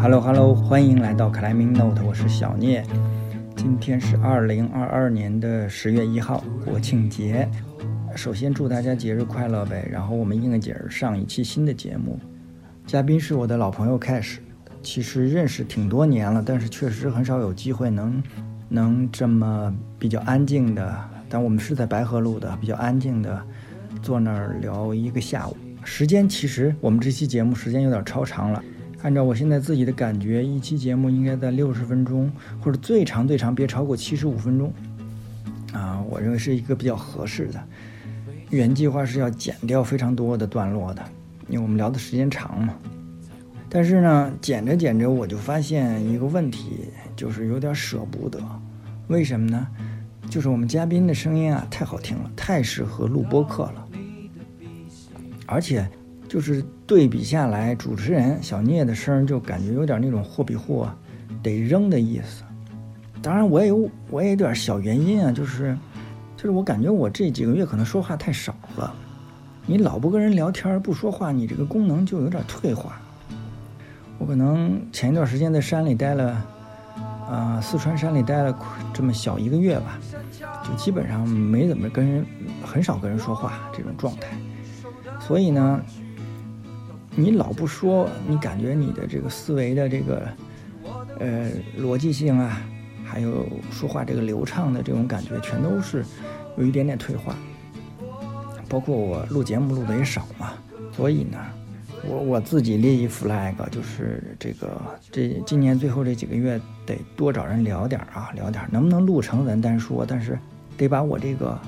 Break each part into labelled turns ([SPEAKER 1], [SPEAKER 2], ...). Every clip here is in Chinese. [SPEAKER 1] Hello Hello，欢迎来到 Climbing Note，我是小聂。今天是二零二二年的十月一号，国庆节。首先祝大家节日快乐呗，然后我们应个节儿上一期新的节目。嘉宾是我的老朋友 Cash，其实认识挺多年了，但是确实很少有机会能能这么比较安静的，但我们是在白河路的，比较安静的坐那儿聊一个下午。时间其实我们这期节目时间有点超长了，按照我现在自己的感觉，一期节目应该在六十分钟，或者最长最长别超过七十五分钟，啊，我认为是一个比较合适的。原计划是要剪掉非常多的段落的，因为我们聊的时间长嘛。但是呢，剪着剪着我就发现一个问题，就是有点舍不得。为什么呢？就是我们嘉宾的声音啊太好听了，太适合录播客了。而且就是对比下来，主持人小聂的声儿就感觉有点那种货比货得扔的意思。当然，我也有我也有点小原因啊，就是就是我感觉我这几个月可能说话太少了。你老不跟人聊天儿不说话，你这个功能就有点退化。我可能前一段时间在山里待了，呃，四川山里待了这么小一个月吧，就基本上没怎么跟人，很少跟人说话这种状态。所以呢，你老不说，你感觉你的这个思维的这个呃逻辑性啊，还有说话这个流畅的这种感觉，全都是有一点点退化。包括我录节目录的也少嘛，所以呢，我我自己立一 flag，就是这个这今年最后这几个月得多找人聊点儿啊，聊点儿，能不能录成咱单说，但是得把我这个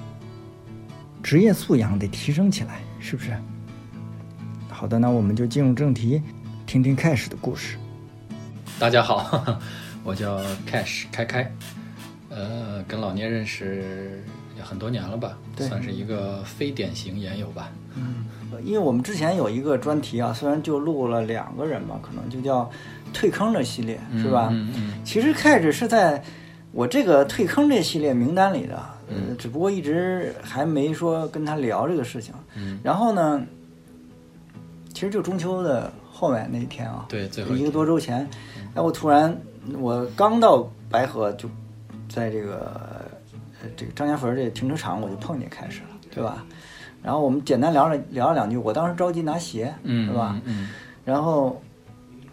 [SPEAKER 1] 职业素养得提升起来，是不是？好的，那我们就进入正题，听听 Cash 的故事。
[SPEAKER 2] 大家好， 我叫 Cash 开开，呃，跟老聂认识也很多年了吧，
[SPEAKER 1] 对
[SPEAKER 2] 算是一个非典型研友吧。
[SPEAKER 1] 嗯因为我们之前有一个专题啊，虽然就录了两个人吧，可能就叫“退坑”的系列，是吧？
[SPEAKER 2] 嗯嗯
[SPEAKER 1] 其实 Cash 是在我这个“退坑”这系列名单里的，呃，只不过一直还没说跟他聊这个事情。
[SPEAKER 2] 嗯，
[SPEAKER 1] 然后呢，其实就中秋的后面那一天啊，
[SPEAKER 2] 对，最后
[SPEAKER 1] 一
[SPEAKER 2] 一
[SPEAKER 1] 个多周前，哎，我突然我刚到白河就在这个呃这个张家坟这停车场，我就碰见开始了，对吧？然后我们简单聊了聊了两句，我当时着急拿鞋，
[SPEAKER 2] 嗯，
[SPEAKER 1] 是吧？
[SPEAKER 2] 嗯？
[SPEAKER 1] 然后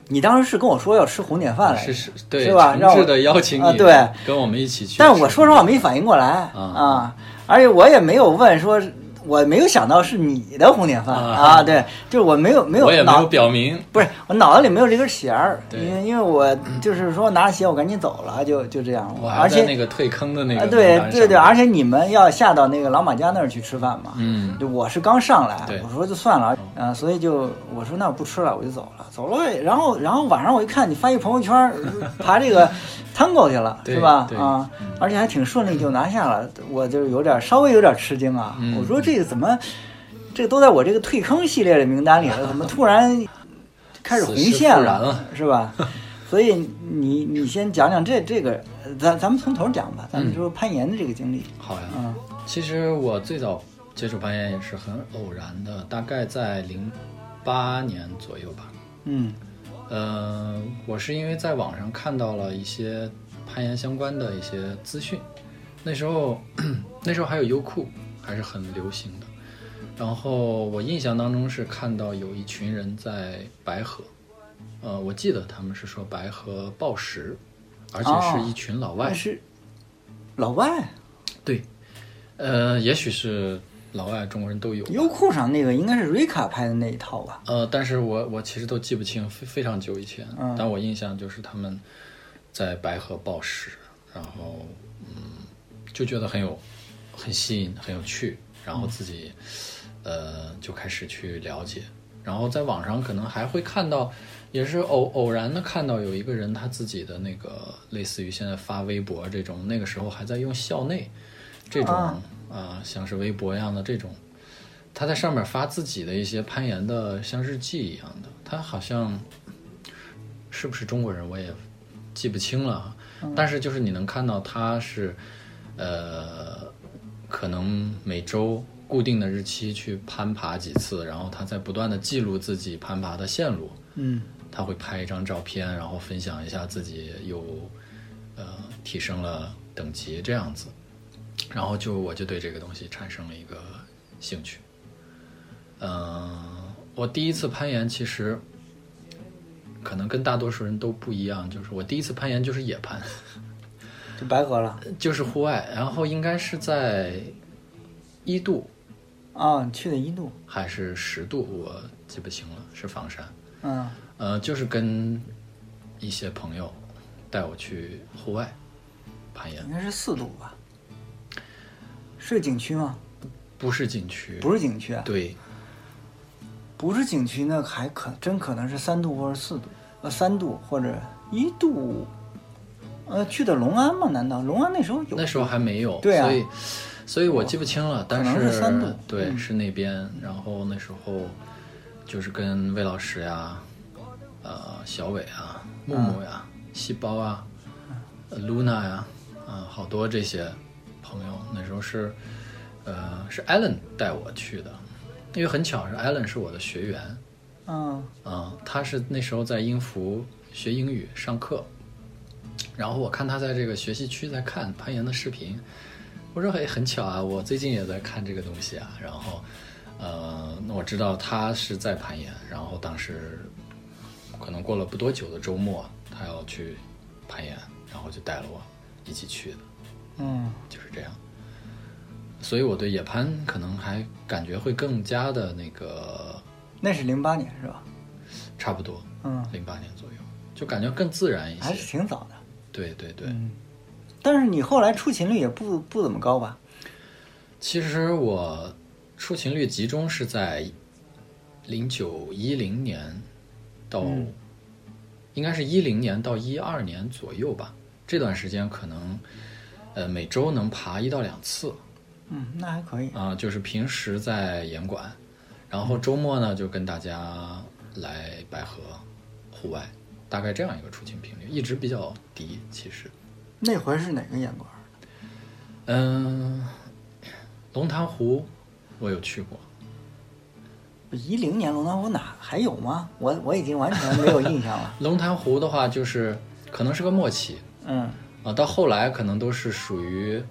[SPEAKER 1] 你当时是跟我说要吃红点饭
[SPEAKER 2] 嗯，
[SPEAKER 1] 来着，
[SPEAKER 2] 是是，对，
[SPEAKER 1] 是吧
[SPEAKER 2] 诚
[SPEAKER 1] 让我
[SPEAKER 2] 挚的邀请
[SPEAKER 1] 啊
[SPEAKER 2] 你，
[SPEAKER 1] 对，
[SPEAKER 2] 跟我们一起去吃。
[SPEAKER 1] 但是我说实话没反应过来
[SPEAKER 2] 啊
[SPEAKER 1] 而且我也没有问说，我没有想到是你的红点饭
[SPEAKER 2] 啊
[SPEAKER 1] 啊对，就是我没有没有
[SPEAKER 2] 我也没
[SPEAKER 1] 脑
[SPEAKER 2] 有表明，
[SPEAKER 1] 不是我脑子里没有这根弦儿，
[SPEAKER 2] 对
[SPEAKER 1] 因为因为我就是说拿着鞋我赶紧走了，就就这样了。
[SPEAKER 2] 我还
[SPEAKER 1] 而
[SPEAKER 2] 在
[SPEAKER 1] 且
[SPEAKER 2] 那个退坑的那
[SPEAKER 1] 啊
[SPEAKER 2] 个
[SPEAKER 1] 对
[SPEAKER 2] 名单
[SPEAKER 1] 对对，
[SPEAKER 2] 上
[SPEAKER 1] 而且你们要下到那个老马家那儿去吃饭嘛。
[SPEAKER 2] 嗯，
[SPEAKER 1] 就我是刚上来
[SPEAKER 2] 对，哦
[SPEAKER 1] 我说就算了，啊、所以就我说那我不吃了，我就走了，走了。然后然后晚上我一看你发一朋友圈儿， 爬这个 tango 去了，
[SPEAKER 2] 对
[SPEAKER 1] 是吧？
[SPEAKER 2] 对嗯
[SPEAKER 1] 啊，而且还挺顺利就拿下了，我就有点稍微有点吃惊啊，
[SPEAKER 2] 嗯
[SPEAKER 1] 我说这个怎么，这都在我这个退坑系列的名单里了，怎么突然开始红线
[SPEAKER 2] 死是突然
[SPEAKER 1] 了
[SPEAKER 2] 了，
[SPEAKER 1] 是吧？ 所以你你先讲讲这这个，咱咱们从头讲吧，咱们
[SPEAKER 2] 嗯
[SPEAKER 1] 说攀岩的这个经历，
[SPEAKER 2] 好呀。
[SPEAKER 1] 嗯
[SPEAKER 2] 其实我最早接触攀岩也是很偶然的，大概在零八年左右吧。
[SPEAKER 1] 嗯
[SPEAKER 2] 呃，我是因为在网上看到了一些攀岩相关的一些资讯，那时候 那时候还有优酷，还是很流行的。然后我印象当中是看到有一群人在白河，呃，我记得他们是说白河暴食，而且是一群老外，
[SPEAKER 1] 但是老外。
[SPEAKER 2] 对，呃，也许是老外中国人都有吧，
[SPEAKER 1] 优酷上那个应该是瑞卡拍的那一套吧？
[SPEAKER 2] 呃，但是我我其实都记不清，非非常久以前，
[SPEAKER 1] 嗯
[SPEAKER 2] 但我印象就是他们在白河暴食，然后嗯，就觉得很有很吸引，很有趣，然后自己、呃就开始去了解，然后在网上可能还会看到，也是偶偶然的看到有一个人他自己的那个类似于现在发微博这种，那个时候还在用校内这种
[SPEAKER 1] 啊
[SPEAKER 2] 啊、像是微博一样的这种他在上面发自己的一些攀岩的像日记一样的，他好像是不是中国人我也记不清了啊，但是就是你能看到他是呃，可能每周固定的日期去攀爬几次，然后他在不断的记录自己攀爬的线路，
[SPEAKER 1] 嗯
[SPEAKER 2] 他会拍一张照片，然后分享一下自己又呃提升了等级这样子，然后就我就对这个东西产生了一个兴趣。嗯、我第一次攀岩其实可能跟大多数人都不一样，就是我第一次攀岩就是野攀，
[SPEAKER 1] 就白河了
[SPEAKER 2] 就是户外，然后应该是在一度
[SPEAKER 1] 啊！你去的印度，
[SPEAKER 2] 还是十度，我记不清了，是房山。
[SPEAKER 1] 嗯
[SPEAKER 2] 呃，就是跟一些朋友带我去户外攀岩
[SPEAKER 1] 应，该是四度吧？是个景区吗？
[SPEAKER 2] 不是景区，
[SPEAKER 1] 不是景区啊，
[SPEAKER 2] 对，
[SPEAKER 1] 不是景区，那还可真可能是三度或者四度，呃，三度或者一度，呃，去的隆安吗？难道隆安那时候有？
[SPEAKER 2] 那时候还没有，
[SPEAKER 1] 对啊
[SPEAKER 2] 所以所以我记不清了，但
[SPEAKER 1] 能是三度
[SPEAKER 2] 对、
[SPEAKER 1] 嗯
[SPEAKER 2] 是那边，然后那时候就是跟魏老师呀、呃小伟啊、
[SPEAKER 1] 嗯
[SPEAKER 2] 木木呀、细胞啊、呃 Luna 呀，啊、好多这些朋友，那时候是呃是 Allen 带我去的，因为很巧是 Allen 是我的学员，
[SPEAKER 1] 嗯
[SPEAKER 2] 嗯，他是那时候在英孚学英语上课，然后我看他在这个学习区在看攀岩的视频，我说哎很巧啊，我最近也在看这个东西啊，然后呃，那我知道他是在攀岩，然后当时可能过了不多久的周末，他要去攀岩，然后就带了我一起去的，
[SPEAKER 1] 嗯，
[SPEAKER 2] 就是这样。所以我对野攀可能还感觉会更加的那个
[SPEAKER 1] 那是零八年是吧？
[SPEAKER 2] 差不多，
[SPEAKER 1] 嗯，
[SPEAKER 2] 零八年左右，就感觉更自然一
[SPEAKER 1] 还是
[SPEAKER 2] 些。
[SPEAKER 1] 挺早的。
[SPEAKER 2] 对对对，
[SPEAKER 1] 嗯，但是你后来出勤率也不不怎么高吧？
[SPEAKER 2] 其实我出勤率集中是在零九一零年到，
[SPEAKER 1] 嗯
[SPEAKER 2] 应该是一零年到一二年左右吧。这段时间可能，呃，每周能爬一到两次
[SPEAKER 1] 嗯，那还可以。
[SPEAKER 2] 啊、就是平时在岩馆，然
[SPEAKER 1] 嗯
[SPEAKER 2] 后周末呢就跟大家来白河户外，大概这样一个出勤频率，一直比较低，其实。
[SPEAKER 1] 那回是哪个演馆？
[SPEAKER 2] 嗯，龙潭湖我有去过，
[SPEAKER 1] 一零年龙潭湖哪还有吗？我我已经完全没有印象了。
[SPEAKER 2] 龙潭湖的话就是可能是个末期
[SPEAKER 1] 嗯
[SPEAKER 2] 啊，到后来可能都是属于，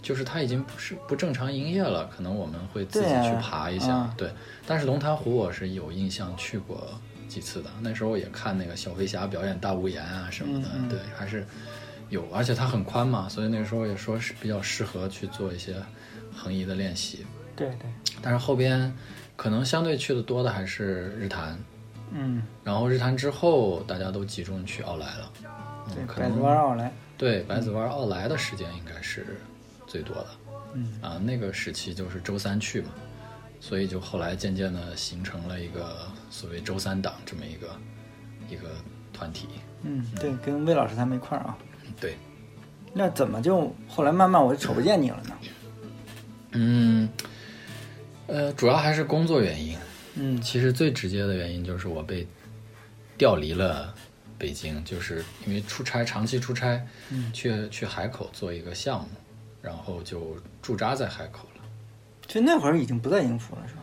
[SPEAKER 2] 就是它已经不是不正常营业了，可能我们会自己
[SPEAKER 1] 对啊
[SPEAKER 2] 去爬一下，
[SPEAKER 1] 嗯
[SPEAKER 2] 对。但是龙潭湖我是有印象去过几次的，那时候也看那个小飞侠表演大无言啊什么的，
[SPEAKER 1] 嗯嗯
[SPEAKER 2] 对，还是有，而且它很宽嘛，所以那个时候也说是比较适合去做一些横移的练习，
[SPEAKER 1] 对对，
[SPEAKER 2] 但是后边可能相对去的多的还是日坛，
[SPEAKER 1] 嗯，
[SPEAKER 2] 然后日坛之后大家都集中去奥莱了，
[SPEAKER 1] 对
[SPEAKER 2] 嗯，，可
[SPEAKER 1] 百子
[SPEAKER 2] 能
[SPEAKER 1] 湾奥莱，
[SPEAKER 2] 对百子湾奥莱的时间应该是最多的
[SPEAKER 1] 嗯
[SPEAKER 2] 啊，那个时期就是周三去嘛，所以就后来渐渐的形成了一个所谓周三党这么一个一个团体，
[SPEAKER 1] 嗯，对，跟魏老师他们一块儿啊。
[SPEAKER 2] 对，
[SPEAKER 1] 那怎么就后来慢慢我就瞅不见你了呢？
[SPEAKER 2] 嗯，呃，主要还是工作原因，
[SPEAKER 1] 嗯
[SPEAKER 2] 其实最直接的原因就是我被调离了北京，就是因为出差，长期出差，
[SPEAKER 1] 嗯，
[SPEAKER 2] 去去海口做一个项目，然后就驻扎在海口了，
[SPEAKER 1] 就那会儿已经不在英孚了是吧？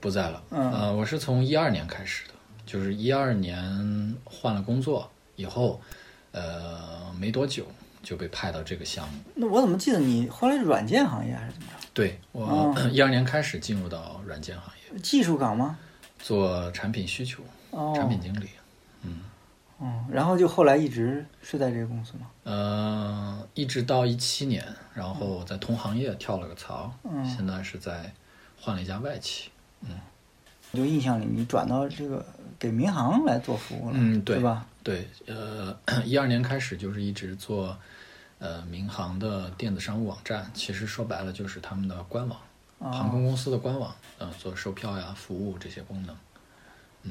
[SPEAKER 2] 不在了。
[SPEAKER 1] 嗯
[SPEAKER 2] 呃，我是从一二年开始的，就是一二年换了工作以后，呃，没多久就被派到这个项目。
[SPEAKER 1] 那我怎么记得你后来软件行业还是怎么着？
[SPEAKER 2] 对我
[SPEAKER 1] 哦
[SPEAKER 2] 一二、12年开始进入到软件行业，
[SPEAKER 1] 技术岗吗？
[SPEAKER 2] 做产品需求、
[SPEAKER 1] 哦，
[SPEAKER 2] 产品经理。
[SPEAKER 1] 哦，然后就后来一直是在这个公司吗？
[SPEAKER 2] 呃，一直到一七年，然后我在同行业跳了个槽，
[SPEAKER 1] 嗯
[SPEAKER 2] 现在是在换了一家外企。
[SPEAKER 1] 我就印象里你转到这个给民航来做服务了，
[SPEAKER 2] 嗯对
[SPEAKER 1] 是吧？
[SPEAKER 2] 对，呃， 一二年开始就是一直做呃民航的电子商务网站，其实说白了就是他们的官网，航
[SPEAKER 1] 啊，
[SPEAKER 2] 空公司的官网，呃，做售票呀、服务这些功能。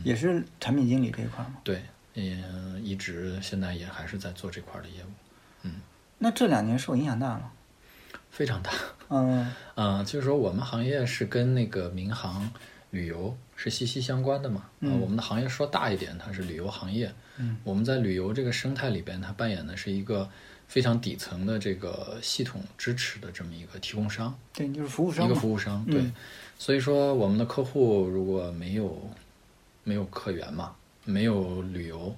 [SPEAKER 1] 也是产品经理这一块吗？
[SPEAKER 2] 对，嗯、一直现在也还是在做这块儿的业务，
[SPEAKER 1] 那这两年受影响大吗？
[SPEAKER 2] 非常大。
[SPEAKER 1] 嗯
[SPEAKER 2] 嗯，就是说我们行业是跟那个民航、旅游是息息相关的嘛。呃
[SPEAKER 1] 嗯
[SPEAKER 2] 我们的行业说大一点，它是旅游行业。
[SPEAKER 1] 嗯，
[SPEAKER 2] 我们在旅游这个生态里边，它扮演的是一个非常底层的这个系统支持的这么一个提供商，
[SPEAKER 1] 对，就是服务
[SPEAKER 2] 一
[SPEAKER 1] 商
[SPEAKER 2] 个
[SPEAKER 1] 嘛。
[SPEAKER 2] 服务商。
[SPEAKER 1] 嗯
[SPEAKER 2] 对，所以说我们的客户如果没有没有客源嘛，没有旅游，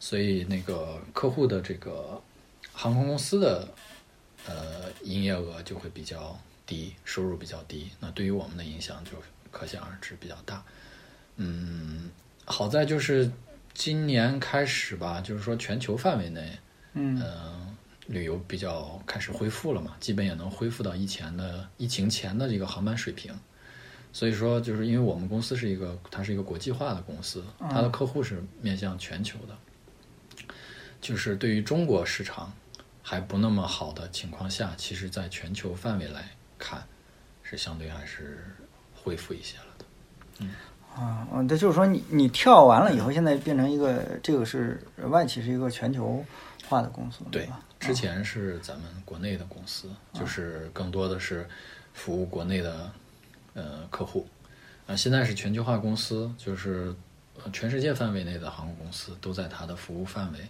[SPEAKER 2] 所以那个客户的这个呃航空公司的呃营业额就会比较低，收入比较低。那对于我们的影响就可想而知比较大。嗯，好在就是今年开始吧，就是说全球范围内，嗯、呃，旅游比较开始恢复了嘛，基本也能恢复到以前的疫情前的这个航班水平。所以说，就是因为我们公司是一个，它是一个国际化的公司，它的客户是面向全球的。就是对于中国市场还不那么好的情况下，其实在全球范围来看，是相对还是恢复一些了的。
[SPEAKER 1] 啊，嗯，这就是说你你跳完了以后，现在变成一个这个是外企是一个全球化的公司，对
[SPEAKER 2] 对
[SPEAKER 1] 吧？，
[SPEAKER 2] 之前是咱们国内的公司，就是更多的是服务国内的呃客户，啊、现在是全球化公司，就是呃全世界范围内的航空公司都在它的服务范围。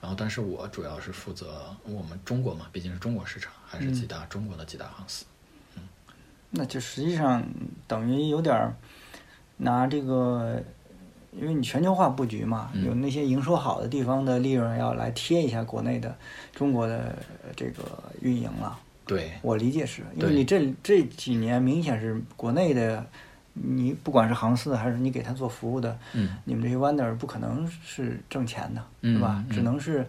[SPEAKER 2] 然后，但是我主要是负责我们中国嘛，毕竟是中国市场，还是几大、中国的几大航司。
[SPEAKER 1] 那就实际上等于有点儿拿这个，因为你全球化布局嘛，
[SPEAKER 2] 嗯
[SPEAKER 1] 有那些营收好的地方的利润要来贴一下国内的中国的呃这个运营了。
[SPEAKER 2] 对，
[SPEAKER 1] 我理解是，因为
[SPEAKER 2] 对
[SPEAKER 1] 你这这几年明显是国内的，你不管是航司还是你给他做服务的，
[SPEAKER 2] 嗯
[SPEAKER 1] 你们这些 wonder 不可能是挣钱的，
[SPEAKER 2] 嗯
[SPEAKER 1] 是吧？
[SPEAKER 2] 嗯
[SPEAKER 1] 只能是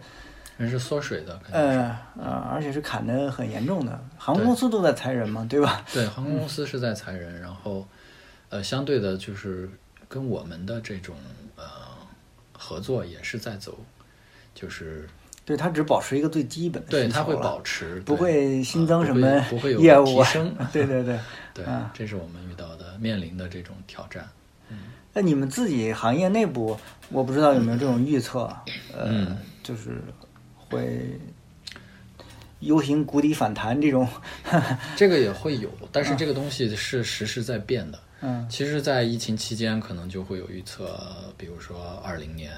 [SPEAKER 2] 人是缩水的，肯定是。
[SPEAKER 1] 呃呃，而且是砍得很严重的，航空公司都在裁人嘛，对吧？
[SPEAKER 2] 对，航空公司是在裁人，然后，呃，相对的就是跟我们的这种呃合作也是在走，就是
[SPEAKER 1] 对，他只保持一个最基本的
[SPEAKER 2] 对
[SPEAKER 1] 需求
[SPEAKER 2] 它会
[SPEAKER 1] 了
[SPEAKER 2] 保持，
[SPEAKER 1] 不
[SPEAKER 2] 对
[SPEAKER 1] 会新
[SPEAKER 2] 呃
[SPEAKER 1] 增
[SPEAKER 2] 不
[SPEAKER 1] 什
[SPEAKER 2] 会
[SPEAKER 1] 么
[SPEAKER 2] 不会有
[SPEAKER 1] 业务
[SPEAKER 2] 提
[SPEAKER 1] 啊
[SPEAKER 2] 升。
[SPEAKER 1] 对对对，
[SPEAKER 2] 对
[SPEAKER 1] 啊，
[SPEAKER 2] 这是我们遇到的面临的这种挑战。
[SPEAKER 1] 那你们自己行业内部，我不知道有没有这种预测，呃，
[SPEAKER 2] 嗯
[SPEAKER 1] 就是会 U 型谷底反弹这种，
[SPEAKER 2] 这个也会有，但
[SPEAKER 1] 啊
[SPEAKER 2] 是这个东西是实时在变的。
[SPEAKER 1] 嗯
[SPEAKER 2] 其实，在疫情期间，可能就会有预测，比如说二零年，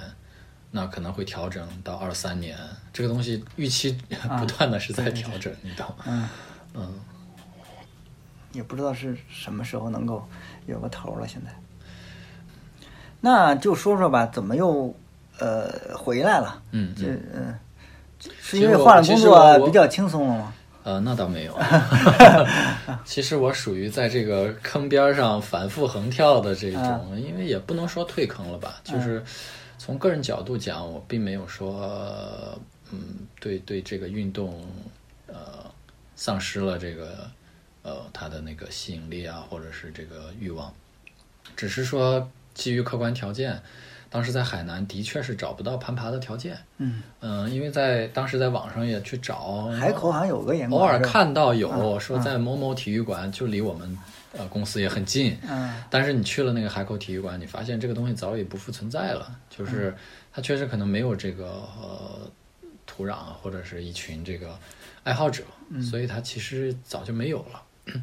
[SPEAKER 2] 那可能会调整到二三年。这个东西预期 不断的是在调整，你懂吗？
[SPEAKER 1] 啊嗯，
[SPEAKER 2] 嗯，
[SPEAKER 1] 也不知道是什么时候能够有个头了。现在，那就说说吧，怎么又呃回来了？
[SPEAKER 2] 嗯
[SPEAKER 1] 这嗯、是
[SPEAKER 2] 其
[SPEAKER 1] 因
[SPEAKER 2] 实
[SPEAKER 1] 为
[SPEAKER 2] 我
[SPEAKER 1] 换了工
[SPEAKER 2] 其实
[SPEAKER 1] 作啊
[SPEAKER 2] 我我
[SPEAKER 1] 比较轻松了吗？
[SPEAKER 2] 呃，那 倒没有。其实我属于在这个坑边儿上反复横跳的这
[SPEAKER 1] 啊
[SPEAKER 2] 种，因为也不能说退坑了吧，就是从个人角度讲，我并没有说，嗯，对对这个运动，呃，丧失了这个，呃，它的那个吸引力啊，或者是这个欲望，只是说基于客观条件，当时在海南的确是找不到攀爬的条件。
[SPEAKER 1] 嗯，
[SPEAKER 2] 嗯，因为在当时在网上也去找，
[SPEAKER 1] 海口好像有个演
[SPEAKER 2] 偶
[SPEAKER 1] 馆，
[SPEAKER 2] 尔
[SPEAKER 1] 是吧，嗯
[SPEAKER 2] 看到有说在某某体育馆，就离我们呃公司也很近。
[SPEAKER 1] 嗯
[SPEAKER 2] 但是你去了那个海口体育馆，你发现这个东西早已不复存在了，
[SPEAKER 1] 嗯
[SPEAKER 2] 就是它确实可能没有这个呃土壤啊或者是一群这个爱好者，
[SPEAKER 1] 嗯
[SPEAKER 2] 所以它其实早就没有了。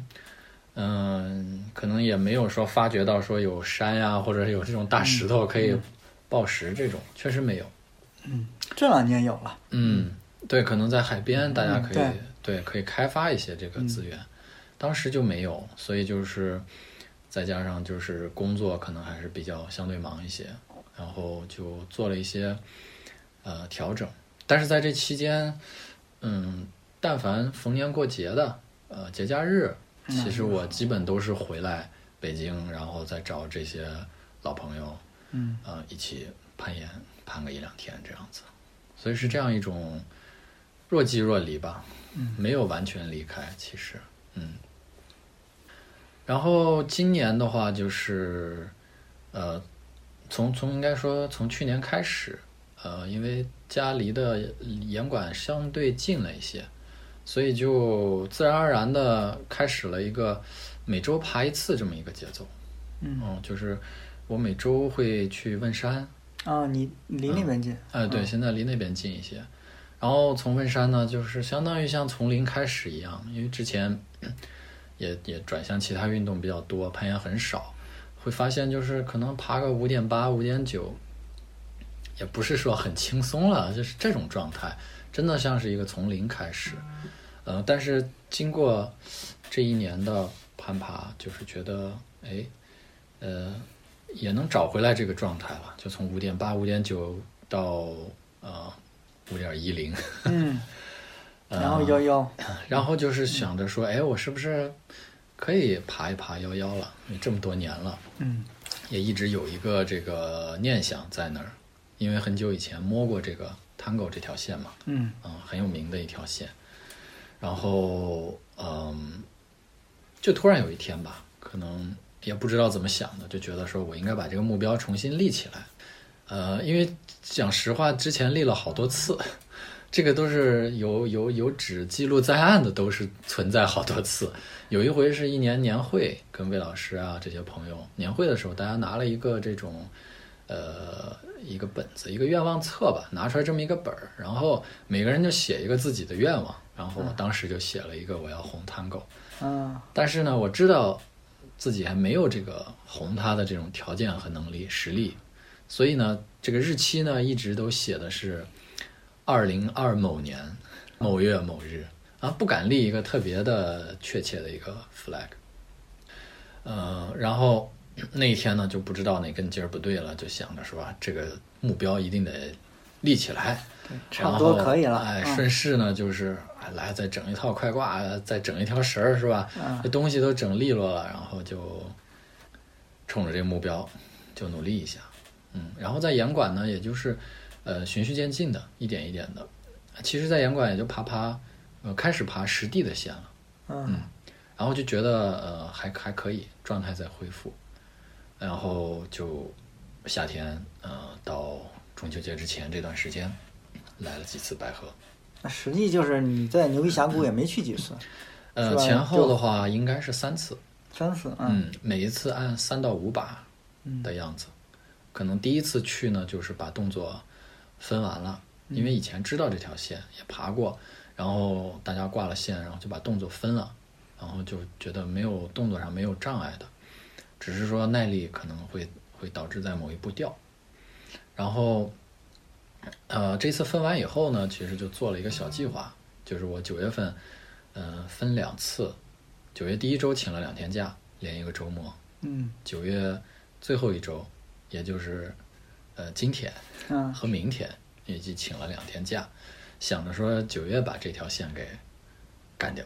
[SPEAKER 2] 嗯，可能也没有说发掘到说有山呀、或者是有这种大石头可以抱石这种，确实没有。
[SPEAKER 1] 嗯，这两年有了，
[SPEAKER 2] 嗯，对，可能在海边大家可以、
[SPEAKER 1] 嗯
[SPEAKER 2] 对可以开发一些这个资源，当时就没有，所以就是再加上就是工作可能还是比较相对忙一些，然后就做了一些呃调整，但是在这期间，嗯，但凡逢年过节的呃节假日，其实我基本都是回来北京，然后再找这些老朋友，
[SPEAKER 1] 嗯。
[SPEAKER 2] 呃，一起攀岩，攀个一两天这样子，所以是这样一种若即若离吧，没有完全离开，其实，嗯。然后今年的话，就是呃，从从应该说从去年开始，呃，因为家离的严管相对近了一些，所以就自然而然的开始了一个每周爬一次这么一个节奏，哦
[SPEAKER 1] 嗯
[SPEAKER 2] 就是我每周会去汶山，
[SPEAKER 1] 啊，你离那边近，
[SPEAKER 2] 哎，对，现在离那边近一些。然后从汶山呢，就是相当于像从零开始一样，因为之前 也也转向其他运动比较多，攀岩很少，会发现就是可能爬个五点八、五点九，也不是说很轻松了，就是这种状态，真的像是一个从零开始。呃，但是经过这一年的攀爬，就是觉得，哎，呃，也能找回来这个状态了，就从五点八、五点九到呃五点一零，
[SPEAKER 1] 嗯， 然后幺幺，
[SPEAKER 2] 然后就是想着说，哎，我是不是可以爬一爬幺幺了？因为这么多年了，
[SPEAKER 1] 嗯
[SPEAKER 2] 也一直有一个这个念想在那儿，因为很久以前摸过这个 Tango 这条线嘛，
[SPEAKER 1] 嗯
[SPEAKER 2] 嗯，很有名的一条线。然后，嗯，就突然有一天吧，可能也不知道怎么想的，就觉得说我应该把这个目标重新立起来。呃，因为讲实话，之前立了好多次， 这个都是有有有纸记录在案的，都是存在好多次。有一回是一年年会，跟魏老师啊这些朋友年会的时候，大家拿了一个这种呃一个本子，一个愿望册吧，拿出来这么一个本儿，然后每个人就写一个自己的愿望，然后我当时就写了一个我要红 Tango，
[SPEAKER 1] 啊
[SPEAKER 2] 但是呢，我知道自己还没有这个红它的这种条件和能力实力，所以呢，这个日期呢一直都写的是二零二某年某月某日啊，不敢立一个特别的确切的一个 flag。呃，然后 那一天呢，就不知道哪根筋儿不对了，就想着说啊这个目标一定得立起来，
[SPEAKER 1] 差不多
[SPEAKER 2] 然后
[SPEAKER 1] 可以了
[SPEAKER 2] 哎，
[SPEAKER 1] 嗯
[SPEAKER 2] 顺势呢，就是哎来再整一套快挂，再整一条绳儿，是吧？
[SPEAKER 1] 嗯
[SPEAKER 2] 这东西都整利落了，然后就冲着这个目标就努力一下，嗯，然后在严管呢，也就是呃循序渐进的，一点一点的。其实，在严管也就爬爬，呃，开始爬实地的线了。
[SPEAKER 1] 嗯
[SPEAKER 2] 然后就觉得呃还还可以，状态在恢复，然后就夏天呃到中秋节之前这段时间来了几次白河，
[SPEAKER 1] 那实际就是你在牛皮峡谷也没去几次，是
[SPEAKER 2] 呃
[SPEAKER 1] 吧
[SPEAKER 2] 前后的话应该是三次，
[SPEAKER 1] 三次，嗯
[SPEAKER 2] 嗯，每一次按三到五把的样子，可能第一次去呢就是把动作分完了，
[SPEAKER 1] 嗯
[SPEAKER 2] 因为以前知道这条线也爬过，然后大家挂了线，然后就把动作分了，然后就觉得没有动作上没有障碍的，只是说耐力可能会会导致在某一步掉，然后呃这次分完以后呢，其实就做了一个小计划，就是我九月份嗯、呃分两次，九月第一周请了两天假，连一个周末，
[SPEAKER 1] 嗯
[SPEAKER 2] 九月最后一周，也就是呃今天
[SPEAKER 1] 嗯
[SPEAKER 2] 和明天，以及请了两天假，想着说九月把这条线给干掉，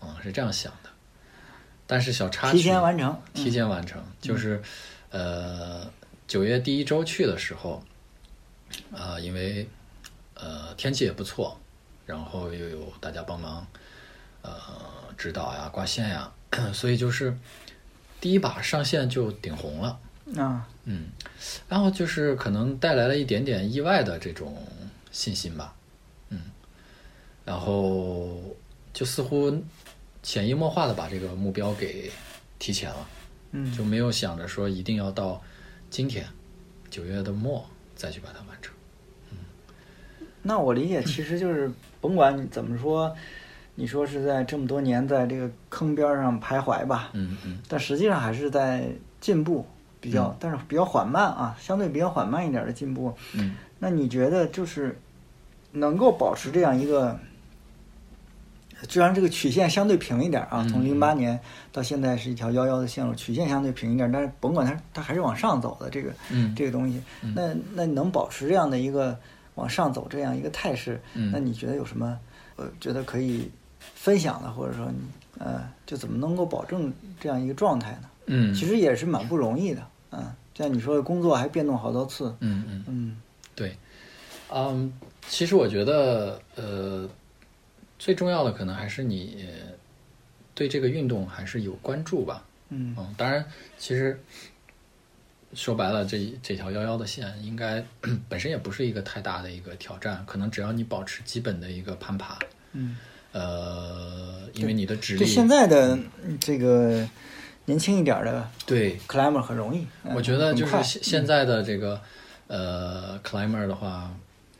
[SPEAKER 2] 嗯，是这样想的。但是小插曲
[SPEAKER 1] 提前完成，
[SPEAKER 2] 提前完成，就是呃九月第一周去的时候，啊，因为呃天气也不错，然后又有大家帮忙呃指导呀、挂线呀， 所以就是第一把上线就顶红了。
[SPEAKER 1] 啊
[SPEAKER 2] 嗯，然后就是可能带来了一点点意外的这种信心吧，嗯，然后就似乎潜移默化的把这个目标给提前了，
[SPEAKER 1] 嗯
[SPEAKER 2] 就没有想着说一定要到今天九月的末再去把它完成。
[SPEAKER 1] 那我理解其实
[SPEAKER 2] 嗯
[SPEAKER 1] 就是甭管你怎么说，你说是在这么多年在这个坑边儿上徘徊吧，
[SPEAKER 2] 嗯嗯
[SPEAKER 1] 但实际上还是在进步，比较、但是比较缓慢啊，相对比较缓慢一点的进步。
[SPEAKER 2] 嗯
[SPEAKER 1] 那你觉得就是能够保持这样一个，虽然这个曲线相对平一点啊，
[SPEAKER 2] 嗯
[SPEAKER 1] 从零八年到现在是一条幺幺的线路，曲线相对平一点，但是甭管它，它还是往上走的这个、
[SPEAKER 2] 嗯
[SPEAKER 1] 这个东西。那那你能保持这样的一个往上走这样一个态势，
[SPEAKER 2] 嗯
[SPEAKER 1] 那你觉得有什么？呃，觉得可以分享的，或者说你呃，就怎么能够保证这样一个状态呢？
[SPEAKER 2] 嗯，
[SPEAKER 1] 其实也是蛮不容易的，嗯，像你说的工作还变动好多次，
[SPEAKER 2] 嗯嗯。
[SPEAKER 1] 嗯
[SPEAKER 2] 对，嗯，其实我觉得，呃，最重要的可能还是你呃对这个运动还是有关注吧。
[SPEAKER 1] 嗯
[SPEAKER 2] 嗯，当然，其实说白了，这这条幺幺的线应该本身也不是一个太大的一个挑战，可能只要你保持基本的一个攀爬，
[SPEAKER 1] 嗯，
[SPEAKER 2] 呃，因为你的指力，
[SPEAKER 1] 对现在的嗯这个年轻一点的
[SPEAKER 2] 对
[SPEAKER 1] climber 很容易，嗯
[SPEAKER 2] 我觉得就是
[SPEAKER 1] 很快
[SPEAKER 2] 现现在的这个呃 climber 的话，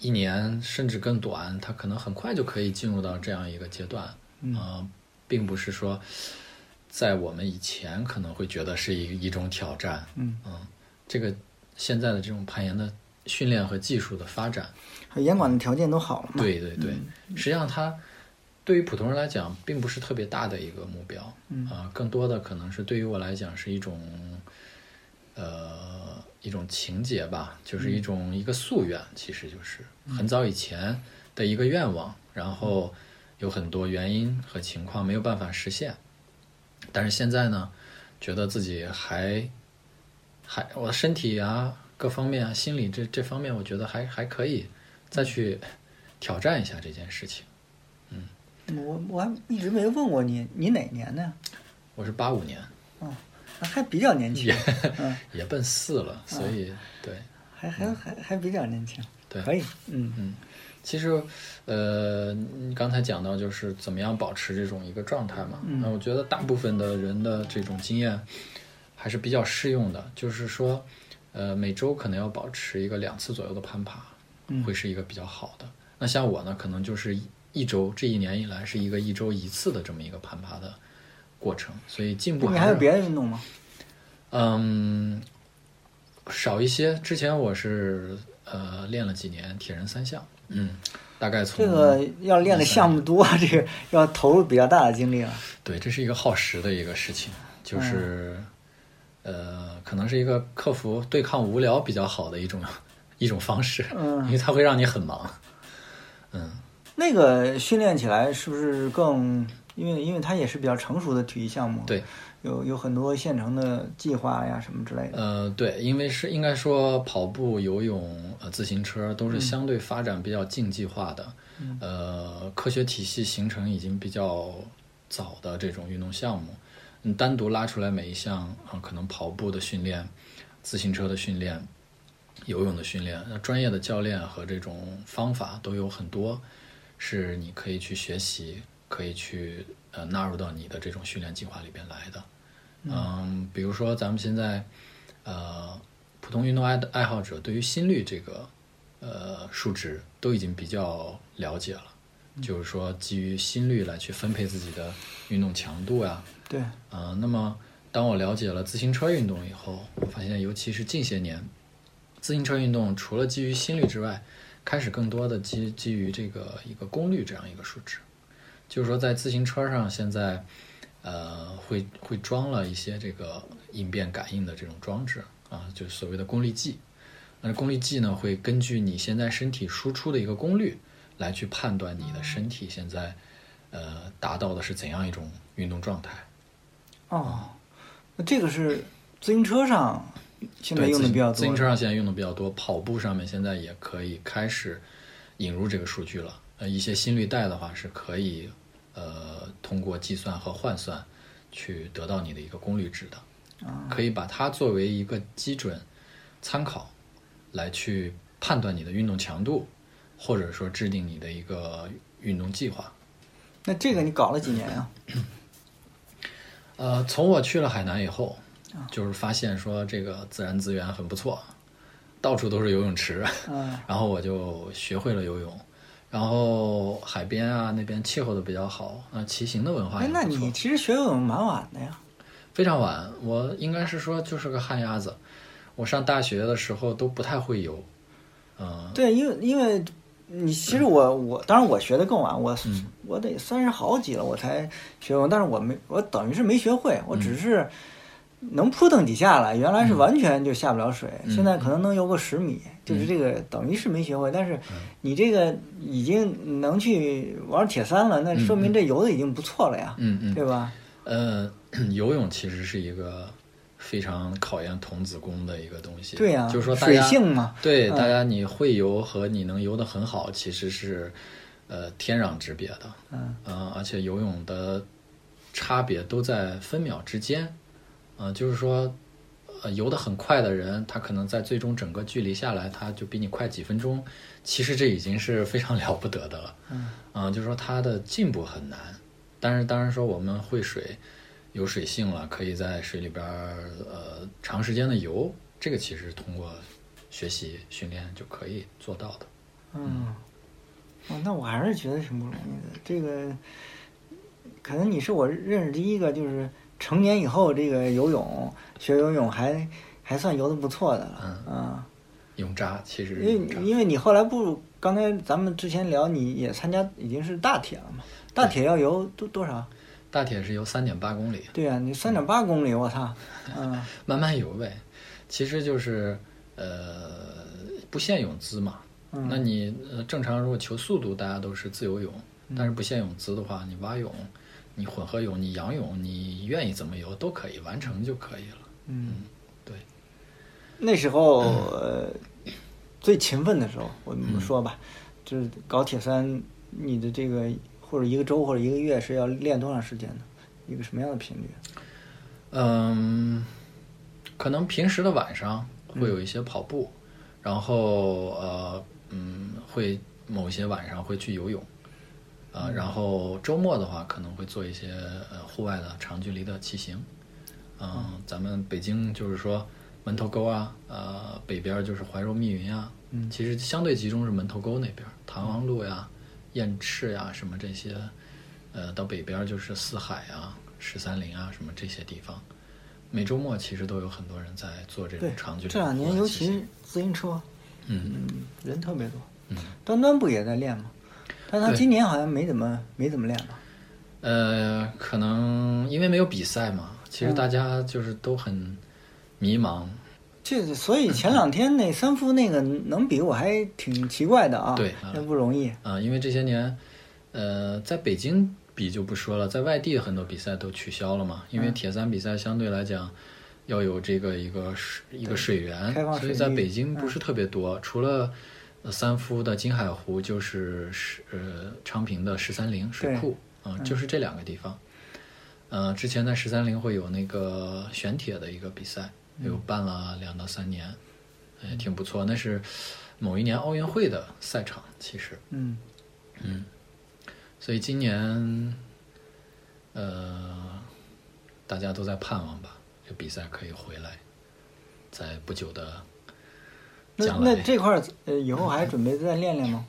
[SPEAKER 2] 一年甚至更短，他可能很快就可以进入到这样一个阶段。嗯、并不是说在我们以前可能会觉得是一一种挑战。
[SPEAKER 1] 嗯
[SPEAKER 2] 这个现在的这种攀岩的训练和技术的发展，
[SPEAKER 1] 和严管的条件都好了嘛，
[SPEAKER 2] 对对对，实际上它对于普通人来讲，并不是特别大的一个目标，啊、更多的可能是对于我来讲是一种，呃，一种情节吧，就是一种一个夙愿，其实就是很早以前的一个愿望，然后有很多原因和情况没有办法实现，但是现在呢，觉得自己还还我身体啊各方面啊心理这这方面，我觉得还还可以再去挑战一下这件事情。
[SPEAKER 1] 我我还一直没问过你，你哪年的呀？
[SPEAKER 2] 我是八五年，
[SPEAKER 1] 哦，那还比较年轻，嗯，
[SPEAKER 2] 也奔四了，所以对，
[SPEAKER 1] 还还还还比较年轻，
[SPEAKER 2] 对
[SPEAKER 1] 可以，嗯
[SPEAKER 2] 嗯，其实，呃，你刚才讲到就是怎么样保持这种一个状态嘛，
[SPEAKER 1] 嗯
[SPEAKER 2] 那我觉得大部分的人的这种经验还是比较适用的，就是说，呃，每周可能要保持一个两次左右的攀爬，
[SPEAKER 1] 嗯
[SPEAKER 2] 会是一个比较好的。那像我呢，可能就是一一周，这一年以来是一个一周一次的这么一个攀爬的过程，所以进步
[SPEAKER 1] 你
[SPEAKER 2] 还
[SPEAKER 1] 还有
[SPEAKER 2] 是
[SPEAKER 1] 别的运动吗？
[SPEAKER 2] 嗯，少一些。之前我是呃练了几年铁人三项，嗯，大概从
[SPEAKER 1] 这个要练的
[SPEAKER 2] 嗯
[SPEAKER 1] 项目多，这个要投入比较大的精力了。
[SPEAKER 2] 对，这是一个耗时的一个事情，就是、呃，可能是一个克服对抗无聊比较好的一种一种方式，
[SPEAKER 1] 嗯
[SPEAKER 2] 因为它会让你很忙。嗯，
[SPEAKER 1] 那个训练起来是不是更？因为因为它也是比较成熟的体育项目，
[SPEAKER 2] 对，
[SPEAKER 1] 有有很多现成的计划呀什么之类的。
[SPEAKER 2] 呃，对，因为是应该说跑步、游泳、呃自行车都是相对发展比较竞技化的，呃，科学体系形成已经比较早的这种运动项目，你单独拉出来每一项啊、可能跑步的训练、自行车的训练、游泳的训练，那专业的教练和这种方法都有很多，是你可以去学习，可以去呃纳入到你的这种训练计划里边来的。嗯，比如说咱们现在，呃，普通运动爱爱好者对于心率这个呃数值都已经比较了解了，就是说基于心率来去分配自己的运动强度呀、
[SPEAKER 1] 对，
[SPEAKER 2] 呃，那么当我了解了自行车运动以后，我发现尤其是近些年，自行车运动除了基于心率之外，开始更多的基基于这个一个功率这样一个数值，就是说在自行车上现在，呃，会会装了一些这个应变感应的这种装置啊，就是所谓的功率计。那功率计呢，会根据你现在身体输出的一个功率来去判断你的身体现在，呃，达到的是怎样一种运动状态。
[SPEAKER 1] 哦，那这个是自行车上现在
[SPEAKER 2] 对
[SPEAKER 1] 用的
[SPEAKER 2] 自
[SPEAKER 1] 比较多。
[SPEAKER 2] 自行车上现在用的比较多，跑步上面现在也可以开始引入这个数据了。呃，一些心率带的话是可以呃通过计算和换算去得到你的一个功率值的，
[SPEAKER 1] 啊
[SPEAKER 2] 可以把它作为一个基准参考来去判断你的运动强度，或者说制定你的一个运动计划。
[SPEAKER 1] 那这个你搞了几年 啊？
[SPEAKER 2] 呃，从我去了海南以
[SPEAKER 1] 啊
[SPEAKER 2] 后，就是发现说这个自然资源很不错，到处都是游泳池。
[SPEAKER 1] 嗯，
[SPEAKER 2] 然后我就学会了游泳，然后海边啊那边气候都比较好，啊、骑行的文化
[SPEAKER 1] 哎
[SPEAKER 2] 也，
[SPEAKER 1] 那
[SPEAKER 2] 不
[SPEAKER 1] 你
[SPEAKER 2] 错。
[SPEAKER 1] 其实学游泳蛮晚的呀。
[SPEAKER 2] 非常晚，我应该是说就是个旱鸭子，我上大学的时候都不太会游，嗯、
[SPEAKER 1] 对，因为因为你其实我我当然我学的更晚，我、
[SPEAKER 2] 嗯
[SPEAKER 1] 我得三十好几了我才学游泳，但是我没我等于是没学会，我
[SPEAKER 2] 嗯
[SPEAKER 1] 只是能扑腾几下了，原来是完全就下不了水，
[SPEAKER 2] 嗯
[SPEAKER 1] 现在可能能游个十米，就是这个等于是没学会，但是
[SPEAKER 2] 嗯
[SPEAKER 1] 你这个已经能去玩铁三了，那说明这游的已经不错了呀，
[SPEAKER 2] 嗯嗯
[SPEAKER 1] 对吧？
[SPEAKER 2] 呃， 游泳其实是一个非常考验童子功的一个东西。
[SPEAKER 1] 对呀
[SPEAKER 2] 就是说大
[SPEAKER 1] 水
[SPEAKER 2] 家
[SPEAKER 1] 性嘛
[SPEAKER 2] 对，大家你会游和你能游得很好，其实是呃天壤之别的。
[SPEAKER 1] 嗯、
[SPEAKER 2] 呃，而且游泳的差别都在分秒之间。嗯、就是说。呃，游得很快的人，他可能在最终整个距离下来，他就比你快几分钟。其实这已经是非常了不得的了。
[SPEAKER 1] 嗯
[SPEAKER 2] 嗯，就是说它的进步很难，但是当然说我们会水，有水性了，可以在水里边儿呃长时间的游，这个其实通过学习训练就可以做到的。
[SPEAKER 1] 嗯，哦，那我还是觉得挺不容易的。这个，可能你是我认识第一个，就是成年以后这个游泳学游泳还还算游的不错的了。
[SPEAKER 2] 嗯
[SPEAKER 1] 啊，
[SPEAKER 2] 泳扎其实
[SPEAKER 1] 因为
[SPEAKER 2] 泳扎
[SPEAKER 1] 你因为你后来不，刚才咱们之前聊，你也参加已经是大铁了嘛？大铁要游多多少？啊
[SPEAKER 2] 大铁是游三点八公里，
[SPEAKER 1] 对呀、你三点八公里，我操！嗯
[SPEAKER 2] 慢慢游呗。其实就是呃不限泳姿嘛，
[SPEAKER 3] 嗯
[SPEAKER 2] 那你呃正常如果求速度，大家都是自由泳，
[SPEAKER 1] 嗯
[SPEAKER 2] 但是不限泳姿的话，你蛙泳、你混合泳、你仰泳，你愿意怎么游都可以，完成就可以了。
[SPEAKER 3] 嗯，
[SPEAKER 2] 对，嗯
[SPEAKER 1] 那时候、呃、最勤奋的时候，我们说
[SPEAKER 2] 嗯
[SPEAKER 1] 吧，就是搞铁三，你的这个或者一个周或者一个月是要练多长时间呢？一个什么样的频率？
[SPEAKER 2] 嗯，可能平时的晚上会有一些跑步，然后呃嗯会某些晚上会去游泳，呃，然后周末的话可能会做一些呃户外的长距离的骑行，嗯、咱们北京就是说门头沟啊，呃北边就是怀柔密云啊，
[SPEAKER 3] 嗯
[SPEAKER 2] 其实相对集中是门头沟那边，唐王路呀、燕赤呀什么这些，呃，到北边就是四海啊、十三陵啊什么这些地方。每周末其实都有很多人在做这种
[SPEAKER 1] 对
[SPEAKER 2] 长距，离。
[SPEAKER 1] 这两年尤其自行车，
[SPEAKER 2] 嗯，
[SPEAKER 1] 嗯，人特别多。
[SPEAKER 2] 嗯，
[SPEAKER 1] 端端不也在练吗？但他
[SPEAKER 2] 对
[SPEAKER 1] 今年好像没怎么没怎么练吧？
[SPEAKER 2] 呃，可能因为没有比赛嘛，其
[SPEAKER 1] 嗯
[SPEAKER 2] 实大家就是都很迷茫。
[SPEAKER 1] 这所以前两天那三夫那个能比，我还挺奇怪的啊。
[SPEAKER 2] 对
[SPEAKER 1] 那不容易。
[SPEAKER 2] 啊，因为这些年，呃，在北京比就不说了，在外地很多比赛都取消了嘛，因
[SPEAKER 1] 嗯
[SPEAKER 2] 为铁三比赛相对来讲要有这个一个水一个水源
[SPEAKER 1] 开放，水
[SPEAKER 2] 所以在
[SPEAKER 1] 域嗯
[SPEAKER 2] 北京不是特别多，除了。呃三夫的金海湖就是十呃昌平的十三陵水
[SPEAKER 1] 对嗯
[SPEAKER 2] 库啊、就是这两个地方。呃，之前在十三陵会有那个选铁的一个比赛，
[SPEAKER 1] 嗯
[SPEAKER 2] 有办了两到三年，也挺不错。那是某一年奥运会的赛场，其实。
[SPEAKER 1] 嗯，
[SPEAKER 2] 所以今年，呃，大家都在盼望吧，这比赛可以回来，在不久的
[SPEAKER 1] 那
[SPEAKER 2] 将来
[SPEAKER 1] 那这块儿呃以后还准备再练练吗？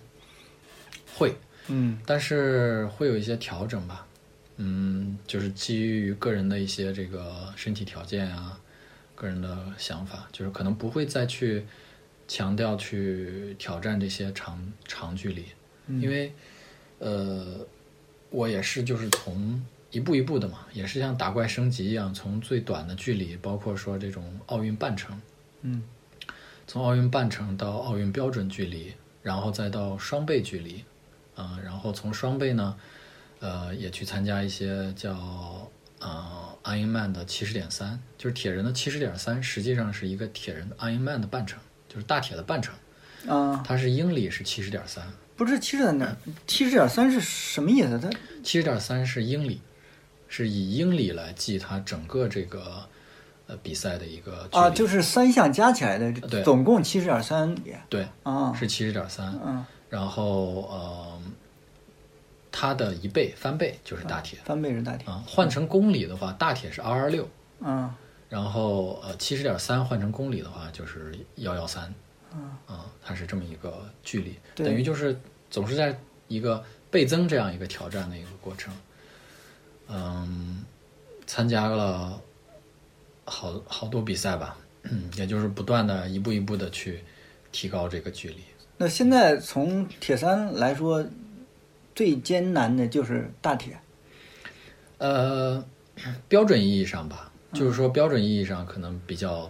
[SPEAKER 2] 会，
[SPEAKER 1] 嗯
[SPEAKER 2] 但是会有一些调整吧。嗯，就是基于个人的一些这个身体条件啊，个人的想法，就是可能不会再去强调去挑战这些长长距离，因为呃，我也是就是从一步一步的嘛，也是像打怪升级一样，从最短的距离，包括说这种奥运半程，
[SPEAKER 1] 嗯
[SPEAKER 2] 从奥运半程到奥运标准距离，然后再到双倍距离，啊、然后从双倍呢，呃，也去参加一些叫呃 Ironman 的七十点三，就是铁人的七十点三，实际上是一个铁人的 Ironman 的半程，就是大铁的半程，
[SPEAKER 1] 啊，
[SPEAKER 2] 它是英里是七十点三，
[SPEAKER 1] 不是七十点哪？七十点三是什么意思？它
[SPEAKER 2] 七十点三是英里，是以英里来计它整个这个呃比赛的一个距离啊
[SPEAKER 1] 啊，就是三项加起来的，
[SPEAKER 2] 对
[SPEAKER 1] 总共七十点三
[SPEAKER 2] 对，
[SPEAKER 1] 啊，
[SPEAKER 2] 是七十点三，
[SPEAKER 1] 嗯，
[SPEAKER 2] 然后呃，它的一倍翻倍就是大铁
[SPEAKER 1] 翻倍是大铁，
[SPEAKER 2] 啊、换成公里的话，大铁是二二六，
[SPEAKER 1] 嗯
[SPEAKER 2] 然后呃七十点三换成公里的话就是幺幺三，
[SPEAKER 1] 嗯
[SPEAKER 2] 啊，它是这么一个距离，
[SPEAKER 1] 对
[SPEAKER 2] 等于就是总是在一个倍增这样一个挑战的一个过程。嗯，参加了好好多比赛吧，嗯也就是不断的一步一步的去提高这个距离。
[SPEAKER 1] 那现在从铁三来说，最艰难的就是大铁，
[SPEAKER 2] 呃， 标准意义上吧，就是说标准意义上可能比较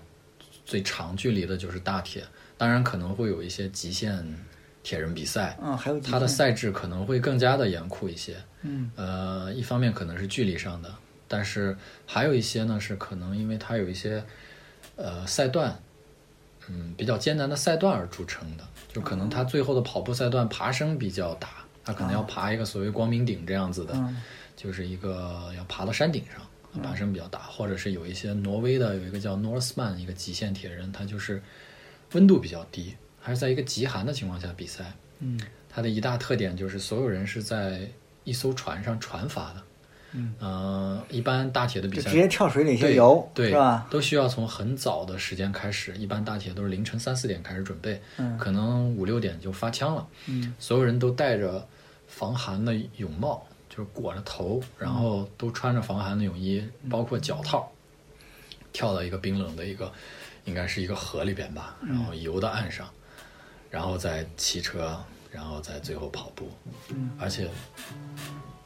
[SPEAKER 2] 最长距离的就是大铁，当然可能会有一些极限铁人比赛，
[SPEAKER 1] 嗯，还有极
[SPEAKER 2] 它的
[SPEAKER 1] 限
[SPEAKER 2] 赛制可能会更加的严酷一些。
[SPEAKER 1] 嗯，
[SPEAKER 2] 呃，一方面可能是距离上的，但是还有一些呢是可能因为它有一些呃赛段，嗯，比较艰难的赛段而著称的，就可能它最后的跑步赛段爬升比较大，它可能要爬一个所谓光明顶这样子的，
[SPEAKER 1] 嗯
[SPEAKER 2] 就是一个要爬到山顶上。啊爬升比较大，或者是有一些挪威的有一个叫 Norseman 一个极限铁人，他就是温度比较低，还是在一个极寒的情况下比赛。
[SPEAKER 1] 嗯，
[SPEAKER 2] 它的一大特点就是所有人是在一艘船上船发的。
[SPEAKER 1] 嗯，
[SPEAKER 2] 呃，一般大铁的比
[SPEAKER 1] 就
[SPEAKER 2] 赛
[SPEAKER 1] 直接跳水里
[SPEAKER 2] 对
[SPEAKER 1] 去游，
[SPEAKER 2] 对
[SPEAKER 1] 是吧？
[SPEAKER 2] 都需要从很早的时间开始，一般大铁都是凌晨三四点开始准备，
[SPEAKER 1] 嗯
[SPEAKER 2] 可能五六点就发枪了。
[SPEAKER 1] 嗯，
[SPEAKER 2] 所有人都戴着防寒的泳帽，就是裹着头，然
[SPEAKER 1] 嗯
[SPEAKER 2] 后都穿着防寒的泳衣，包括脚套，跳到一个冰冷的一个，应该是一个河里边吧，
[SPEAKER 1] 嗯
[SPEAKER 2] 然后游到岸上，然后再骑车，然后再最后
[SPEAKER 1] 嗯
[SPEAKER 2] 跑步，而且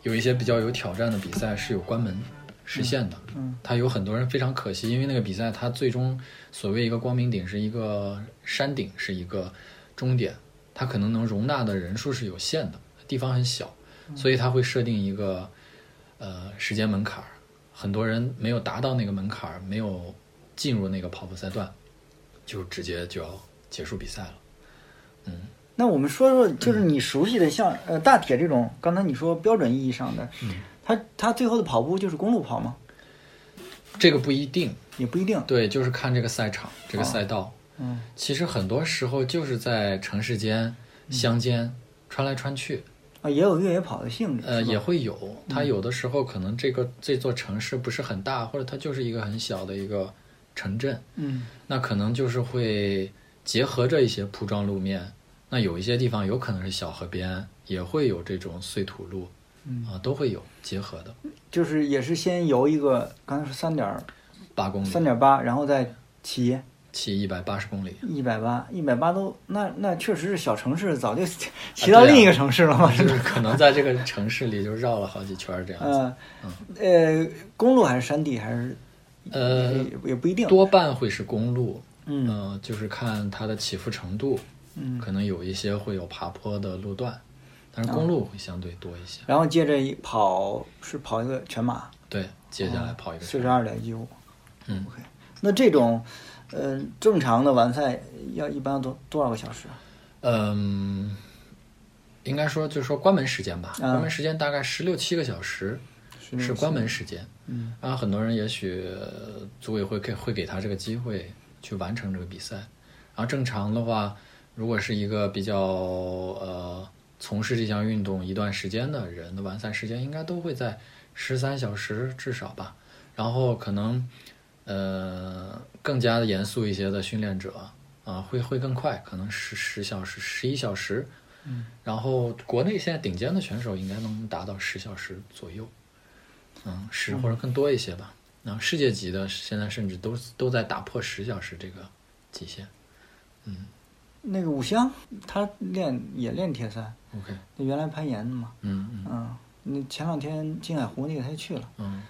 [SPEAKER 2] 有一些比较有挑战的比赛是有关门，实现的。
[SPEAKER 1] 嗯
[SPEAKER 2] 他有很多人非常可惜，因为那个比赛，他最终所谓一个光明顶是一个山顶，是一个终点，他可能能容纳的人数是有限的，地方很小，所以他会设定一个呃时间门槛儿，很多人没有达到那个门槛儿，没有进入那个跑步赛段，就直接就要结束比赛了。
[SPEAKER 1] 那我们说说，就是
[SPEAKER 2] 嗯
[SPEAKER 1] 你熟悉的像呃大铁这种，刚才你说标准意义上的，
[SPEAKER 2] 嗯
[SPEAKER 1] 他他最后的跑步就是公路跑吗？
[SPEAKER 2] 这个不一定，
[SPEAKER 1] 也不一定。
[SPEAKER 2] 对，就是看这个赛场，这个赛道。
[SPEAKER 1] 嗯
[SPEAKER 2] 其实很多时候就是在城市间、乡间穿来穿去，
[SPEAKER 1] 啊，也有越野跑的性质。
[SPEAKER 2] 呃，
[SPEAKER 1] 是吧嗯
[SPEAKER 2] 也会有。它有的时候可能这个这座城市不是很大，或者它就是一个很小的一个城镇，
[SPEAKER 1] 嗯
[SPEAKER 2] 那可能就是会结合着一些铺装路面。那有一些地方有可能是小河边，也会有这种碎土路，
[SPEAKER 1] 嗯
[SPEAKER 2] 啊，都会有结合的。
[SPEAKER 1] 就是也是先游一个，刚才说三点
[SPEAKER 2] 八公
[SPEAKER 1] 三
[SPEAKER 2] 里，
[SPEAKER 1] 点八，然后再骑
[SPEAKER 2] 骑一百八 十公里，
[SPEAKER 1] 一百八，一百八都那那确实是小城市早就 骑
[SPEAKER 2] 对
[SPEAKER 1] 到
[SPEAKER 2] 啊
[SPEAKER 1] 另一个城市了嘛，是
[SPEAKER 2] 就
[SPEAKER 1] 吧？
[SPEAKER 2] 是可能在这个城市里就绕了好几圈儿这样 子。
[SPEAKER 1] 嗯呃，公路还是山地还是
[SPEAKER 2] 呃
[SPEAKER 1] 也也不一定。
[SPEAKER 2] 多半会是公路，
[SPEAKER 1] 嗯
[SPEAKER 2] 呃，就是看它的起伏程度，
[SPEAKER 1] 嗯，
[SPEAKER 2] 可能有一些会有爬坡的路段，但是公路会相对多一些。
[SPEAKER 1] 然后接着一跑是跑一个全马，
[SPEAKER 2] 对，接下来跑一个
[SPEAKER 1] 嗯四
[SPEAKER 2] 圈
[SPEAKER 1] 十
[SPEAKER 2] 儿，
[SPEAKER 1] 二点一五。
[SPEAKER 2] 嗯，
[SPEAKER 1] OK，那这种，呃，正常的完赛要一般要多多少个小时啊？
[SPEAKER 2] 嗯，应该说就是说关门时间吧，
[SPEAKER 1] 啊
[SPEAKER 2] 关门时间大概十六七个小时是关门时间。
[SPEAKER 1] 嗯，
[SPEAKER 2] 然后很多人也许呃组委会给会给他这个机会去完成这个比赛。然后正常的话，如果是一个比较呃从事这项运动一段时间的人的完赛时间，应该都会在十三小时至少吧。然后可能呃更加的严肃一些的训练者啊、会会更快，可能十十小时、十一小时。
[SPEAKER 1] 嗯，
[SPEAKER 2] 然后国内现在顶尖的选手应该能达到十小时左右。嗯，十或者更多一些吧。然后世界级的现在甚至都都在打破十小时这个极限。嗯
[SPEAKER 1] 那个五香他练也练铁三，
[SPEAKER 2] OK，
[SPEAKER 1] 他原来攀岩的嘛。
[SPEAKER 2] 嗯嗯
[SPEAKER 1] 嗯，那前两天金海湖那个他也去了，
[SPEAKER 2] 嗯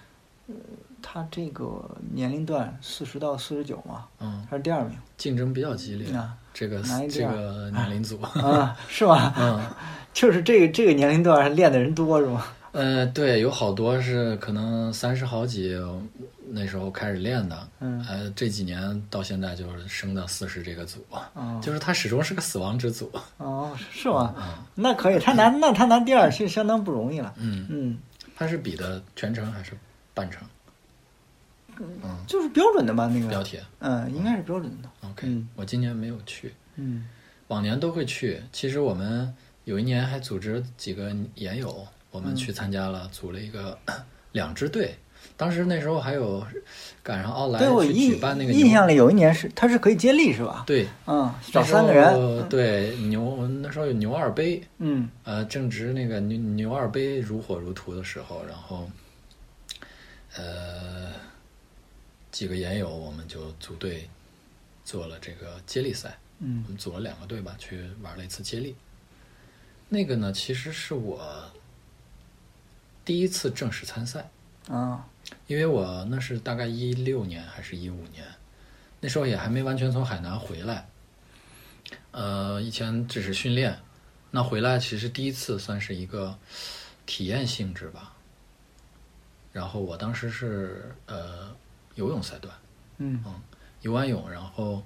[SPEAKER 1] 他这个年龄段四十到四十九嘛，
[SPEAKER 2] 嗯，
[SPEAKER 1] 他是第二名。
[SPEAKER 2] 竞争比较激烈，
[SPEAKER 1] 啊
[SPEAKER 2] 这个
[SPEAKER 1] 哪一
[SPEAKER 2] 这
[SPEAKER 1] 点儿
[SPEAKER 2] 个年龄 组，
[SPEAKER 1] 啊，是吗？
[SPEAKER 2] 嗯
[SPEAKER 1] 就是这个这个年龄段上练的人多是吗？
[SPEAKER 2] 呃，对，有好多是可能三十好几那时候开始练的，
[SPEAKER 1] 嗯
[SPEAKER 2] 呃，这几年到现在就是升到四十这个组，
[SPEAKER 1] 哦
[SPEAKER 2] 就是嗯他始终是个死亡之组，
[SPEAKER 1] 哦，是吗？那可以，他拿那他拿第二是相当不容易了。
[SPEAKER 2] 嗯，
[SPEAKER 1] 嗯，
[SPEAKER 2] 他是比的全程还是半程？
[SPEAKER 1] 就是标准的吧那
[SPEAKER 2] 标
[SPEAKER 1] 个。
[SPEAKER 2] 铁
[SPEAKER 1] 嗯，应该是标准的。
[SPEAKER 2] ，OK，、
[SPEAKER 1] 嗯
[SPEAKER 2] 我今年没有去，
[SPEAKER 1] 嗯
[SPEAKER 2] 往年都会去。其实我们有一年还组织几个研友，我
[SPEAKER 1] 嗯
[SPEAKER 2] 们去参加了，组了一个 两支队。当时那时候还有赶上奥莱
[SPEAKER 1] 对我
[SPEAKER 2] 去举
[SPEAKER 1] 印
[SPEAKER 2] 办那个
[SPEAKER 1] 印
[SPEAKER 2] 牛
[SPEAKER 1] 象里有一年是他是可以接力是吧？
[SPEAKER 2] 对，
[SPEAKER 1] 嗯，
[SPEAKER 2] 那
[SPEAKER 1] 找
[SPEAKER 2] 时候
[SPEAKER 1] 三个人。
[SPEAKER 2] 对牛那时候有牛二杯，
[SPEAKER 1] 嗯
[SPEAKER 2] 呃，正值那个牛牛二杯如火如荼的时候，然后呃几个研友我们就组队做了这个接力赛。
[SPEAKER 1] 嗯
[SPEAKER 2] 我们组了两个队吧，去玩了一次接力。那个呢，其实是我第一次正式参赛，
[SPEAKER 1] 啊
[SPEAKER 2] 因为我那是大概一六年还是一五年，那时候也还没完全从海南回来，呃，以前只是训练，那回来其实第一次算是一个体验性质吧。然后我当时是呃游泳赛段，
[SPEAKER 1] 嗯
[SPEAKER 2] 游完泳，然后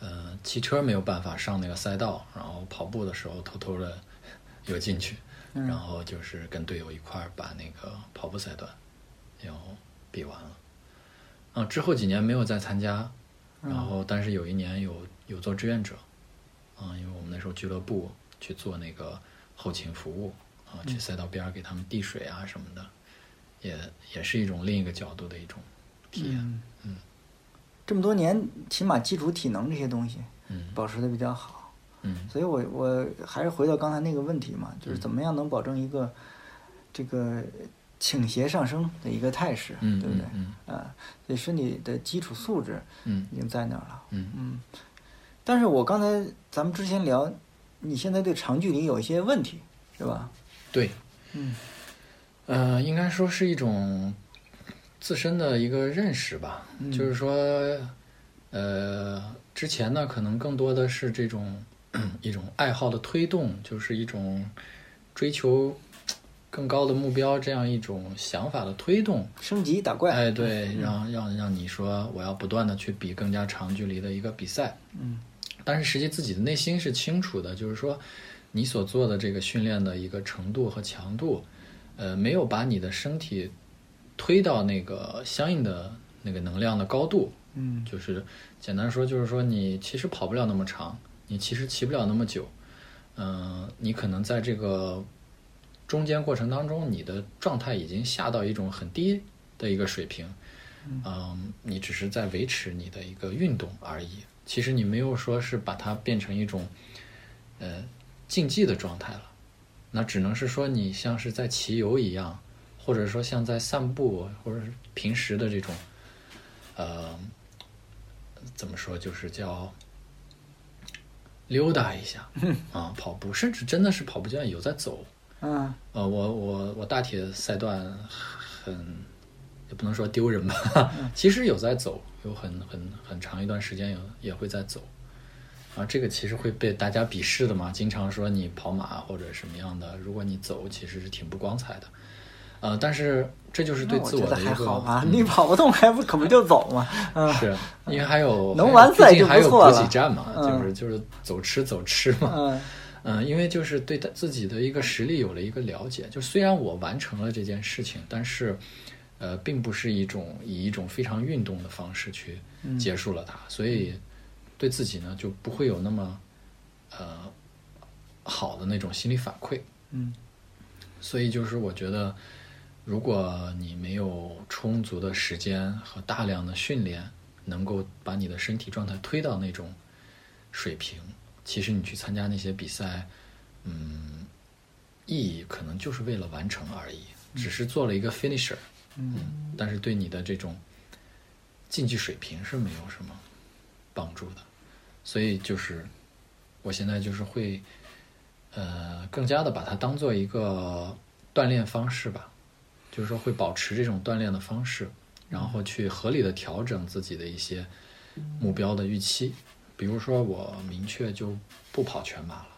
[SPEAKER 2] 呃骑车没有办法上那个赛道，然后跑步的时候偷偷的 游进去，然
[SPEAKER 1] 嗯
[SPEAKER 2] 后就是跟队友一块儿把那个跑步赛段又比完了。啊，之后几年没有再参加，
[SPEAKER 1] 嗯
[SPEAKER 2] 然后但是有一年有有做志愿者，啊，因为我们那时候俱乐部去做那个后勤服务
[SPEAKER 1] 嗯
[SPEAKER 2] 啊，去赛道边儿给他们递水啊什么的，也也是一种另一个角度的一种体验。
[SPEAKER 1] 嗯嗯，这么多年起码基础体能这些东西
[SPEAKER 2] 嗯
[SPEAKER 1] 保持的比较好，
[SPEAKER 2] 嗯
[SPEAKER 1] 所以我我还是回到刚才那个问题嘛，就是怎么样能保证一个这个倾斜上升的一个态势，
[SPEAKER 2] 嗯
[SPEAKER 1] 对不对？
[SPEAKER 2] 嗯
[SPEAKER 1] 啊，所以身体的基础素质
[SPEAKER 2] 嗯
[SPEAKER 1] 已经在那儿了。
[SPEAKER 2] 嗯
[SPEAKER 1] 嗯，但是我刚才咱们之前聊，你现在对长距离有一些问题，是吧？
[SPEAKER 2] 对，
[SPEAKER 1] 嗯
[SPEAKER 2] 呃，应该说是一种自身的一个认识吧，
[SPEAKER 1] 嗯
[SPEAKER 2] 就是说，呃，之前呢，可能更多的是这种 一种爱好的推动，就是一种追求更高的目标这样一种想法的推动。
[SPEAKER 1] 升级打怪，
[SPEAKER 2] 哎，对，让让让你说我要不断的去比更加长距离的一个比赛，
[SPEAKER 1] 嗯，
[SPEAKER 2] 但是实际自己的内心是清楚的，就是说你所做的这个训练的一个程度和强度，呃，没有把你的身体推到那个相应的那个能量的高度，
[SPEAKER 1] 嗯
[SPEAKER 2] 就是简单说，就是说你其实跑不了那么长，你其实骑不了那么久，嗯、你可能在这个中间过程当中，你的状态已经下到一种很低的一个水平，嗯、你只是在维持你的一个运动而已。其实你没有说是把它变成一种呃竞技的状态了，那只能是说你像是在骑游一样，或者说像在散步，或者是平时的这种呃。怎么说，就是叫溜达一下啊，跑步，甚至真的是跑步，就像有在走。
[SPEAKER 1] 嗯，
[SPEAKER 2] 呃，我我我大铁赛段很也不能说丢人吧，
[SPEAKER 1] 嗯
[SPEAKER 2] 其实有在走，有很很很长一段时间有也会在走。啊，这个其实会被大家鄙视的嘛，经常说你跑马或者什么样的，如果你走其实是挺不光彩的。呃，但是这就是
[SPEAKER 1] 那
[SPEAKER 2] 对
[SPEAKER 1] 我
[SPEAKER 2] 自
[SPEAKER 1] 觉得
[SPEAKER 2] 的一个
[SPEAKER 1] 还好吧，
[SPEAKER 2] 嗯
[SPEAKER 1] 你跑不动还不可不就走 嘛，嗯，
[SPEAKER 2] 是因为还有哎
[SPEAKER 1] 能完赛就不
[SPEAKER 2] 还有
[SPEAKER 1] 错
[SPEAKER 2] 补
[SPEAKER 1] 了
[SPEAKER 2] 给站嘛，
[SPEAKER 1] 嗯
[SPEAKER 2] 就是就是走吃走吃嘛，
[SPEAKER 1] 嗯
[SPEAKER 2] 嗯，因为就是对他自己的一个实力有了一个了解，就虽然我完成了这件事情，但是呃，并不是一种以一种非常运动的方式去结束了它，
[SPEAKER 1] 嗯
[SPEAKER 2] 所以对自己呢就不会有那么呃好的那种心理反馈，
[SPEAKER 1] 嗯
[SPEAKER 2] 所以就是我觉得，如果你没有充足的时间和大量的训练，能够把你的身体状态推到那种水平，其实你去参加那些比赛，嗯，意义可能就是为了完成而已，只是做了一个 finisher，
[SPEAKER 1] 嗯，
[SPEAKER 2] 但是对你的这种竞技水平是没有什么帮助的。所以就是我现在就是会，呃，更加的把它当做一个锻炼方式吧，就是说会保持这种锻炼的方式，然后去合理的调整自己的一些目标的预期。比如说，我明确就不跑全马了，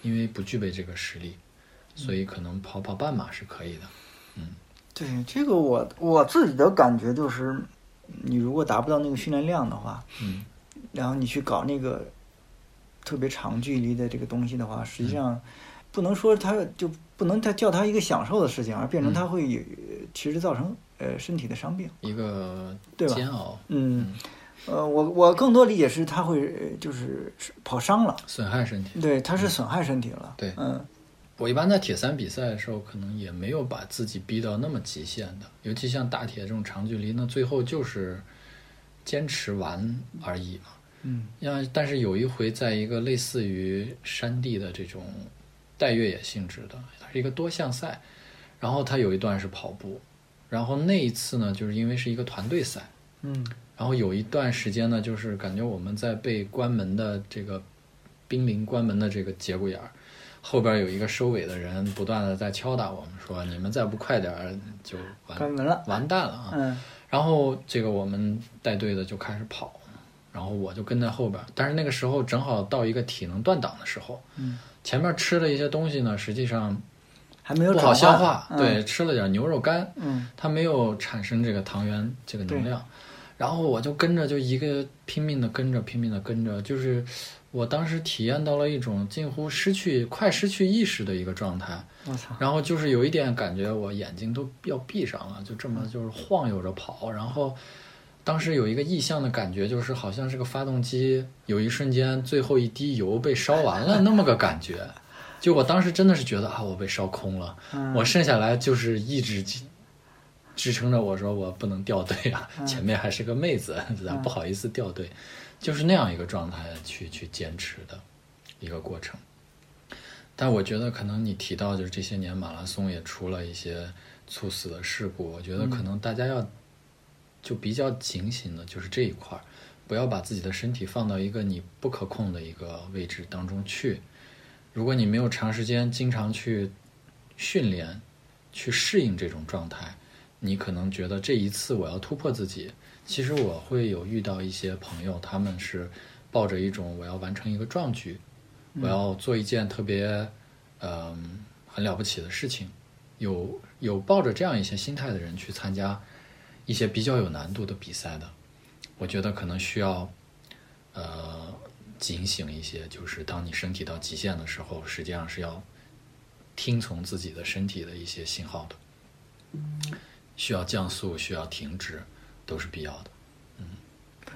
[SPEAKER 2] 因为不具备这个实力，所以可能跑跑半马是可以的。
[SPEAKER 1] 对，这个我我自己的感觉就是，你如果达不到那个训练量的话，
[SPEAKER 2] 嗯
[SPEAKER 1] 然后你去搞那个特别长距离的这个东西的
[SPEAKER 2] 嗯
[SPEAKER 1] 话，实际上不能说它就不能它叫它一个享受的事情，而变
[SPEAKER 2] 嗯
[SPEAKER 1] 成它会有其实造成呃身体的伤病。
[SPEAKER 2] 一个
[SPEAKER 1] 对吧
[SPEAKER 2] 煎熬，
[SPEAKER 1] 嗯，呃，我我更多理解是它会呃就是跑伤了，
[SPEAKER 2] 损害身体。
[SPEAKER 1] 对，它是损害身体了。
[SPEAKER 2] 对
[SPEAKER 1] 嗯
[SPEAKER 2] 我一般在铁三比赛的时候，可能也没有把自己逼到那么极限的，尤其像大铁这种长距离，那最后就是坚持完而已嘛。
[SPEAKER 1] 嗯
[SPEAKER 2] 像但是有一回，在一个类似于山地的这种带越野性质的，它是一个多项赛，然后它有一段是跑步，然后那一次呢，就是因为是一个团队赛，
[SPEAKER 1] 嗯
[SPEAKER 2] 然后有一段时间呢，就是感觉我们在被关门的这个濒临关门的这个节骨眼儿，后边有一个收尾的人不断的在敲打我们说：“你们再不快点儿就
[SPEAKER 1] 关
[SPEAKER 2] 完
[SPEAKER 1] 门了。
[SPEAKER 2] 完蛋了啊！”
[SPEAKER 1] 嗯
[SPEAKER 2] 然后这个我们带队的就开始跑，然后我就跟在后边儿。但是那个时候正好到一个体能断档的时候，
[SPEAKER 1] 嗯，
[SPEAKER 2] 前面吃了一些东西呢，实际上
[SPEAKER 1] 还没有
[SPEAKER 2] 不好消
[SPEAKER 1] 转
[SPEAKER 2] 化，
[SPEAKER 1] 嗯
[SPEAKER 2] 对，吃了点牛肉干，
[SPEAKER 1] 嗯
[SPEAKER 2] 它没有产生这个糖原这个能量，然后我就跟着就一个拼命的跟着，拼命的跟着，就是我当时体验到了一种近乎失去快失去意识的一个状态，
[SPEAKER 1] 我操，
[SPEAKER 2] 然后就是有一点感觉我眼睛都要闭上了，就这么就是晃悠着跑，然后当时有一个意象的感觉，就是好像这个发动机有一瞬间最后一滴油被烧完了那么个感觉，就我当时真的是觉得啊我被烧空了，
[SPEAKER 1] 嗯
[SPEAKER 2] 我剩下来就是意志支支撑着我说我不能掉队啊，前面还是个妹子，咱不好意思掉队，就是那样一个状态去去坚持的一个过程。但我觉得可能你提到就是这些年马拉松也出了一些猝死的事故，我觉得可能大家要就比较警醒的就是这一块儿，不要把自己的身体放到一个你不可控的一个位置当中去。如果你没有长时间经常去训练，去适应这种状态，你可能觉得这一次我要突破自己。其实我会有遇到一些朋友，他们是抱着一种我要完成一个壮举，我要做一件特别嗯、很了不起的事情，有有抱着这样一些心态的人去参加一些比较有难度的比赛的，我觉得可能需要呃警醒一些，就是当你身体到极限的时候，实际上是要听从自己的身体的一些信号的，需要降速，需要停止，都是必要的。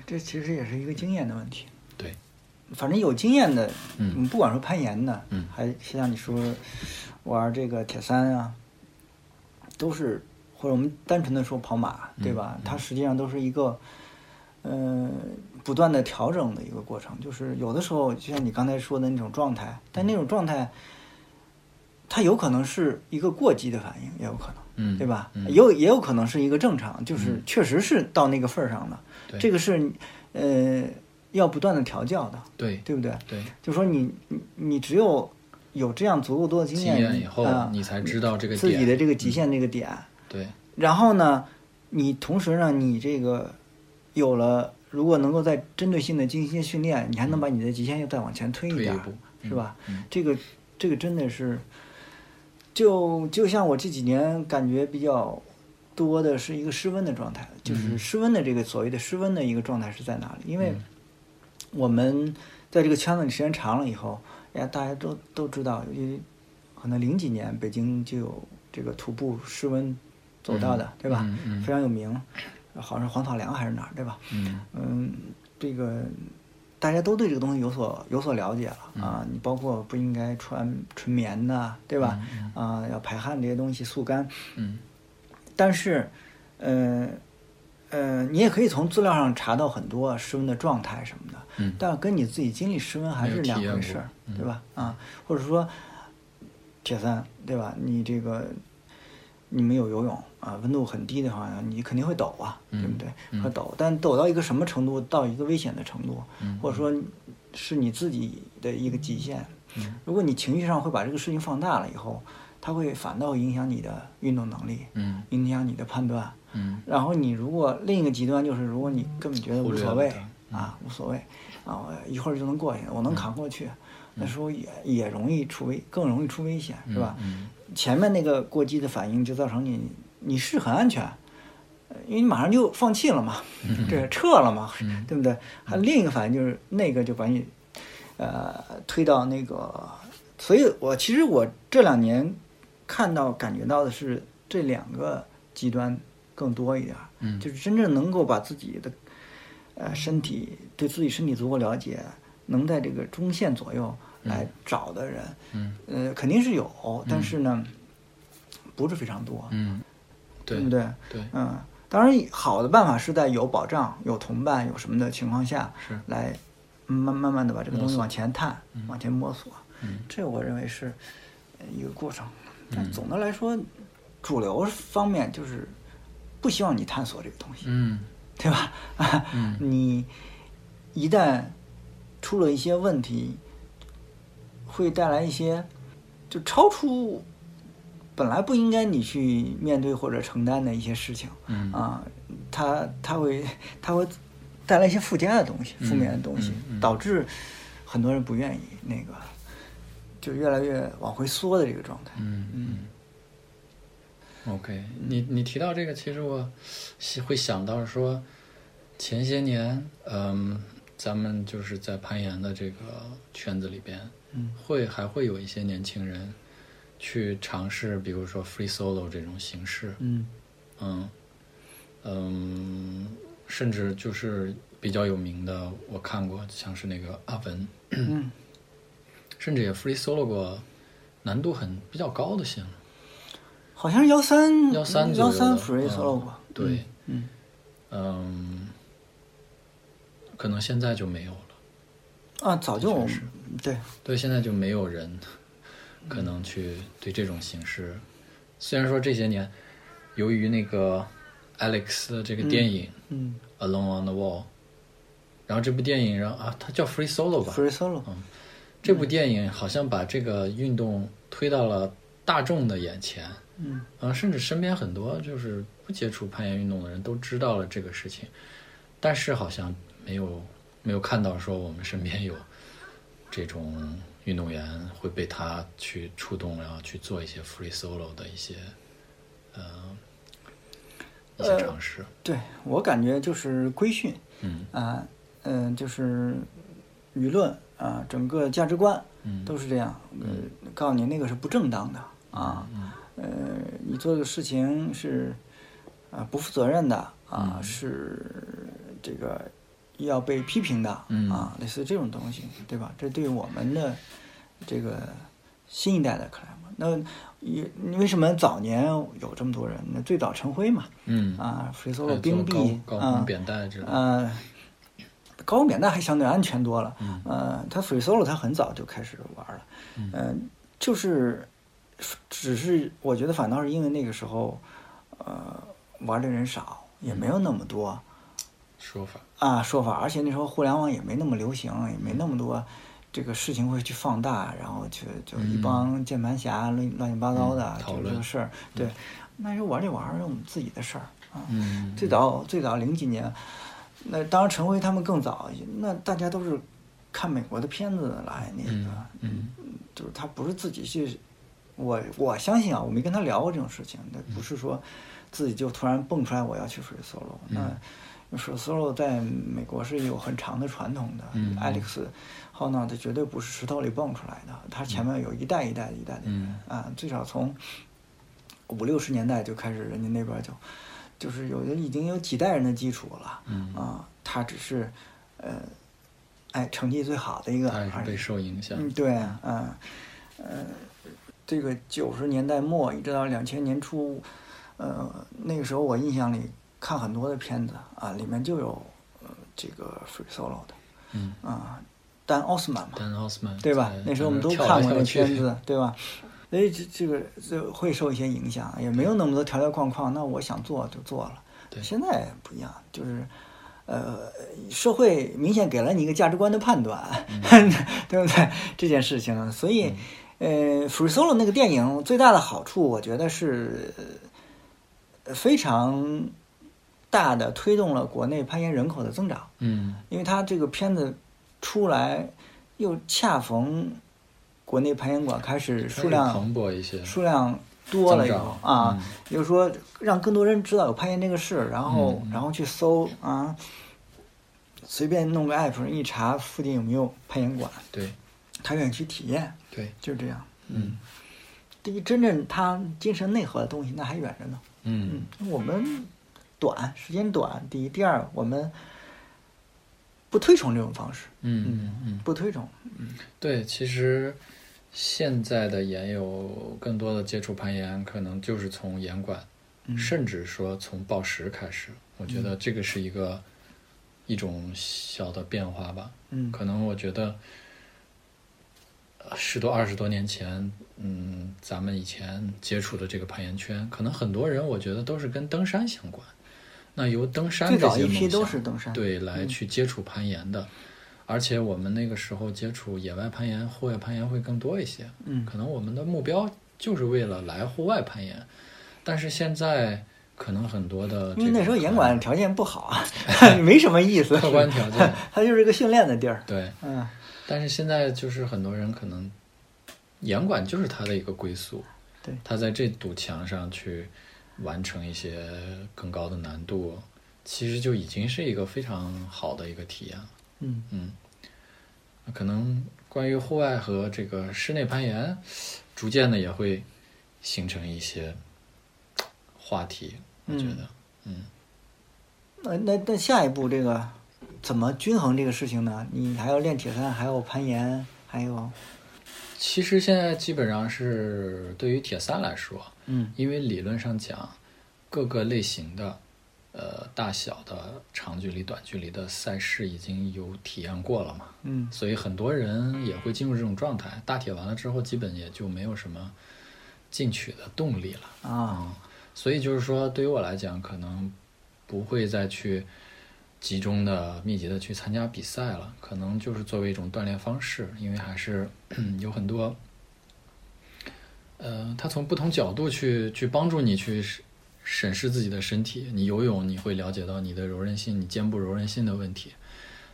[SPEAKER 1] 这其实也是一个经验的问题。
[SPEAKER 2] 对，
[SPEAKER 1] 反正有经验的，
[SPEAKER 2] 嗯
[SPEAKER 1] 你不管说攀岩的，
[SPEAKER 2] 嗯
[SPEAKER 1] 还像你说玩这个铁三啊，都是或者我们单纯的说跑马，
[SPEAKER 2] 嗯
[SPEAKER 1] 对吧？它实际上都是一个，嗯、不断的调整的一个过程。就是有的时候，就像你刚才说的那种状态，但那种状态，它有可能是一个过激的反应，也有可能。
[SPEAKER 2] 嗯，
[SPEAKER 1] 对吧？
[SPEAKER 2] 嗯
[SPEAKER 1] 也有也有可能是一个正常，就是确实是到那个份儿上了。
[SPEAKER 2] 对
[SPEAKER 1] 这个是呃要不断的调教的，
[SPEAKER 2] 对
[SPEAKER 1] 对不对？
[SPEAKER 2] 对，
[SPEAKER 1] 就说你你你只有有这样足够多的经
[SPEAKER 2] 经
[SPEAKER 1] 验
[SPEAKER 2] 验以后
[SPEAKER 1] 啊
[SPEAKER 2] 你才知道这个
[SPEAKER 1] 自己的
[SPEAKER 2] 点嗯
[SPEAKER 1] 这个极限这个点，
[SPEAKER 2] 对
[SPEAKER 1] 然后呢，你同时呢，你这个有了，如果能够在针对性的进行一些训练，你还能把你的极限又再往前推一
[SPEAKER 2] 嗯推一
[SPEAKER 1] 点儿，
[SPEAKER 2] 步
[SPEAKER 1] 是吧？
[SPEAKER 2] 嗯嗯
[SPEAKER 1] 这个这个真的是，就就像我这几年感觉比较多的是一个失温的状态，
[SPEAKER 2] 嗯
[SPEAKER 1] 就是失温的这个所谓的失温的一个状态是在哪里？因为我们在这个圈子里时间长了以后，哎呀，大家都都知道，尤其可能零几年北京就有这个徒步室温走道的，对吧？
[SPEAKER 2] 嗯嗯
[SPEAKER 1] 非常有名，好像是黄草梁还是哪儿，对吧？
[SPEAKER 2] 嗯
[SPEAKER 1] 嗯，这个大家都对这个东西有所有所了解
[SPEAKER 2] 嗯
[SPEAKER 1] 了啊。你包括不应该穿纯棉的，对吧？啊，要排汗这些东西速干，
[SPEAKER 2] 嗯
[SPEAKER 1] 但是，呃，呃，你也可以从资料上查到很多失温的状态什么的，
[SPEAKER 2] 嗯
[SPEAKER 1] 但跟你自己经历失温还是两
[SPEAKER 2] 没有
[SPEAKER 1] 回
[SPEAKER 2] 体
[SPEAKER 1] 事
[SPEAKER 2] 验过
[SPEAKER 1] 儿，
[SPEAKER 2] 嗯
[SPEAKER 1] 对吧？啊，或者说，铁三，对吧？你这个你没有游泳啊，温度很低的话，你肯定会抖啊，
[SPEAKER 2] 嗯
[SPEAKER 1] 对不对？
[SPEAKER 2] 嗯
[SPEAKER 1] 会抖，但抖到一个什么程度，到一个危险的程度，
[SPEAKER 2] 嗯
[SPEAKER 1] 或者说是你自己的一个极限。
[SPEAKER 2] 嗯
[SPEAKER 1] 如果你情绪上会把这个事情放大了以后，它会反倒影响你的运动能力，
[SPEAKER 2] 嗯
[SPEAKER 1] 影响你的判断。
[SPEAKER 2] 嗯
[SPEAKER 1] 然后你如果另一个极端就是，如果你根本觉得
[SPEAKER 2] 忽
[SPEAKER 1] 无
[SPEAKER 2] 略
[SPEAKER 1] 所
[SPEAKER 2] 了嗯
[SPEAKER 1] 谓
[SPEAKER 2] 它
[SPEAKER 1] 啊，无所谓啊，我一会儿就能过去，我能扛过去，
[SPEAKER 2] 嗯
[SPEAKER 1] 那时候也也容易出危，更容易出危险，是吧？
[SPEAKER 2] 嗯
[SPEAKER 1] 前面那个过激的反应就造成你你是很安全，呃因为你马上就放弃了嘛，这撤了嘛，
[SPEAKER 2] 嗯
[SPEAKER 1] 对不对？还有另一个反应就是那个就把你呃推到那个，所以我其实我这两年看到感觉到的是这两个极端更多一点儿，
[SPEAKER 2] 嗯
[SPEAKER 1] 就是真正能够把自己的呃身体对自己身体足够了解，能在这个中线左右来找的人，
[SPEAKER 2] 嗯
[SPEAKER 1] 呃，肯定是有，但是呢，不是非常多，
[SPEAKER 2] 嗯，对
[SPEAKER 1] 对不对？
[SPEAKER 2] 对
[SPEAKER 1] 嗯，当然，好的办法是在有保障、有同伴、有什么的情况下，
[SPEAKER 2] 是
[SPEAKER 1] 来慢慢慢的把这个东西往前探、往前摸索。
[SPEAKER 2] 嗯
[SPEAKER 1] 这我认为是呃一个过程。但总的来说，主流方面就是不希望你探索这个东西，
[SPEAKER 2] 嗯
[SPEAKER 1] 对吧？啊
[SPEAKER 2] 嗯
[SPEAKER 1] 你一旦出了一些问题，会带来一些就超出本来不应该你去面对或者承担的一些事情。
[SPEAKER 2] 嗯
[SPEAKER 1] 啊，它它会它会带来一些附加的东西，负面的东西，
[SPEAKER 2] 嗯嗯
[SPEAKER 1] 导致很多人不愿意那个，就越来越往回缩的这个状态。
[SPEAKER 2] 嗯嗯。OK，你你提到这个，其实我是会想到说，前些年，嗯，咱们就是在攀岩的这个圈子里边，
[SPEAKER 1] 嗯，
[SPEAKER 2] 会还会有一些年轻人去尝试，比如说 free solo 这种形式，
[SPEAKER 1] 嗯
[SPEAKER 2] 嗯，嗯，甚至就是比较有名的，我看过像是那个阿文，
[SPEAKER 1] 嗯
[SPEAKER 2] 甚至也 free solo 过难度很比较高的项目，
[SPEAKER 1] 好像是幺三
[SPEAKER 2] 幺三
[SPEAKER 1] 幺三
[SPEAKER 2] 左
[SPEAKER 1] free
[SPEAKER 2] 右的
[SPEAKER 1] solo
[SPEAKER 2] 嗯
[SPEAKER 1] 吧？
[SPEAKER 2] 对，
[SPEAKER 1] 嗯，
[SPEAKER 2] 嗯，可能现在就没有了。
[SPEAKER 1] 啊，早就对，
[SPEAKER 2] 对，现在就没有人可能去对这种形式。虽然说这些年，由于那个 Alex 的这个电影
[SPEAKER 1] 嗯
[SPEAKER 2] 《Alone on the Wall》，然后这部电影让啊，它叫 Free Solo 吧？
[SPEAKER 1] ，free solo，
[SPEAKER 2] 这部电影好像把这个运动推到了大众的眼前，
[SPEAKER 1] 嗯
[SPEAKER 2] 啊，甚至身边很多就是不接触攀岩运动的人都知道了这个事情，但是好像没有没有看到说我们身边有这种运动员会被他去触动，然后去做一些 free solo 的一些呃一
[SPEAKER 1] 呃
[SPEAKER 2] 些尝试。
[SPEAKER 1] 对我感觉就是规训
[SPEAKER 2] 嗯
[SPEAKER 1] 啊，嗯、就是舆论啊，整个价值观
[SPEAKER 2] 嗯
[SPEAKER 1] 都是这样。呃，告诉你那个是不正当的啊，
[SPEAKER 2] 嗯
[SPEAKER 1] 呃，你做的事情是啊、不负责任的
[SPEAKER 2] 嗯
[SPEAKER 1] 啊，是这个要被批评的、
[SPEAKER 2] 嗯
[SPEAKER 1] 啊，类似这种东西，对吧？这对于我们的这个新一代的克莱姆，那也你为什么早年有这么多人？那最早陈辉嘛，
[SPEAKER 2] 嗯，
[SPEAKER 1] 啊，free
[SPEAKER 2] 还
[SPEAKER 1] solo
[SPEAKER 2] 有
[SPEAKER 1] 冰
[SPEAKER 2] 做
[SPEAKER 1] 壁
[SPEAKER 2] 高高
[SPEAKER 1] 啊
[SPEAKER 2] 空，扁带之类的。
[SPEAKER 1] 呃，高空扁担还相对安全多了。
[SPEAKER 2] 嗯
[SPEAKER 1] 呃，他 free solo 他很早就开始玩了，嗯、就是只是我觉得反倒是因为那个时候，呃，玩的人少，也没有那么多。
[SPEAKER 2] 说法。
[SPEAKER 1] 啊说法，而且那时候互联网也没那么流行，也没那么多这个事情会去放大，然后去就一帮键盘侠乱乱七八糟的
[SPEAKER 2] 嗯讨
[SPEAKER 1] 就
[SPEAKER 2] 论
[SPEAKER 1] 这个事儿，对，那时候玩就玩，我们自己的事儿啊。
[SPEAKER 2] 嗯，
[SPEAKER 1] 最早最早零几年，那当然陈辉他们更早，那大家都是看美国的片子来那个，
[SPEAKER 2] 嗯
[SPEAKER 1] 就是他不是自己去，我我相信啊，我没跟他聊过这种事情，那不是说自己就突然蹦出来我要去 free solo，、那
[SPEAKER 2] 嗯
[SPEAKER 1] free solo 在美国是有很长的传统的、
[SPEAKER 2] 嗯
[SPEAKER 1] a l e x 浩纳他绝对不是石头里蹦出来的，他前面有一代一代一代的
[SPEAKER 2] 嗯
[SPEAKER 1] 人、啊，最少从五六十年代就开始，人家那边就就是有的已经有几代人的基础了，
[SPEAKER 2] 嗯
[SPEAKER 1] 啊，他只是呃，哎，成绩最好的一个
[SPEAKER 2] 他也
[SPEAKER 1] 而
[SPEAKER 2] 是被
[SPEAKER 1] 已
[SPEAKER 2] 受影响。
[SPEAKER 1] 嗯，对，嗯、呃，这个九十年代末一直到两千年初，呃，那个时候我印象里看很多的片子啊，里面就有呃这个 free solo 的
[SPEAKER 2] 嗯，
[SPEAKER 1] 啊，丹奥斯曼嘛，
[SPEAKER 2] 丹奥斯曼
[SPEAKER 1] 对吧
[SPEAKER 2] 在？
[SPEAKER 1] 那时候我们都
[SPEAKER 2] 跳
[SPEAKER 1] 看
[SPEAKER 2] 来
[SPEAKER 1] 过
[SPEAKER 2] 跳
[SPEAKER 1] 那
[SPEAKER 2] 去
[SPEAKER 1] 片子，对吧？所以这这个这会受一些影响，也没有那么多条条框框。那我想做就做了。
[SPEAKER 2] 对
[SPEAKER 1] 现在不一样，就是呃，社会明显给了你一个价值观的判断，
[SPEAKER 2] 嗯
[SPEAKER 1] 对不对？这件事情，所以、
[SPEAKER 2] 嗯
[SPEAKER 1] 呃，《Free Solo》那个电影最大的好处，我觉得是呃非常大的推动了国内攀岩人口的增长。
[SPEAKER 2] 嗯
[SPEAKER 1] 因为他这个片子出来又恰逢国内攀岩馆开始数
[SPEAKER 2] 嗯它也
[SPEAKER 1] 量
[SPEAKER 2] 蓬勃一些，
[SPEAKER 1] 数量多了以
[SPEAKER 2] 增
[SPEAKER 1] 后
[SPEAKER 2] 长
[SPEAKER 1] 啊
[SPEAKER 2] 嗯，
[SPEAKER 1] 比如说让更多人知道有攀岩这个事，然后然后去搜啊，随便弄个 app 一查附近有没有攀岩馆，
[SPEAKER 2] 对
[SPEAKER 1] 他愿意去体验，
[SPEAKER 2] 对，
[SPEAKER 1] 就是这样。
[SPEAKER 2] 嗯
[SPEAKER 1] 对于真正他精神内核的东西，那还远着呢。
[SPEAKER 2] 嗯
[SPEAKER 1] 嗯，我们短时间短，第一，第二，我们不推崇这种方式。
[SPEAKER 2] 嗯嗯，
[SPEAKER 1] 不推崇。
[SPEAKER 2] 对，其实现在的岩友更多的接触攀岩，可能就是从岩馆，
[SPEAKER 1] 嗯
[SPEAKER 2] 甚至说从报时开始，我觉得这个是一个一种小的变化吧。
[SPEAKER 1] 嗯
[SPEAKER 2] 可能我觉得呃十多二十多年前，嗯，咱们以前接触的这个攀岩圈，可能很多人我觉得都是跟登山相关。那由登山
[SPEAKER 1] 最
[SPEAKER 2] 这
[SPEAKER 1] 早
[SPEAKER 2] 些
[SPEAKER 1] 一批
[SPEAKER 2] 梦
[SPEAKER 1] 都
[SPEAKER 2] 想
[SPEAKER 1] 是嗯登山。，
[SPEAKER 2] 对来去接触攀岩的，而且我们那个时候接触野外攀岩、户外攀岩会更多一些。
[SPEAKER 1] 嗯
[SPEAKER 2] 可能我们的目标就是为了来户外攀岩，但是现在可能很多的
[SPEAKER 1] 因为那时候
[SPEAKER 2] 这种
[SPEAKER 1] 严管条件不好啊， 没什么意思。
[SPEAKER 2] 客观条件
[SPEAKER 1] 它就是个训练的地儿。
[SPEAKER 2] 对，
[SPEAKER 1] 嗯，
[SPEAKER 2] 但是现在就是很多人可能，严管就是他的一个归宿，
[SPEAKER 1] 对
[SPEAKER 2] 他在这堵墙上去完成一些更高的难度，其实就已经是一个非常好的一个体验了。
[SPEAKER 1] 嗯
[SPEAKER 2] 嗯，那可能关于户外和这个室内攀岩，逐渐的也会形成一些话题，我觉得，嗯
[SPEAKER 1] 那呃那那下一步这个怎么均衡这个事情呢？你还要练铁三，还要攀岩，还有
[SPEAKER 2] 其实现在基本上是对于铁三来说，
[SPEAKER 1] 嗯
[SPEAKER 2] 因为理论上讲，各个类型的，呃，大小的长距离、短距离的赛事已经有体验过了嘛，
[SPEAKER 1] 嗯
[SPEAKER 2] 所以很多人也会进入这种状态。大铁完了之后，基本也就没有什么进取的动力了。
[SPEAKER 1] 啊
[SPEAKER 2] 嗯，所以就是说，对于我来讲，可能不会再去集中的、密集的去参加比赛了，可能 就是作为一种锻炼方式，因为还是有很多呃，它从不同角度去去帮助你去审审视自己的身体。你游泳，你会了解到你的柔韧性，你肩部柔韧性的问题。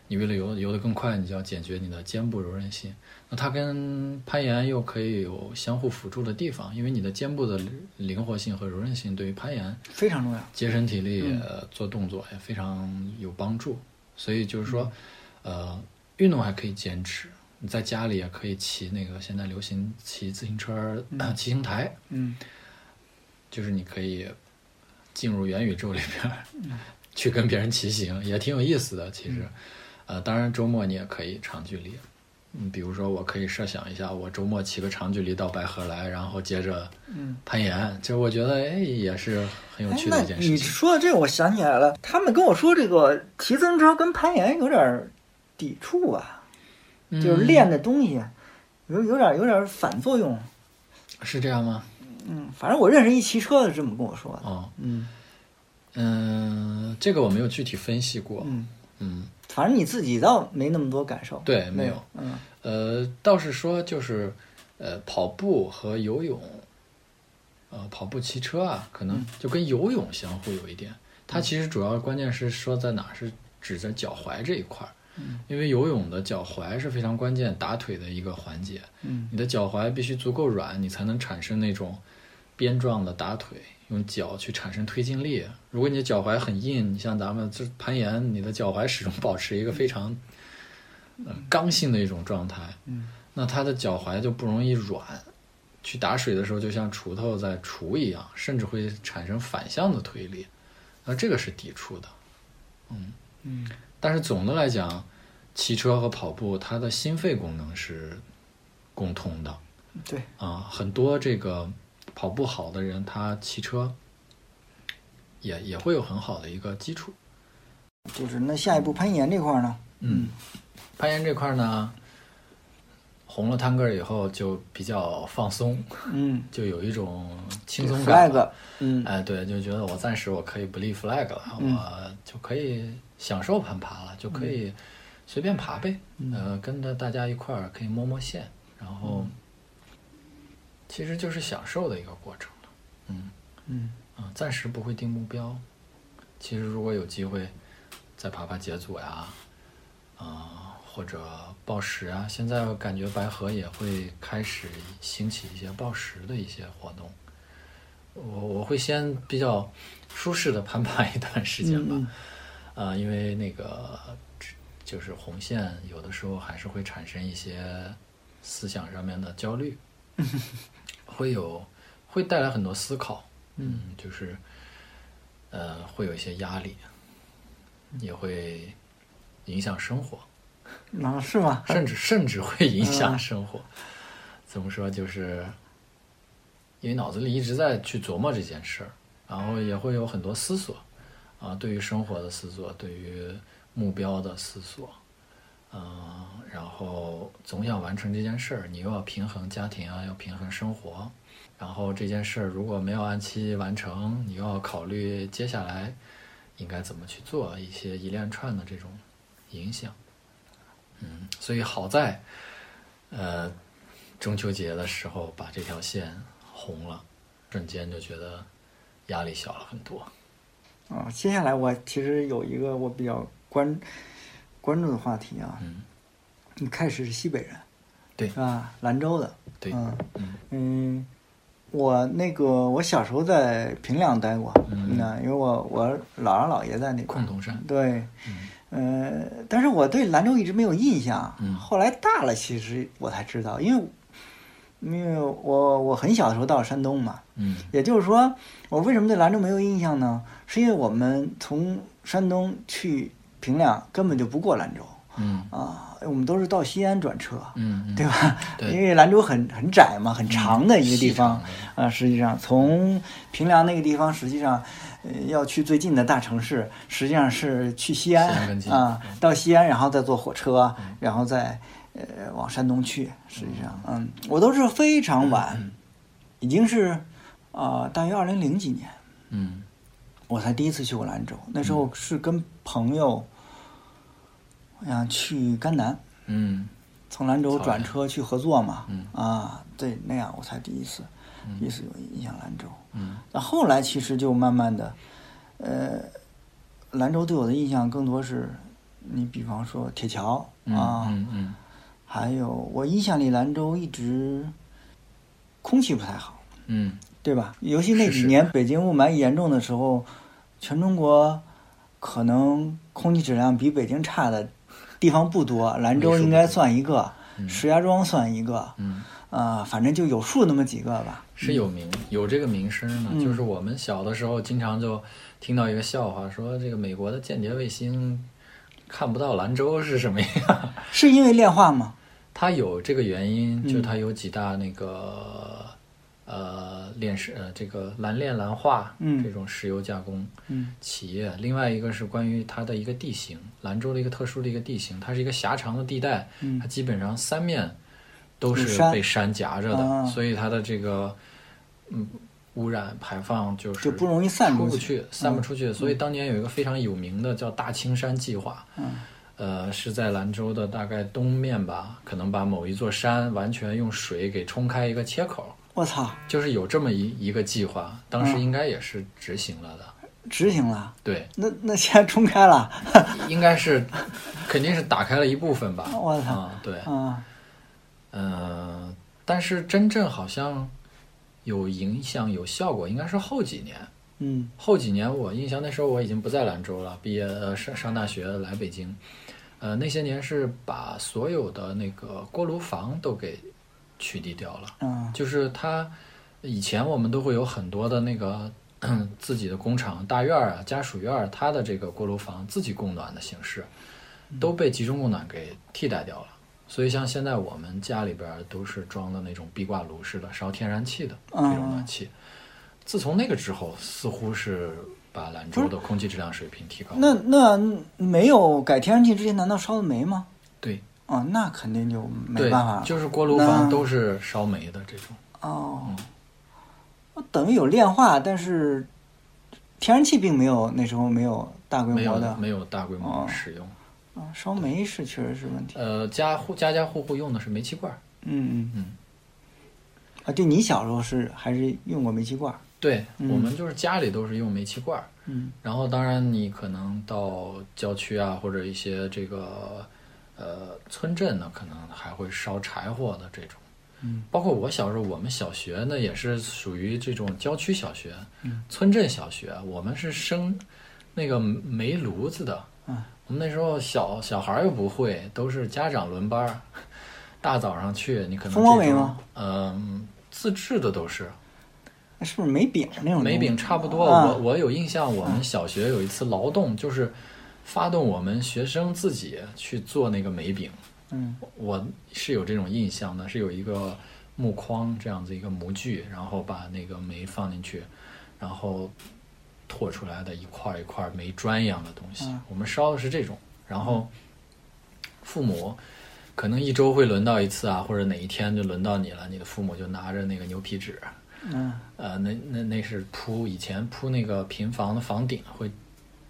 [SPEAKER 2] 你为了游游得更快，你就要解决你的肩部柔韧性。那它跟攀岩又可以有相互辅助的地方，因为你的肩部的灵活性和柔韧性对于攀岩
[SPEAKER 1] 非常重要。
[SPEAKER 2] 节省体力、呃做动作也非常有帮助。所以就是说，呃，运动还可以坚持，你在家里也可以骑那个现在流行骑自行车儿、 骑行台，
[SPEAKER 1] 嗯，
[SPEAKER 2] 就是你可以进入元宇宙里边儿、
[SPEAKER 1] 嗯
[SPEAKER 2] 去跟别人骑行，也挺有意思的。其实，呃，当然周末你也可以长距离。嗯，比如说，我可以设想一下，我周末骑个长距离到白河来，然后接着攀岩，就是我觉得哎也是很有
[SPEAKER 1] 嗯哎
[SPEAKER 2] 趣
[SPEAKER 1] 那
[SPEAKER 2] 的一件事
[SPEAKER 1] 你
[SPEAKER 2] 情。
[SPEAKER 1] 说到这，我想起来了，他们跟我说这个骑自行车跟攀岩有点儿抵触啊吧，就是
[SPEAKER 2] 嗯
[SPEAKER 1] 练的东西有有点儿有点儿反作用。
[SPEAKER 2] 是这样吗？
[SPEAKER 1] 嗯，反正我认识一骑车的是这么跟我说的。
[SPEAKER 2] 哦，
[SPEAKER 1] 嗯
[SPEAKER 2] 嗯，这个我没有具体分析过。
[SPEAKER 1] 嗯，
[SPEAKER 2] 嗯，
[SPEAKER 1] 反正你自己倒没那么多感受。
[SPEAKER 2] 对，没有。
[SPEAKER 1] 嗯
[SPEAKER 2] 呃，倒是说就是，呃，跑步和游泳，呃，跑步、骑车啊，可能就跟游泳相互有一点。它其实主要关键是说在哪儿，是指着脚踝这一块儿，因为游泳的脚踝是非常关键打腿的一个环节。
[SPEAKER 1] 嗯
[SPEAKER 2] 你的脚踝必须足够软，你才能产生那种鞭状的打腿，用脚去产生推进力。如果你的脚踝很硬，你像咱们这攀岩，你的脚踝始终保持一个非常呃刚性的一种状态，
[SPEAKER 1] 嗯，
[SPEAKER 2] 那它的脚踝就不容易软。去打水的时候，就像锄头在锄一样，甚至会产生反向的推力，那这个是抵触的。
[SPEAKER 1] 嗯
[SPEAKER 2] 但是总的来讲，骑车和跑步，它的心肺功能是共通的。
[SPEAKER 1] 对，
[SPEAKER 2] 啊，很多这个跑步好的人，他骑车也也会有很好的一个基础。
[SPEAKER 1] 就是那下一步攀岩这块儿呢，
[SPEAKER 2] 嗯，攀岩这块儿呢，红了探戈以后就比较放松，
[SPEAKER 1] 嗯，
[SPEAKER 2] 就有一种轻松感了。
[SPEAKER 1] flag，嗯
[SPEAKER 2] 哎，对，就觉得我暂时我可以不立 flag 了，
[SPEAKER 1] 嗯
[SPEAKER 2] 我就可以享受攀爬了，就可以随便爬呗。
[SPEAKER 1] 嗯
[SPEAKER 2] 呃，跟着大家一块儿可以摸摸线，然后其实就是享受的一个过程了。嗯
[SPEAKER 1] 嗯
[SPEAKER 2] 啊、暂时不会定目标。其实如果有机会，再爬爬解组呀、啊，或者报时啊，现在我感觉白河也会开始兴起一些报时的一些活动。我我会先比较舒适的攀爬一段时间吧，
[SPEAKER 1] 嗯
[SPEAKER 2] 啊、因为那个就是红线有的时候还是会产生一些思想上面的焦虑，会有会带来很多思考，嗯，就是呃会有一些压力，也会影响生活，
[SPEAKER 1] 啊是吗？
[SPEAKER 2] 甚至甚至会影响生活。怎么说？就是因为脑子里一直在去琢磨这件事儿，然后也会有很多思索啊，对于生活的思索，对于目标的思索，嗯、然后总想完成这件事儿，你又要平衡家庭啊，要平衡生活，然后这件事儿如果没有按期完成，你又要考虑接下来应该怎么去做，一些一连串的这种影响。嗯，所以好在，呃，中秋节的时候把这条线红了，瞬间就觉得压力小了很多。
[SPEAKER 1] 啊，接下来我其实有一个我比较关关注的话题啊，
[SPEAKER 2] 嗯，
[SPEAKER 1] 你开始是西北人，
[SPEAKER 2] 对
[SPEAKER 1] 啊，兰州的，
[SPEAKER 2] 对，
[SPEAKER 1] 嗯
[SPEAKER 2] 嗯
[SPEAKER 1] 嗯，我那个我小时候在平凉待过，
[SPEAKER 2] 嗯
[SPEAKER 1] 那因为我我姥姥姥爷在那
[SPEAKER 2] 崆
[SPEAKER 1] 边，
[SPEAKER 2] 峒山，
[SPEAKER 1] 对，
[SPEAKER 2] 嗯
[SPEAKER 1] 呃，但是我对兰州一直没有印象。
[SPEAKER 2] 嗯
[SPEAKER 1] 后来大了，其实我才知道，因为因为我我很小的时候到山东嘛，
[SPEAKER 2] 嗯
[SPEAKER 1] 也就是说，我为什么对兰州没有印象呢？是因为我们从山东去平凉根本就不过兰州
[SPEAKER 2] 嗯
[SPEAKER 1] 啊，我们都是到西安转车，
[SPEAKER 2] 嗯，嗯
[SPEAKER 1] 对吧？
[SPEAKER 2] 对嗯
[SPEAKER 1] 因为兰州很很窄嘛，很长的一个地方
[SPEAKER 2] 细长
[SPEAKER 1] 啊。实际上，从平凉那个地方，实际上，呃，要去最近的大城市，实际上是去西安
[SPEAKER 2] 西安更嗯近
[SPEAKER 1] 啊，到西安，然后再坐火车，然后再呃往山东去。实际上，嗯，我都是非常
[SPEAKER 2] 嗯
[SPEAKER 1] 晚，已经是啊、呃大约二零零几年，
[SPEAKER 2] 嗯
[SPEAKER 1] 我才第一次去过兰州。那时候是跟朋友，我想去甘南。
[SPEAKER 2] 嗯
[SPEAKER 1] 从兰州
[SPEAKER 2] 草原
[SPEAKER 1] 转车去合作嘛，
[SPEAKER 2] 嗯
[SPEAKER 1] 啊，对，那样我才第一次。意思有影响兰州。
[SPEAKER 2] 嗯
[SPEAKER 1] 那后来其实就慢慢的，呃，兰州对我的印象更多是，你比方说铁桥
[SPEAKER 2] 嗯
[SPEAKER 1] 啊，
[SPEAKER 2] 嗯嗯
[SPEAKER 1] 还有我印象里兰州一直空气不太好，
[SPEAKER 2] 嗯
[SPEAKER 1] 对吧？尤其那
[SPEAKER 2] 是
[SPEAKER 1] 几
[SPEAKER 2] 是
[SPEAKER 1] 年北京雾霾严重的时候，全中国可能空气质量比北京差的地方不多，兰州应该算一个，石家庄算一个，
[SPEAKER 2] 嗯，
[SPEAKER 1] 啊，反正就有数那么几个吧。
[SPEAKER 2] 是有名有这个名声
[SPEAKER 1] 嗯
[SPEAKER 2] 的，就是我们小的时候经常就听到一个笑话，说这个美国的间谍卫星看不到兰州是什么样。
[SPEAKER 1] 是因为炼化吗？
[SPEAKER 2] 它有这个原因，
[SPEAKER 1] 嗯
[SPEAKER 2] 就它有几大那个、呃炼石呃这个蓝炼蓝化、
[SPEAKER 1] 嗯
[SPEAKER 2] 这种石油加工
[SPEAKER 1] 嗯
[SPEAKER 2] 企业，另外一个是关于它的一个地形，兰州的一个特殊的一个地形，它是一个狭长的地带，
[SPEAKER 1] 嗯
[SPEAKER 2] 它基本上三面都
[SPEAKER 1] 有
[SPEAKER 2] 是
[SPEAKER 1] 山
[SPEAKER 2] 被山夹着的，
[SPEAKER 1] 啊
[SPEAKER 2] 所以它的这个嗯污染排放就是
[SPEAKER 1] 就不容易散
[SPEAKER 2] 出
[SPEAKER 1] 出
[SPEAKER 2] 不
[SPEAKER 1] 去嗯
[SPEAKER 2] 去，散不出去。所以当年有一个非常有名的叫大青山计划，
[SPEAKER 1] 嗯
[SPEAKER 2] 呃，是在兰州的大概东面吧，可能把某一座山完全用水给冲开一个切口，
[SPEAKER 1] 我操，
[SPEAKER 2] 就是有这么一一个计划，当时应该也是执行了的。
[SPEAKER 1] 执行了，
[SPEAKER 2] 对，
[SPEAKER 1] 那那现在冲开了，
[SPEAKER 2] 应该是，肯定是打开了一部分吧。
[SPEAKER 1] 我操
[SPEAKER 2] 啊、对，
[SPEAKER 1] 啊，
[SPEAKER 2] 嗯、但是真正好像有影响、有效果，应该是后几年。
[SPEAKER 1] 嗯
[SPEAKER 2] 后几年我印象那时候我已经不在兰州了，毕业呃上上大学来北京，呃那些年是把所有的那个锅炉房都给取缔掉了，
[SPEAKER 1] 嗯
[SPEAKER 2] 就是它以前我们都会有很多的那个 自己的工厂大院儿啊、家属院儿，它的这个锅炉房自己供暖的形式
[SPEAKER 1] 嗯
[SPEAKER 2] 都被集中供暖给替代掉了，所以像现在我们家里边儿都是装的那种壁挂炉似的烧天然气的这
[SPEAKER 1] 哦
[SPEAKER 2] 种暖气。自从那个之后，似乎是把兰州的空气质量水平提高了。
[SPEAKER 1] 那那没有改天然气之前，难道烧的煤吗？
[SPEAKER 2] 对
[SPEAKER 1] 哦，那肯定就没
[SPEAKER 2] 对
[SPEAKER 1] 办法，了。
[SPEAKER 2] 就是锅炉
[SPEAKER 1] 那
[SPEAKER 2] 房都是烧煤的这种。
[SPEAKER 1] 哦，等于有炼化，但是天然气并没有那时候没有大规
[SPEAKER 2] 没
[SPEAKER 1] 模
[SPEAKER 2] 有
[SPEAKER 1] 的
[SPEAKER 2] 没有大规模
[SPEAKER 1] 哦
[SPEAKER 2] 使用，
[SPEAKER 1] 啊，烧煤是确实是问题。
[SPEAKER 2] 呃，家户家家户户用的是煤气罐儿，
[SPEAKER 1] 嗯嗯
[SPEAKER 2] 嗯，
[SPEAKER 1] 啊，对你小时候是还是用过煤气罐儿？
[SPEAKER 2] 对、
[SPEAKER 1] 嗯
[SPEAKER 2] 我们就是家里都是用煤气罐儿，
[SPEAKER 1] 嗯
[SPEAKER 2] 然后当然你可能到郊区啊或者一些这个呃村镇呢，可能还会烧柴火的这种。
[SPEAKER 1] 嗯，
[SPEAKER 2] 包括我小时候，我们小学呢也是属于这种郊区小学、
[SPEAKER 1] 嗯
[SPEAKER 2] 村镇小学，我们是生那个煤炉子的。
[SPEAKER 1] 嗯，
[SPEAKER 2] 我们那时候小小孩儿又不会，都是家长轮班儿，大早上去，你可能
[SPEAKER 1] 蜂窝
[SPEAKER 2] 这
[SPEAKER 1] 煤
[SPEAKER 2] 种
[SPEAKER 1] 吗？
[SPEAKER 2] 嗯、自制的都是，
[SPEAKER 1] 那是不是煤饼那种东西？
[SPEAKER 2] 煤饼差不多。
[SPEAKER 1] 啊
[SPEAKER 2] 我我有印象，我们小学有一次劳动，就是发动我们学生自己去做那个煤饼。
[SPEAKER 1] 嗯
[SPEAKER 2] 我是有这种印象的，是有一个木框这样子一个模具，然后把那个煤放进去，然后拓出来的一块一块煤砖一样的东西。
[SPEAKER 1] 嗯
[SPEAKER 2] 我们烧的是这种，然后父母可能一周会轮到一次啊，或者哪一天就轮到你了，你的父母就拿着那个牛皮纸，
[SPEAKER 1] 嗯
[SPEAKER 2] 呃，那那那是铺以前铺那个平房的房顶会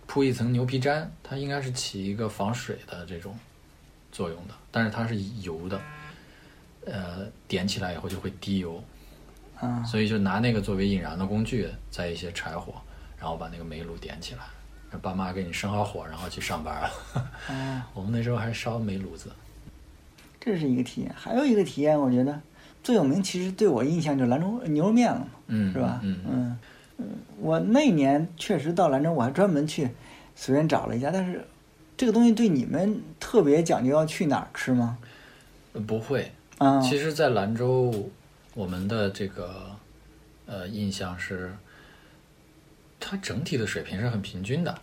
[SPEAKER 2] 铺一层牛皮毡，它应该是起一个防水的这种作用的，但是它是油的，呃，点起来以后就会滴油，
[SPEAKER 1] 啊
[SPEAKER 2] 所以就拿那个作为引燃的工具，在一些柴火，然后把那个煤炉点起来，让爸妈给你生好火，然后去上班了。
[SPEAKER 1] 啊，
[SPEAKER 2] 我们那时候还烧煤炉子，
[SPEAKER 1] 这是一个体验。还有一个体验，我觉得最有名，其实对我印象就是兰州牛肉面了嘛。
[SPEAKER 2] 嗯，
[SPEAKER 1] 是吧？
[SPEAKER 2] 嗯嗯
[SPEAKER 1] 嗯嗯我那年确实到兰州，我还专门去随便找了一家，但是这个东西对你们特别讲究要去哪儿吃吗？
[SPEAKER 2] 呃不会，
[SPEAKER 1] 啊，
[SPEAKER 2] 其实，在兰州，我们的这个呃印象是，它整体的水平是很平均的。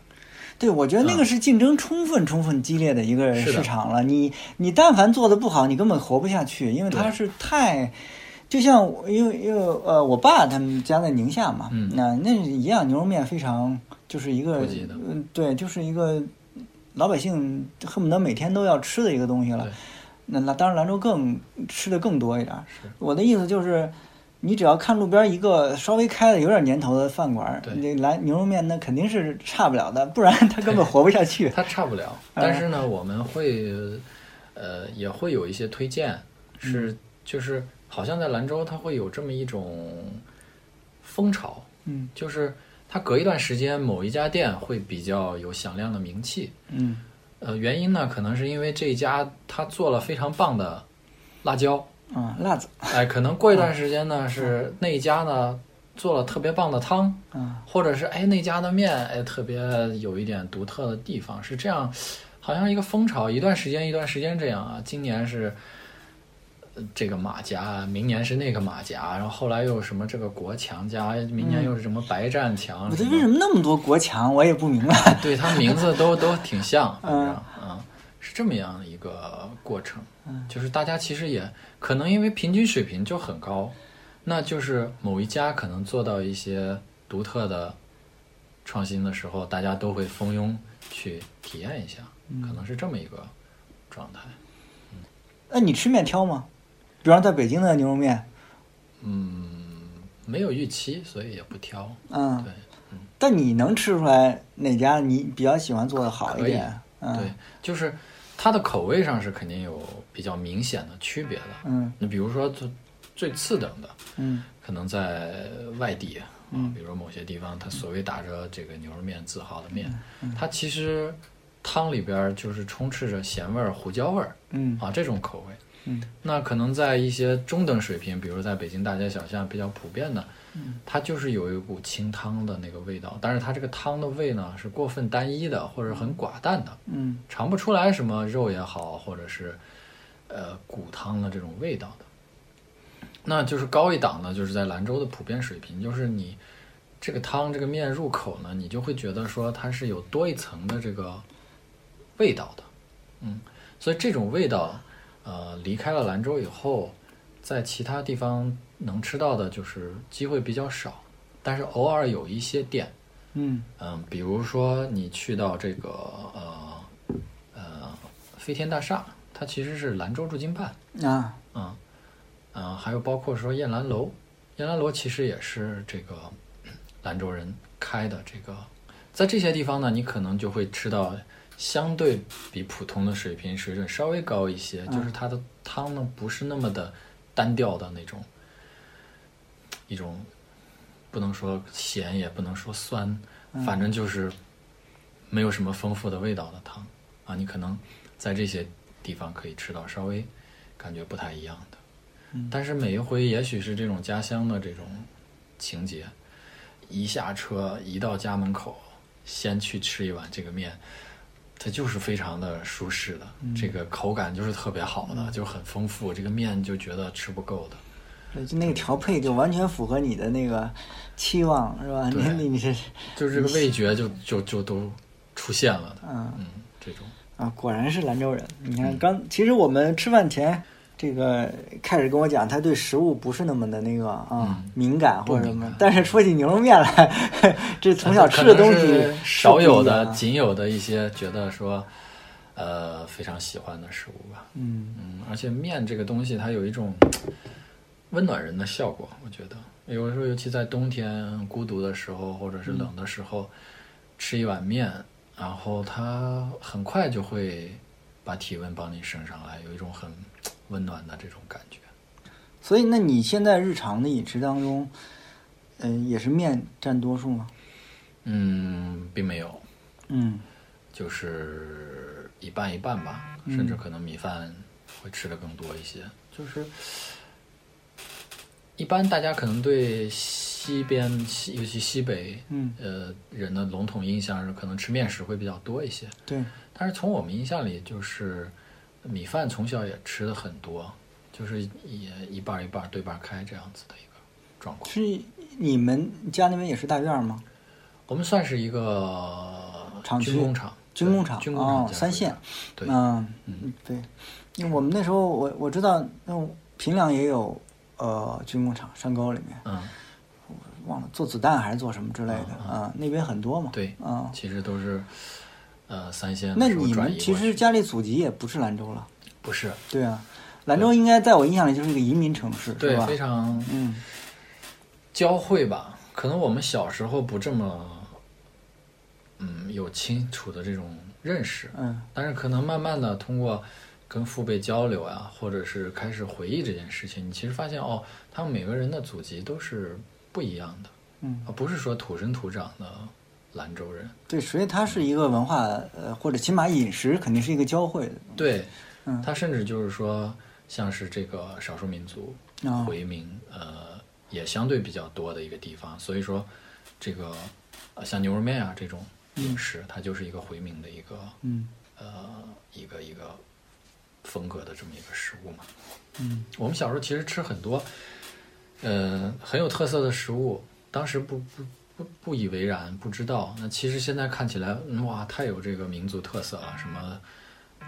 [SPEAKER 1] 对，我觉得那个是竞争充分、充分激烈的一个
[SPEAKER 2] 嗯是的
[SPEAKER 1] 市场了。你你但凡做的不好，你根本活不下去，因为它
[SPEAKER 2] 对
[SPEAKER 1] 是太。就像我因为因为呃，我爸他们家在宁夏嘛，
[SPEAKER 2] 嗯
[SPEAKER 1] 那那是一样，牛肉面非常就是一个
[SPEAKER 2] 普及的
[SPEAKER 1] 嗯，对，就是一个老百姓恨不得每天都要吃的一个东西了
[SPEAKER 2] 对。
[SPEAKER 1] 那那当然，兰州更吃的更多一点儿
[SPEAKER 2] 是。
[SPEAKER 1] 我的意思就是，你只要看路边一个稍微开的有点年头的饭馆儿，
[SPEAKER 2] 对
[SPEAKER 1] 那兰牛肉面那肯定是差不了的，不然他根本活不下 去。
[SPEAKER 2] 它差不了，但是呢，我们会呃也会有一些推荐，是就是好像在兰州它会有这么一种风潮，
[SPEAKER 1] 嗯
[SPEAKER 2] 就是它隔一段时间某一家店会比较有响亮的名气。
[SPEAKER 1] 嗯
[SPEAKER 2] 呃，原因呢，可能是因为这一家他做了非常棒的辣椒，
[SPEAKER 1] 啊，辣子
[SPEAKER 2] 哎，可能过一段时间呢，是那一家呢做了特别棒的汤，
[SPEAKER 1] 啊，
[SPEAKER 2] 或者是哎那家的面哎特别有一点独特的地方，是这样，好像一个风潮，一段时间一段时间这样啊。今年是呃这个马甲，明年是那个马甲，然后后来又有什么这个国强家，明年又是什么白占强，
[SPEAKER 1] 我
[SPEAKER 2] 什
[SPEAKER 1] 这
[SPEAKER 2] 么
[SPEAKER 1] 为什么那么多国强，我也不明白。
[SPEAKER 2] 对他名字都都挺像，反正啊，是这么样一个过程。就是大家其实也可能因为平均水平就很高，那就是某一家可能做到一些独特的创新的时候，大家都会蜂拥去体验一下，可能是这么一个状态。
[SPEAKER 1] 那你吃面挑吗？比方在北京的牛肉面，
[SPEAKER 2] 嗯，没有预期，所以也不挑。
[SPEAKER 1] 嗯
[SPEAKER 2] 对，
[SPEAKER 1] 但你能吃出来哪家你比较喜欢做的好一点？
[SPEAKER 2] 对
[SPEAKER 1] 嗯，
[SPEAKER 2] 就是它的口味上是肯定有比较明显的区别的。
[SPEAKER 1] 嗯
[SPEAKER 2] 你比如说最最次等的，
[SPEAKER 1] 嗯
[SPEAKER 2] 可能在外地啊，比如某些地方，它所谓打着这个牛肉面字号的面，它其实汤里边儿就是充斥着咸味儿、胡椒味儿
[SPEAKER 1] 嗯
[SPEAKER 2] 啊这种口味。
[SPEAKER 1] 嗯
[SPEAKER 2] 那可能在一些中等水平，比如在北京大街小巷比较普遍的，它就是有一股清汤的那个味道，但是它这个汤的味呢是过分单一的，或者很寡淡的，
[SPEAKER 1] 嗯
[SPEAKER 2] 尝不出来什么肉也好，或者是呃骨汤的这种味道的。那就是高一档呢，就是在兰州的普遍水平，就是你这个汤这个面入口呢，你就会觉得说它是有多一层的这个味道的，嗯，所以这种味道，呃，离开了兰州以后，在其他地方能吃到的就是机会比较少，但是偶尔有一些店，
[SPEAKER 1] 嗯
[SPEAKER 2] 嗯，比如说你去到这个呃呃飞天大厦，它其实是兰州驻京办，
[SPEAKER 1] 啊
[SPEAKER 2] 嗯嗯，还有包括说燕兰楼，燕兰楼其实也是这个嗯兰州人开的。这个在这些地方呢，你可能就会吃到相对比普通的水平水准稍微高一些，就是它的汤呢不是那么的单调的那种，一种不能说咸也不能说酸，反正就是没有什么丰富的味道的汤啊，你可能在这些地方可以吃到稍微感觉不太一样的。但是每一回，也许是这种家乡的这种情节，一下车一到家门口，先去吃一碗这个面，它就是非常的舒适的，
[SPEAKER 1] 嗯
[SPEAKER 2] 这个口感就是特别好的，就很丰富，这个面就觉得吃不够的。
[SPEAKER 1] 对，就那个调配就完全符合你的那个期望，是吧？
[SPEAKER 2] 对
[SPEAKER 1] 你你是
[SPEAKER 2] 就是这个味觉就就就都出现了的，
[SPEAKER 1] 嗯
[SPEAKER 2] 嗯，这种
[SPEAKER 1] 啊，果然是兰州人。你
[SPEAKER 2] 嗯
[SPEAKER 1] 看刚，其实我们吃饭前，这个开始跟我讲他对食物不是那么的那个啊、敏感或者什
[SPEAKER 2] 嗯不敏
[SPEAKER 1] 么
[SPEAKER 2] 感，
[SPEAKER 1] 但是说起牛肉面来， 这从小吃的东
[SPEAKER 2] 可
[SPEAKER 1] 西
[SPEAKER 2] 能是少有的、
[SPEAKER 1] 是不一样啊
[SPEAKER 2] 仅有的一些觉得说，呃，非常喜欢的食物吧。
[SPEAKER 1] 嗯
[SPEAKER 2] 嗯，而且面这个东西，它有一种温暖人的效果，我觉得有的时候，尤其在冬天孤独的时候，或者是冷的时候，吃一碗面，然后它很快就会把体温帮你升上来，有一种很温暖的这种感觉。
[SPEAKER 1] 所以那你现在日常的饮食当中，嗯、也是面占多数吗？
[SPEAKER 2] 嗯，并没有，
[SPEAKER 1] 嗯
[SPEAKER 2] 就是一半一半吧，甚至可能米饭会吃的更多一些。就是一般大家可能对西边，西尤其西北，
[SPEAKER 1] 嗯，
[SPEAKER 2] 呃，人的笼统印象是可能吃面食会比较多一些。
[SPEAKER 1] 对，
[SPEAKER 2] 但是从我们印象里，就是米饭从小也吃的很多，就是也一半儿一半儿对半儿开这样子的一个状况。
[SPEAKER 1] 是你们家那边也是大院吗？
[SPEAKER 2] 我们算是一个
[SPEAKER 1] 厂区
[SPEAKER 2] 军工厂，
[SPEAKER 1] 军工厂
[SPEAKER 2] 对军工厂
[SPEAKER 1] 哦
[SPEAKER 2] 加
[SPEAKER 1] 三
[SPEAKER 2] 水
[SPEAKER 1] 线
[SPEAKER 2] 厂，对，
[SPEAKER 1] 嗯，对，因为我们那时候我我知道，那种平凉也有呃军工厂，山沟里面
[SPEAKER 2] 嗯，
[SPEAKER 1] 忘了做子弹还是做什么之类的
[SPEAKER 2] 嗯嗯
[SPEAKER 1] 啊、那边很多嘛。
[SPEAKER 2] 对
[SPEAKER 1] 啊、
[SPEAKER 2] 其实都是呃三线
[SPEAKER 1] 那
[SPEAKER 2] 的时候
[SPEAKER 1] 你
[SPEAKER 2] 转
[SPEAKER 1] 们
[SPEAKER 2] 移
[SPEAKER 1] 其
[SPEAKER 2] 过
[SPEAKER 1] 实
[SPEAKER 2] 去
[SPEAKER 1] 家里祖籍也不是兰州了，
[SPEAKER 2] 不是
[SPEAKER 1] 对啊，兰州应该在我印象里就是一个移民城市，是
[SPEAKER 2] 对
[SPEAKER 1] 吧？
[SPEAKER 2] 非常
[SPEAKER 1] 嗯
[SPEAKER 2] 交汇吧？可能我们小时候不这么嗯有清楚的这种认识，
[SPEAKER 1] 嗯
[SPEAKER 2] 但是可能慢慢的通过跟父辈交流啊，或者是开始回忆这件事情，你其实发现哦，他们每个人的祖籍都是不一样的，
[SPEAKER 1] 嗯
[SPEAKER 2] 啊，不是说土生土长的兰州人，
[SPEAKER 1] 对，所以它是一个文化，呃，或者起码饮食肯定是一个交汇的。
[SPEAKER 2] 对，
[SPEAKER 1] 嗯
[SPEAKER 2] 他甚至就是说，像是这个少数民族
[SPEAKER 1] 啊
[SPEAKER 2] 回民，呃，也相对比较多的一个地方，所以说，这个呃像牛肉面啊这种饮食，它就是一个回民的一个
[SPEAKER 1] 嗯
[SPEAKER 2] 呃一个一个风格的这么一个食物嘛。
[SPEAKER 1] 嗯
[SPEAKER 2] 我们小时候其实吃很多，呃，很有特色的食物，当时不不不不以为然，不知道。那其实现在看起来，嗯哇，太有这个民族特色了。什么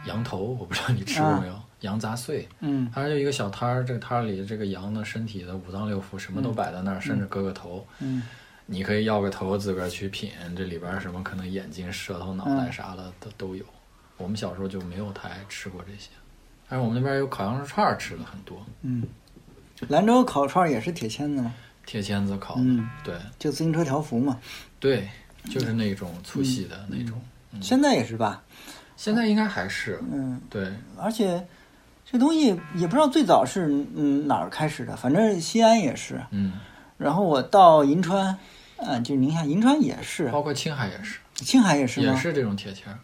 [SPEAKER 2] 羊头，我不知道你吃过没有，羊杂碎，
[SPEAKER 1] 嗯
[SPEAKER 2] 它就一个小摊儿，这个摊儿里这个羊的身体的五脏六腑什么都摆在那儿，甚至割个头。
[SPEAKER 1] 嗯
[SPEAKER 2] 你可以要个头自个儿去品，这里边儿什么可能眼睛、舌头、脑
[SPEAKER 1] 嗯
[SPEAKER 2] 袋啥的都都有。我们小时候就没有太吃过这些，但是我们那边有烤羊肉串儿吃的很多，
[SPEAKER 1] 嗯，兰州烤串儿也是铁签子嘛，
[SPEAKER 2] 铁签子烤的，
[SPEAKER 1] 嗯
[SPEAKER 2] 对
[SPEAKER 1] 就自行车条幅嘛，
[SPEAKER 2] 对，就是那种粗细
[SPEAKER 1] 嗯
[SPEAKER 2] 的那种。
[SPEAKER 1] 现在也是吧？
[SPEAKER 2] 现在应该还是
[SPEAKER 1] 嗯，
[SPEAKER 2] 对，
[SPEAKER 1] 而且这东西也不知道最早是嗯哪儿开始的，反正西安也是，
[SPEAKER 2] 嗯，
[SPEAKER 1] 然后我到银川，嗯，就是宁夏银川也是，
[SPEAKER 2] 包括青海也是，
[SPEAKER 1] 青海也是
[SPEAKER 2] 也
[SPEAKER 1] 吗？
[SPEAKER 2] 是这种铁签儿。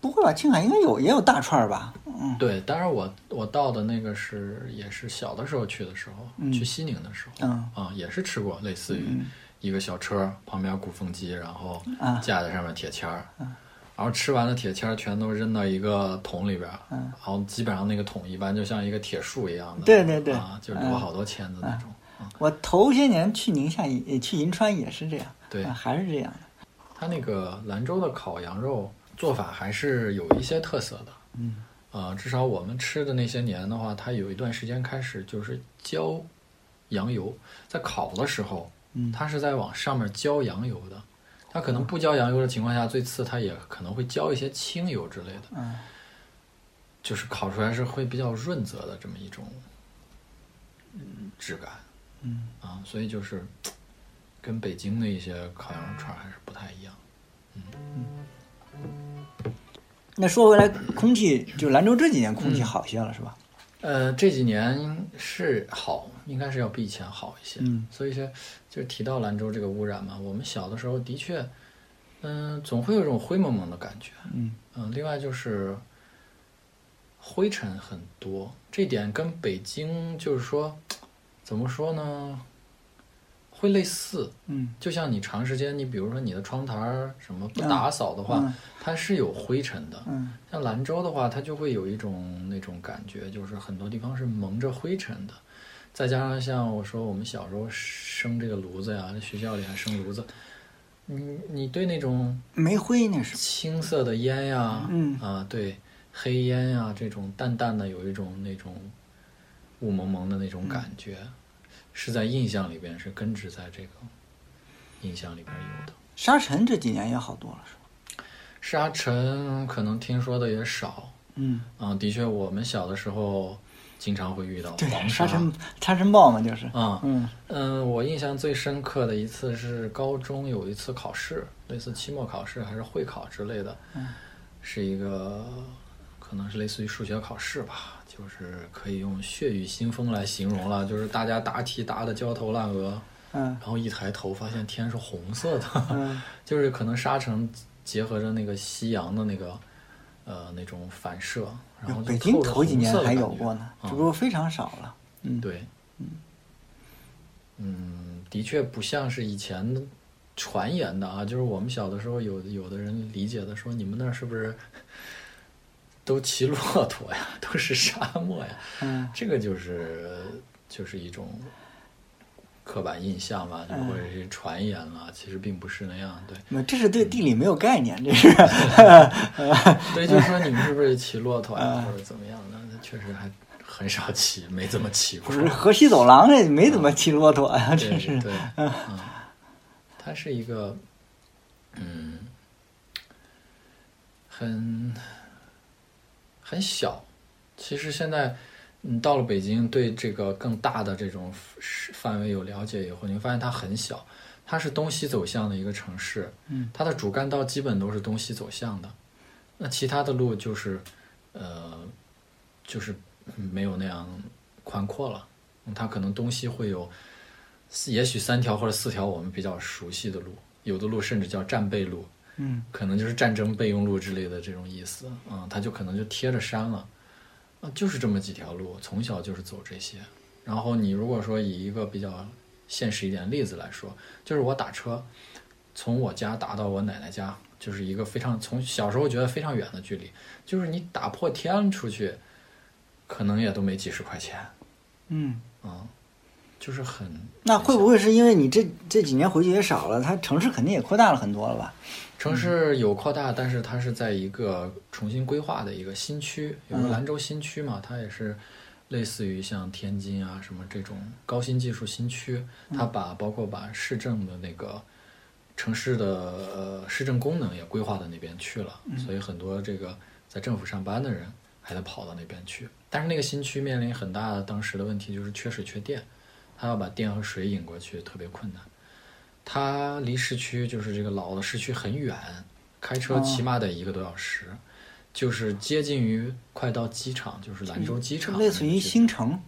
[SPEAKER 1] 不会吧？青海应该有也有大串儿吧？嗯
[SPEAKER 2] 对，当然我我到的那个是也是小的时候去的时候，
[SPEAKER 1] 嗯
[SPEAKER 2] 去西宁的时候，
[SPEAKER 1] 嗯
[SPEAKER 2] 啊、也是吃过类似于一个小车旁边鼓风机，然后
[SPEAKER 1] 啊
[SPEAKER 2] 架在上面铁签儿，
[SPEAKER 1] 啊
[SPEAKER 2] 然后吃完的铁签儿全都扔到一个桶里边儿，
[SPEAKER 1] 嗯
[SPEAKER 2] 然后基本上那个桶一般就像一个铁树一样的，
[SPEAKER 1] 对对嗯对
[SPEAKER 2] 啊，就留好多签子那种，
[SPEAKER 1] 我头些年去宁夏也去银川也是这样，
[SPEAKER 2] 对
[SPEAKER 1] 啊还是这样的。
[SPEAKER 2] 它那个兰州的烤羊肉做法还是有一些特色的。
[SPEAKER 1] 嗯，
[SPEAKER 2] 呃，至少我们吃的那些年的话，它有一段时间开始就是浇羊油，在烤的时候，
[SPEAKER 1] 嗯哦
[SPEAKER 2] 它是在往上面浇羊油的。它可能不浇羊油的情况下，最次它也可能会浇一些清油之类的，
[SPEAKER 1] 嗯，
[SPEAKER 2] 就是烤出来是会比较润泽的这么一种嗯质感。
[SPEAKER 1] 嗯
[SPEAKER 2] 啊，所以就是跟北京的一些烤羊肉串还是不太一样。
[SPEAKER 1] 那说回来，空气就兰州这几年空气好些了，是吧？
[SPEAKER 2] 呃，这几年是好，应该是要比以前好一些。
[SPEAKER 1] 嗯
[SPEAKER 2] 所以说，就提到兰州这个污染嘛，我们小的时候的确，嗯、总会有一种灰蒙蒙的感觉。
[SPEAKER 1] 嗯
[SPEAKER 2] 嗯、另外就是灰尘很多，这点跟北京就是说，怎么说呢，会类似。
[SPEAKER 1] 嗯
[SPEAKER 2] 就像你长时间，你比如说你的窗台儿什么不打扫的话，
[SPEAKER 1] 嗯
[SPEAKER 2] 它是有灰尘的。
[SPEAKER 1] 嗯
[SPEAKER 2] 像兰州的话，它就会有一种那种感觉，就是很多地方是蒙着灰尘的。再加上像我说，我们小时候生这个炉子呀，学校里还生炉子，你你对那种
[SPEAKER 1] 煤灰那是，
[SPEAKER 2] 青色的烟呀，
[SPEAKER 1] 嗯
[SPEAKER 2] 啊，对，黑烟呀，这种淡淡的有一种那种雾蒙蒙的那种感觉，是在印象里边是根植在这个印象里边有的。
[SPEAKER 1] 沙尘这几年也好多了，是吧？
[SPEAKER 2] 沙尘可能听说的也少，
[SPEAKER 1] 嗯，
[SPEAKER 2] 嗯，的确，我们小的时候经常会遇到黄
[SPEAKER 1] 对，
[SPEAKER 2] 沙。
[SPEAKER 1] 沙尘沙尘暴嘛，就是。
[SPEAKER 2] 啊，
[SPEAKER 1] 嗯
[SPEAKER 2] 嗯，我印象最深刻的一次是高中有一次考试，类似期末考试还是会考之类的，是一个可能是类似于数学考试吧，就是可以用血雨腥风来形容了，就是大家答题答得焦头烂额，
[SPEAKER 1] 嗯
[SPEAKER 2] 然后一抬头发现天是红色的，
[SPEAKER 1] 嗯
[SPEAKER 2] 就是可能沙尘结合着那个夕阳的那个呃那种反射，然后就
[SPEAKER 1] 北京
[SPEAKER 2] 透着
[SPEAKER 1] 头几
[SPEAKER 2] 红
[SPEAKER 1] 年
[SPEAKER 2] 色的
[SPEAKER 1] 还
[SPEAKER 2] 感
[SPEAKER 1] 有
[SPEAKER 2] 觉
[SPEAKER 1] 过呢，
[SPEAKER 2] 啊
[SPEAKER 1] 只不过非常少了。嗯，
[SPEAKER 2] 对，嗯，的确不像是以前的传言的啊，就是我们小的时候有有的人理解的说，你们那儿是不是都骑骆驼呀， 都是沙漠呀？
[SPEAKER 1] 嗯
[SPEAKER 2] 这个就是就是一种刻板印象吧，就
[SPEAKER 1] 嗯
[SPEAKER 2] 或者是传言了，其实并不是那样。对，
[SPEAKER 1] 那这是对
[SPEAKER 2] 嗯
[SPEAKER 1] 地理没有概念，这是。
[SPEAKER 2] 对，就是说你们是不是骑骆驼呀，或者怎么样的？那确实还很少骑，没怎么骑过
[SPEAKER 1] 不。是河西走廊这没怎么骑骆驼啊，
[SPEAKER 2] 嗯对
[SPEAKER 1] 这是。
[SPEAKER 2] 对，嗯，它是一个，嗯，很很小。其实现在你到了北京，对这个更大的这种是范围有了解以后，你会发现它很小，它是东西走向的一个城市，
[SPEAKER 1] 嗯，
[SPEAKER 2] 它的主干道基本都是东西走向的，那其他的路就是，呃，就是没有那样宽阔了。嗯它可能东西会有，也许三条或者四条我们比较熟悉的路，有的路甚至叫战备路，
[SPEAKER 1] 嗯
[SPEAKER 2] 可能就是战争备用路之类的这种意思啊、嗯它就可能就贴着山了，啊，就是这么几条路，从小就是走这些。然后你如果说以一个比较现实一点的例子来说，就是我打车从我家打到我奶奶家，就是一个非常从小时候觉得非常远的距离，就是你打破天出去，可能也都没几十块钱啊、
[SPEAKER 1] 嗯。
[SPEAKER 2] 嗯就是很
[SPEAKER 1] 那会不会是因为你这这几年回去也少了，它城市肯定也扩大了很多了吧？
[SPEAKER 2] 城市有扩大，但是它是在一个重新规划的一个新区，有个兰州新区嘛，它也是类似于像天津啊什么这种高新技术新区，它把包括把市政的那个城市的呃市政功能也规划到那边去了，所以很多这个在政府上班的人还得跑到那边去。但是那个新区面临很大的当时的问题就是缺水缺电，它要把电和水引过去特别困难。它离市区就是这个老的市区很远，开
[SPEAKER 1] 哦
[SPEAKER 2] 车起码得一个多小时，就是接近于快到机场，就是兰州机场那
[SPEAKER 1] 类
[SPEAKER 2] 个距离，
[SPEAKER 1] 似于新城，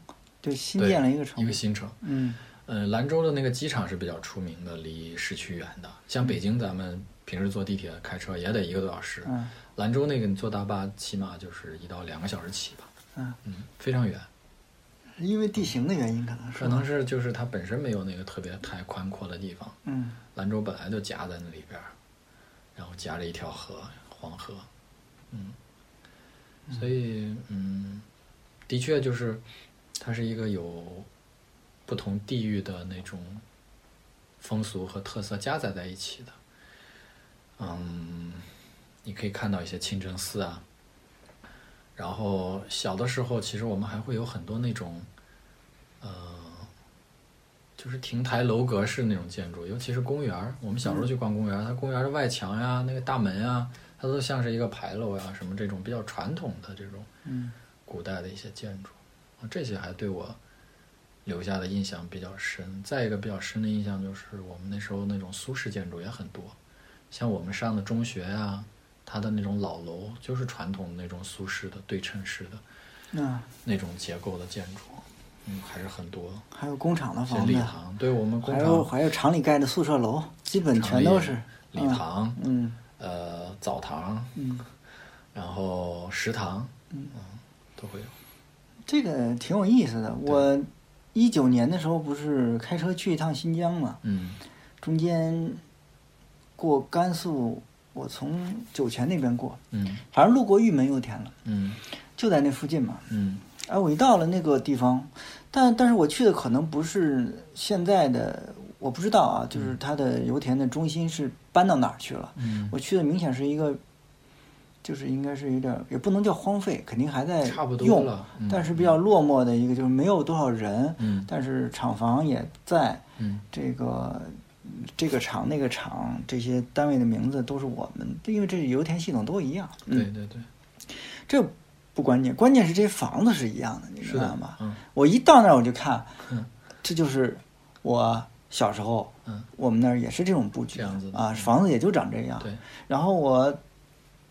[SPEAKER 1] 就新
[SPEAKER 2] 对
[SPEAKER 1] 建了一个
[SPEAKER 2] 一
[SPEAKER 1] 城
[SPEAKER 2] 个。新城。
[SPEAKER 1] 嗯
[SPEAKER 2] 呃，兰州的那个机场是比较出名的，离市区远的。像北京，咱们平时坐地铁、开车也得一个多小时，
[SPEAKER 1] 嗯
[SPEAKER 2] 兰州那个你坐大巴起码就是一到两个小时起吧，
[SPEAKER 1] 嗯，
[SPEAKER 2] 嗯，非常远。
[SPEAKER 1] 因为地形的原因，可能是
[SPEAKER 2] 可能是就是它本身没有那个特别太宽阔的地方，
[SPEAKER 1] 嗯
[SPEAKER 2] 兰州本来就夹在那里边儿，然后夹着一条河，黄河，嗯，所以嗯，的确就是它是一个有不同地域的那种风俗和特色夹杂在一起的。嗯，你可以看到一些清真寺啊，然后小的时候其实我们还会有很多那种，呃。就是亭台楼阁式那种建筑，尤其是公园儿。我们小时候去逛公园儿，它公园儿的外墙呀、那个大门啊，它都像是一个牌楼呀、什么这种比较传统的这种
[SPEAKER 1] 嗯
[SPEAKER 2] 古代的一些建筑，啊这些还对我留下的印象比较深。再一个比较深的印象就是我们那时候那种苏式建筑也很多，像我们上的中学呀、它的那种老楼就是传统的那种苏式的对称式的
[SPEAKER 1] 那
[SPEAKER 2] 那种结构的建筑，嗯，还是很多。
[SPEAKER 1] 还有工厂的
[SPEAKER 2] 像
[SPEAKER 1] 房
[SPEAKER 2] 礼
[SPEAKER 1] 子，
[SPEAKER 2] 堂，对我们工
[SPEAKER 1] 啊还
[SPEAKER 2] 厂
[SPEAKER 1] 有还有厂里盖的宿舍楼，基本全都是
[SPEAKER 2] 礼堂、
[SPEAKER 1] 嗯
[SPEAKER 2] 呃澡堂，
[SPEAKER 1] 嗯，
[SPEAKER 2] 然后食堂，嗯，都会有。
[SPEAKER 1] 这个挺有意思的。我一九年的时候不是开车去一趟新疆嘛，
[SPEAKER 2] 嗯
[SPEAKER 1] 中间过甘肃，我从酒泉那边过，
[SPEAKER 2] 嗯
[SPEAKER 1] 反正路过玉门油田了，
[SPEAKER 2] 嗯
[SPEAKER 1] 就在那附近嘛。
[SPEAKER 2] 嗯
[SPEAKER 1] 哎，我一到了那个地方，但但是我去的可能不是现在的，我不知道啊，就是它的油田的中心是搬到哪儿去了。
[SPEAKER 2] 嗯，
[SPEAKER 1] 我去的明显是一个，就是应该是有点儿，也不能叫荒废，肯定还在用，
[SPEAKER 2] 差不多了嗯
[SPEAKER 1] 但是比较落寞的一个就是没有多少人，
[SPEAKER 2] 嗯
[SPEAKER 1] 但是厂房也在，
[SPEAKER 2] 嗯
[SPEAKER 1] 这个嗯这个厂那个厂这些单位的名字都是我们，因为这油田系统都一样，嗯
[SPEAKER 2] 对对对，
[SPEAKER 1] 这不关键，关键是这房子是一样的，你
[SPEAKER 2] 是
[SPEAKER 1] 明白
[SPEAKER 2] 的
[SPEAKER 1] 吗？，
[SPEAKER 2] 嗯
[SPEAKER 1] 我一到那儿我就看，
[SPEAKER 2] 嗯
[SPEAKER 1] 这就是我小时候，
[SPEAKER 2] 嗯，
[SPEAKER 1] 我们那儿也是这种布局
[SPEAKER 2] 这样子的嗯
[SPEAKER 1] 啊，房子也就长这样。
[SPEAKER 2] 对
[SPEAKER 1] 然后我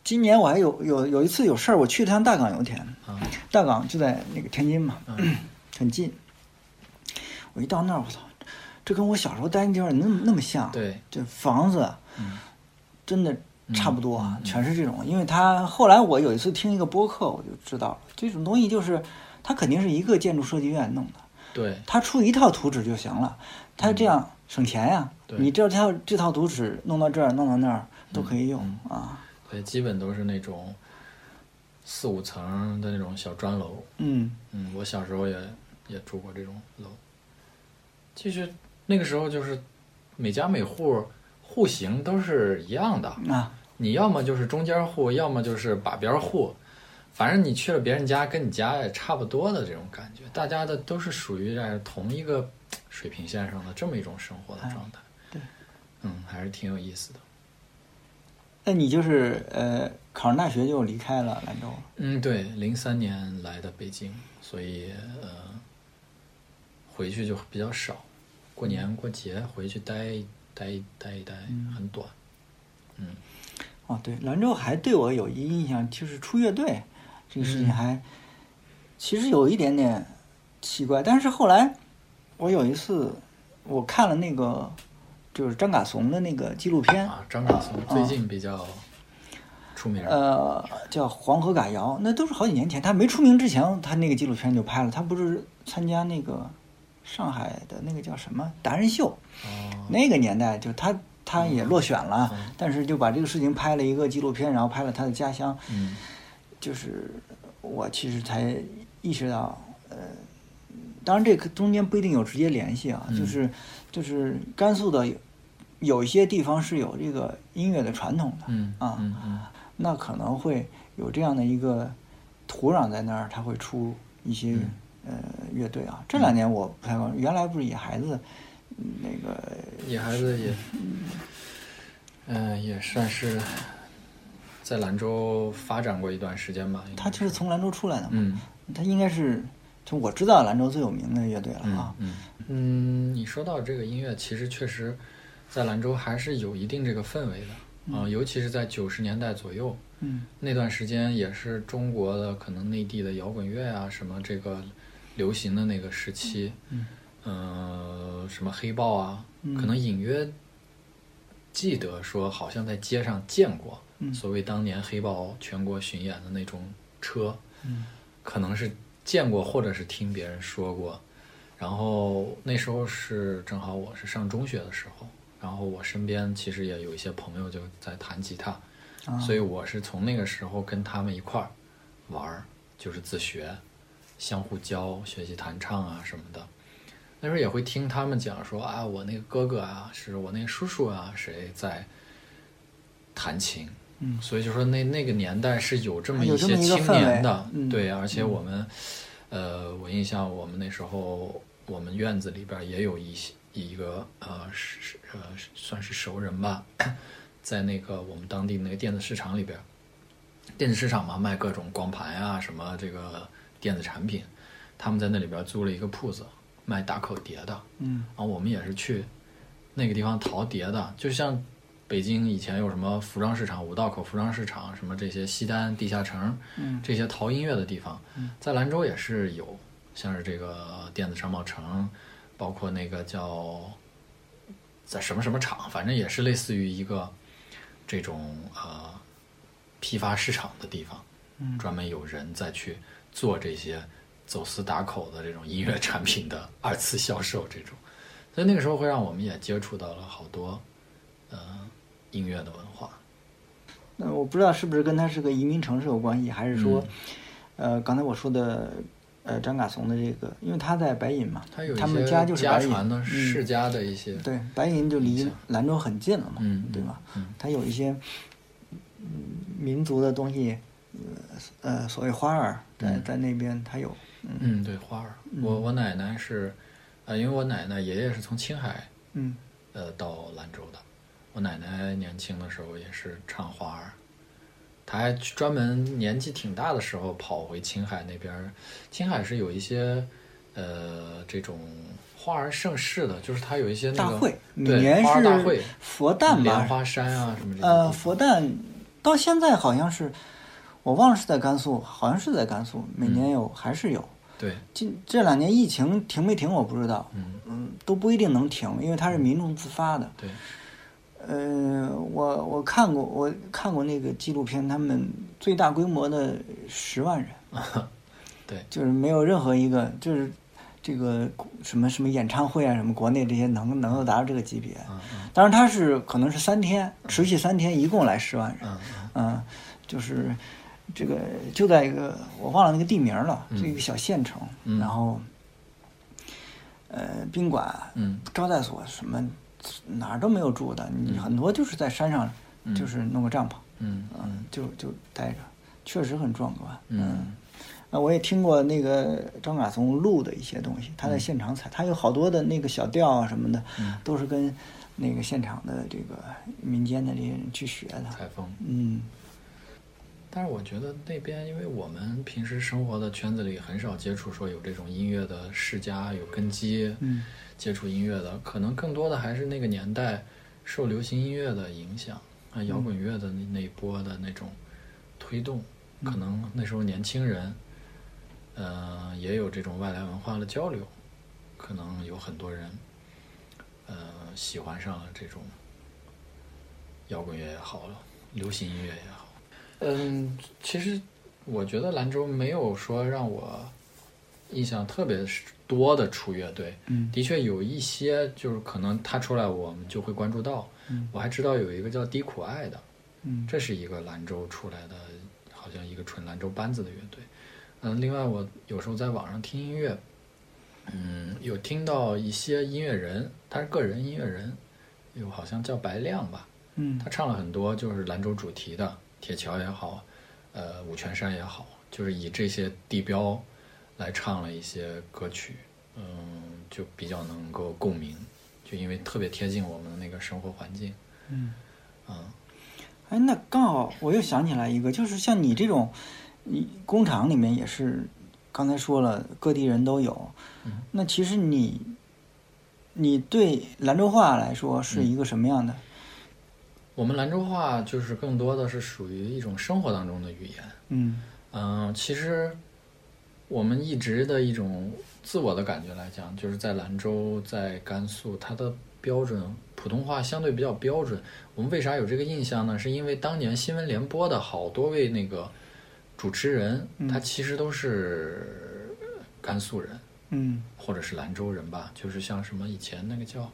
[SPEAKER 1] 今年我还有有有一次有事儿，我去了趟大港油田，
[SPEAKER 2] 啊
[SPEAKER 1] 大港就在那个天津嘛，
[SPEAKER 2] 嗯
[SPEAKER 1] 很近。我一到那儿，我操，这跟我小时候待那地方那么那么像，，
[SPEAKER 2] 对，
[SPEAKER 1] 这房子
[SPEAKER 2] 嗯
[SPEAKER 1] 真的差不多啊，
[SPEAKER 2] 嗯嗯嗯
[SPEAKER 1] 全是这种。因为他后来我有一次听一个播客，我就知道了，这种东西就是它肯定是一个建筑设计院弄的，
[SPEAKER 2] 对
[SPEAKER 1] 他出一套图纸就行了，他这样省钱呀、
[SPEAKER 2] 嗯对
[SPEAKER 1] 你这套这套图纸弄到这儿，弄到那儿都可以用、
[SPEAKER 2] 嗯
[SPEAKER 1] 啊。
[SPEAKER 2] 对，基本都是那种四五层的那种小砖楼。
[SPEAKER 1] 嗯
[SPEAKER 2] 嗯，我小时候也也住过这种楼。其实那个时候就是每家每户户型都是一样的，
[SPEAKER 1] 啊，
[SPEAKER 2] 你要么就是中间户，要么就是把边户，反正你去了别人家，跟你家也差不多的这种感觉，大家的都是属于在同一个水平线上的这么一种生活的状态。
[SPEAKER 1] 对，
[SPEAKER 2] 嗯，还是挺有意思的。
[SPEAKER 1] 那你就是呃考上大学就离开了兰州啊了。
[SPEAKER 2] 嗯，对，零三年来的北京，所以呃，回去就比较少，过年过节回去待一待一待一待，
[SPEAKER 1] 嗯
[SPEAKER 2] 很短。
[SPEAKER 1] 哦，对，兰州还对我有一印象，就是出乐队这个事情还，其实有一点点奇怪，但是后来我有一次我看了那个就是张嘎怂的那个纪录片，
[SPEAKER 2] 啊，张嘎松最近比较出名，
[SPEAKER 1] 哦呃，叫《黄河嘎谣》，那都是好几年前，他没出名之前，他那个纪录片就拍了。他不是参加那个上海的那个叫什么达人秀，
[SPEAKER 2] 哦，
[SPEAKER 1] 那个年代就他他也落选了，
[SPEAKER 2] 嗯
[SPEAKER 1] 但是就把这个事情拍了一个纪录片，然后拍了他的家乡，
[SPEAKER 2] 嗯
[SPEAKER 1] 就是我其实才意识到，呃，当然这个中间不一定有直接联系啊，
[SPEAKER 2] 嗯
[SPEAKER 1] 就是就是甘肃的有有一些地方是有这个音乐的传统的，
[SPEAKER 2] 嗯
[SPEAKER 1] 啊
[SPEAKER 2] 嗯嗯
[SPEAKER 1] 那可能会有这样的一个土壤在那儿，它会出一些、
[SPEAKER 2] 嗯
[SPEAKER 1] 呃乐队啊。这两年我不太关注，原来不是野孩子嗯那个
[SPEAKER 2] 野孩子也，嗯、也算是在兰州发展过一段时间吧。应该
[SPEAKER 1] 他就是从兰州出来的嘛，
[SPEAKER 2] 嗯
[SPEAKER 1] 他应该是就我知道兰州最有名的乐队了
[SPEAKER 2] 嗯
[SPEAKER 1] 啊，
[SPEAKER 2] 嗯嗯，你说到这个音乐，其实确实在兰州还是有一定这个氛围的啊、尤其是在九十年代左右
[SPEAKER 1] 嗯
[SPEAKER 2] 那段时间，也是中国的可能内地的摇滚乐啊什么这个流行的那个时期，
[SPEAKER 1] 嗯
[SPEAKER 2] 呃，什么黑豹啊，
[SPEAKER 1] 嗯
[SPEAKER 2] 可能隐约记得说好像在街上见过，
[SPEAKER 1] 嗯
[SPEAKER 2] 所谓当年黑豹全国巡演的那种车，
[SPEAKER 1] 嗯
[SPEAKER 2] 可能是见过或者是听别人说过。然后那时候是正好我是上中学的时候，然后我身边其实也有一些朋友就在弹吉他，
[SPEAKER 1] 啊，
[SPEAKER 2] 所以我是从那个时候跟他们一块儿玩儿，就是自学，相互教学习弹唱啊什么的。那时候也会听他们讲说啊，我那个哥哥啊，是我那个叔叔啊，谁在弹琴。
[SPEAKER 1] 嗯啊
[SPEAKER 2] 所以就说那那个年代是有这么
[SPEAKER 1] 有
[SPEAKER 2] 一
[SPEAKER 1] 这
[SPEAKER 2] 些
[SPEAKER 1] 么一个
[SPEAKER 2] 青
[SPEAKER 1] 氛围
[SPEAKER 2] 年的，
[SPEAKER 1] 嗯
[SPEAKER 2] 对，而且我们，呃，我印象我们那时候我们院子里边也有一些一个呃是是呃是算是熟人吧， 在那个我们当地那个电子市场里边，电子市场嘛卖各种光盘啊什么这个电子产品，他们在那里边租了一个铺子卖打口碟的，
[SPEAKER 1] 嗯
[SPEAKER 2] 然后啊我们也是去那个地方淘碟的，就像北京以前有什么服装市场、五道口服装市场，什么这些西单地下城
[SPEAKER 1] 嗯
[SPEAKER 2] 这些淘音乐的地方
[SPEAKER 1] 嗯，
[SPEAKER 2] 在兰州也是有，像是这个电子商贸城，包括那个叫在什么什么厂，反正也是类似于一个这种呃批发市场的地方，
[SPEAKER 1] 嗯
[SPEAKER 2] 专门有人在去做这些走私打口的这种音乐产品的二次销售这种，所以那个时候会让我们也接触到了好多呃音乐的文化。
[SPEAKER 1] 那我不知道是不是跟他是个移民城市有关系，还是
[SPEAKER 2] 嗯
[SPEAKER 1] 说，呃，刚才我说的，呃，张嘎怂的这个，因为他在白银嘛，
[SPEAKER 2] 它有一
[SPEAKER 1] 他们
[SPEAKER 2] 些
[SPEAKER 1] 家就是白银
[SPEAKER 2] 传的
[SPEAKER 1] 嗯
[SPEAKER 2] 世家的一些，
[SPEAKER 1] 对，白银就离兰州很近了嘛，
[SPEAKER 2] 嗯
[SPEAKER 1] 对吧？
[SPEAKER 2] 嗯
[SPEAKER 1] 它有一些嗯民族的东西，呃呃，所谓花儿在、
[SPEAKER 2] 嗯
[SPEAKER 1] 在那边它有，嗯
[SPEAKER 2] 嗯，对花儿。我我奶奶是，呃，因为我奶奶爷爷是从青海
[SPEAKER 1] 嗯
[SPEAKER 2] 呃到兰州的，我奶奶年轻的时候也是唱花儿，她还去专门年纪挺大的时候跑回青海那边儿，青海是有一些呃这种花儿盛世的，就是它有一些那
[SPEAKER 1] 大
[SPEAKER 2] 个
[SPEAKER 1] 会每
[SPEAKER 2] 对
[SPEAKER 1] 年
[SPEAKER 2] 花儿大
[SPEAKER 1] 是
[SPEAKER 2] 会，
[SPEAKER 1] 佛诞
[SPEAKER 2] 莲
[SPEAKER 1] 吧，
[SPEAKER 2] 花山啊什么这些地方，
[SPEAKER 1] 呃，佛诞到现在好像是我忘了是在甘肃，好像是在甘肃，每年有、还是有。
[SPEAKER 2] 对，
[SPEAKER 1] 近这两年疫情停没停我不知道，
[SPEAKER 2] 嗯
[SPEAKER 1] 嗯，都不一定能停，因为它是民众自发的。
[SPEAKER 2] 对，
[SPEAKER 1] 呃，我我看过，我看过那个纪录片，他们最大规模的十万人，
[SPEAKER 2] 对，
[SPEAKER 1] 就是没有任何一个就是这个什么什么演唱会啊，什么国内这些能能够达到这个级别。
[SPEAKER 2] 嗯嗯
[SPEAKER 1] 当然，它是可能是三天，持续三天，一共来十万人。
[SPEAKER 2] 嗯嗯
[SPEAKER 1] 嗯，就是这个就在一个我忘了那个地名了，
[SPEAKER 2] 嗯
[SPEAKER 1] 是一个小县城，
[SPEAKER 2] 嗯
[SPEAKER 1] 然后呃宾馆、
[SPEAKER 2] 嗯
[SPEAKER 1] 招待所什么哪儿都没有住的，你很多就是在山上，
[SPEAKER 2] 嗯
[SPEAKER 1] 就是弄个帐篷，
[SPEAKER 2] 嗯
[SPEAKER 1] 嗯，就就待着，确实很壮观，
[SPEAKER 2] 嗯
[SPEAKER 1] 啊，我也听过那个张嘎松录的一些东西，他在现场采，他有好多的那个小调啊什么的，
[SPEAKER 2] 嗯
[SPEAKER 1] 都是跟那个现场的这个民间的这些人去学的。
[SPEAKER 2] 采风。
[SPEAKER 1] 嗯
[SPEAKER 2] 但是我觉得那边，因为我们平时生活的圈子里很少接触说有这种音乐的世家、有根基，
[SPEAKER 1] 嗯
[SPEAKER 2] 接触音乐的，可能更多的还是那个年代受流行音乐的影响啊，摇滚乐的那那一波的那种推动，可能那时候年轻人，嗯、也有这种外来文化的交流，可能有很多人，呃，喜欢上了这种摇滚乐也好了，流行音乐也好。嗯，其实我觉得兰州没有说让我印象特别多的出乐队，
[SPEAKER 3] 嗯
[SPEAKER 2] 的确有一些就是可能他出来我们就会关注到。
[SPEAKER 3] 嗯
[SPEAKER 2] 我还知道有一个叫低苦爱的，
[SPEAKER 3] 嗯
[SPEAKER 2] 这是一个兰州出来的，好像一个纯兰州班子的乐队。嗯，另外我有时候在网上听音乐，嗯，有听到一些音乐人，他是个人音乐人，有好像叫白亮吧，
[SPEAKER 3] 嗯
[SPEAKER 2] 他唱了很多就是兰州主题的，铁桥也好，呃，五泉山也好，就是以这些地标来唱了一些歌曲，嗯，就比较能够共鸣，就因为特别贴近我们的那个生活环境，
[SPEAKER 3] 嗯。
[SPEAKER 2] 嗯
[SPEAKER 1] 哎，那刚好我又想起来一个，就是像你这种，你工厂里面也是，刚才说了，各地人都有。
[SPEAKER 2] 嗯
[SPEAKER 1] 那其实你，你对兰州话来说是一个什么样的？
[SPEAKER 2] 我们兰州话就是更多的是属于一种生活当中的语言。
[SPEAKER 1] 嗯
[SPEAKER 2] 嗯，其实我们一直的一种自我的感觉来讲，就是在兰州、在甘肃，它的标准普通话相对比较标准。我们为啥有这个印象呢？是因为当年新闻联播的好多位那个主持人，他其实都是甘肃人
[SPEAKER 1] 嗯
[SPEAKER 2] 或者是兰州人吧，就是像什么以前那个叫。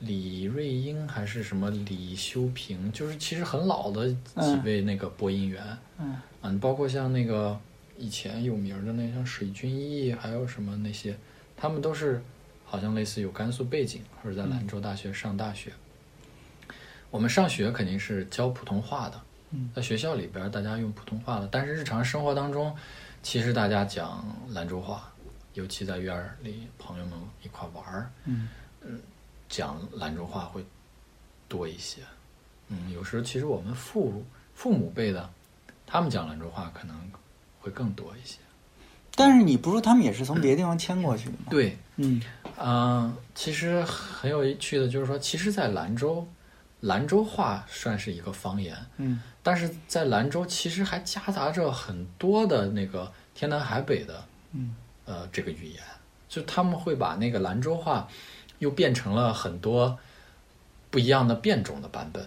[SPEAKER 2] 李瑞英还是什么李修平，就是其实很老的几
[SPEAKER 1] 嗯
[SPEAKER 2] 位那个播音员，
[SPEAKER 1] 嗯
[SPEAKER 2] 啊，你包括像那个以前有名儿的那像水均益，还有什么那些，他们都是好像类似有甘肃背景，或者在
[SPEAKER 1] 嗯
[SPEAKER 2] 兰州大学上大学。我们上学肯定是教普通话的，
[SPEAKER 1] 嗯
[SPEAKER 2] 在学校里边儿大家用普通话了，但是日常生活当中，其实大家讲兰州话，尤其在院儿里朋友们一块儿玩儿，
[SPEAKER 1] 嗯
[SPEAKER 2] 讲兰州话会多一些。嗯，有时候其实我们父父母辈的，他们讲兰州话可能会更多一些。
[SPEAKER 1] 但是你不是说他们也是从别的地方迁过去的吗？
[SPEAKER 2] 对，
[SPEAKER 1] 嗯
[SPEAKER 2] 嗯，其实很有趣的就是说，其实，在兰州，兰州话算是一个方言，
[SPEAKER 1] 嗯
[SPEAKER 2] 但是在兰州其实还夹杂着很多的那个天南海北的
[SPEAKER 1] 嗯
[SPEAKER 2] 呃这个语言，就他们会把那个兰州话又变成了很多不一样的变种的版本。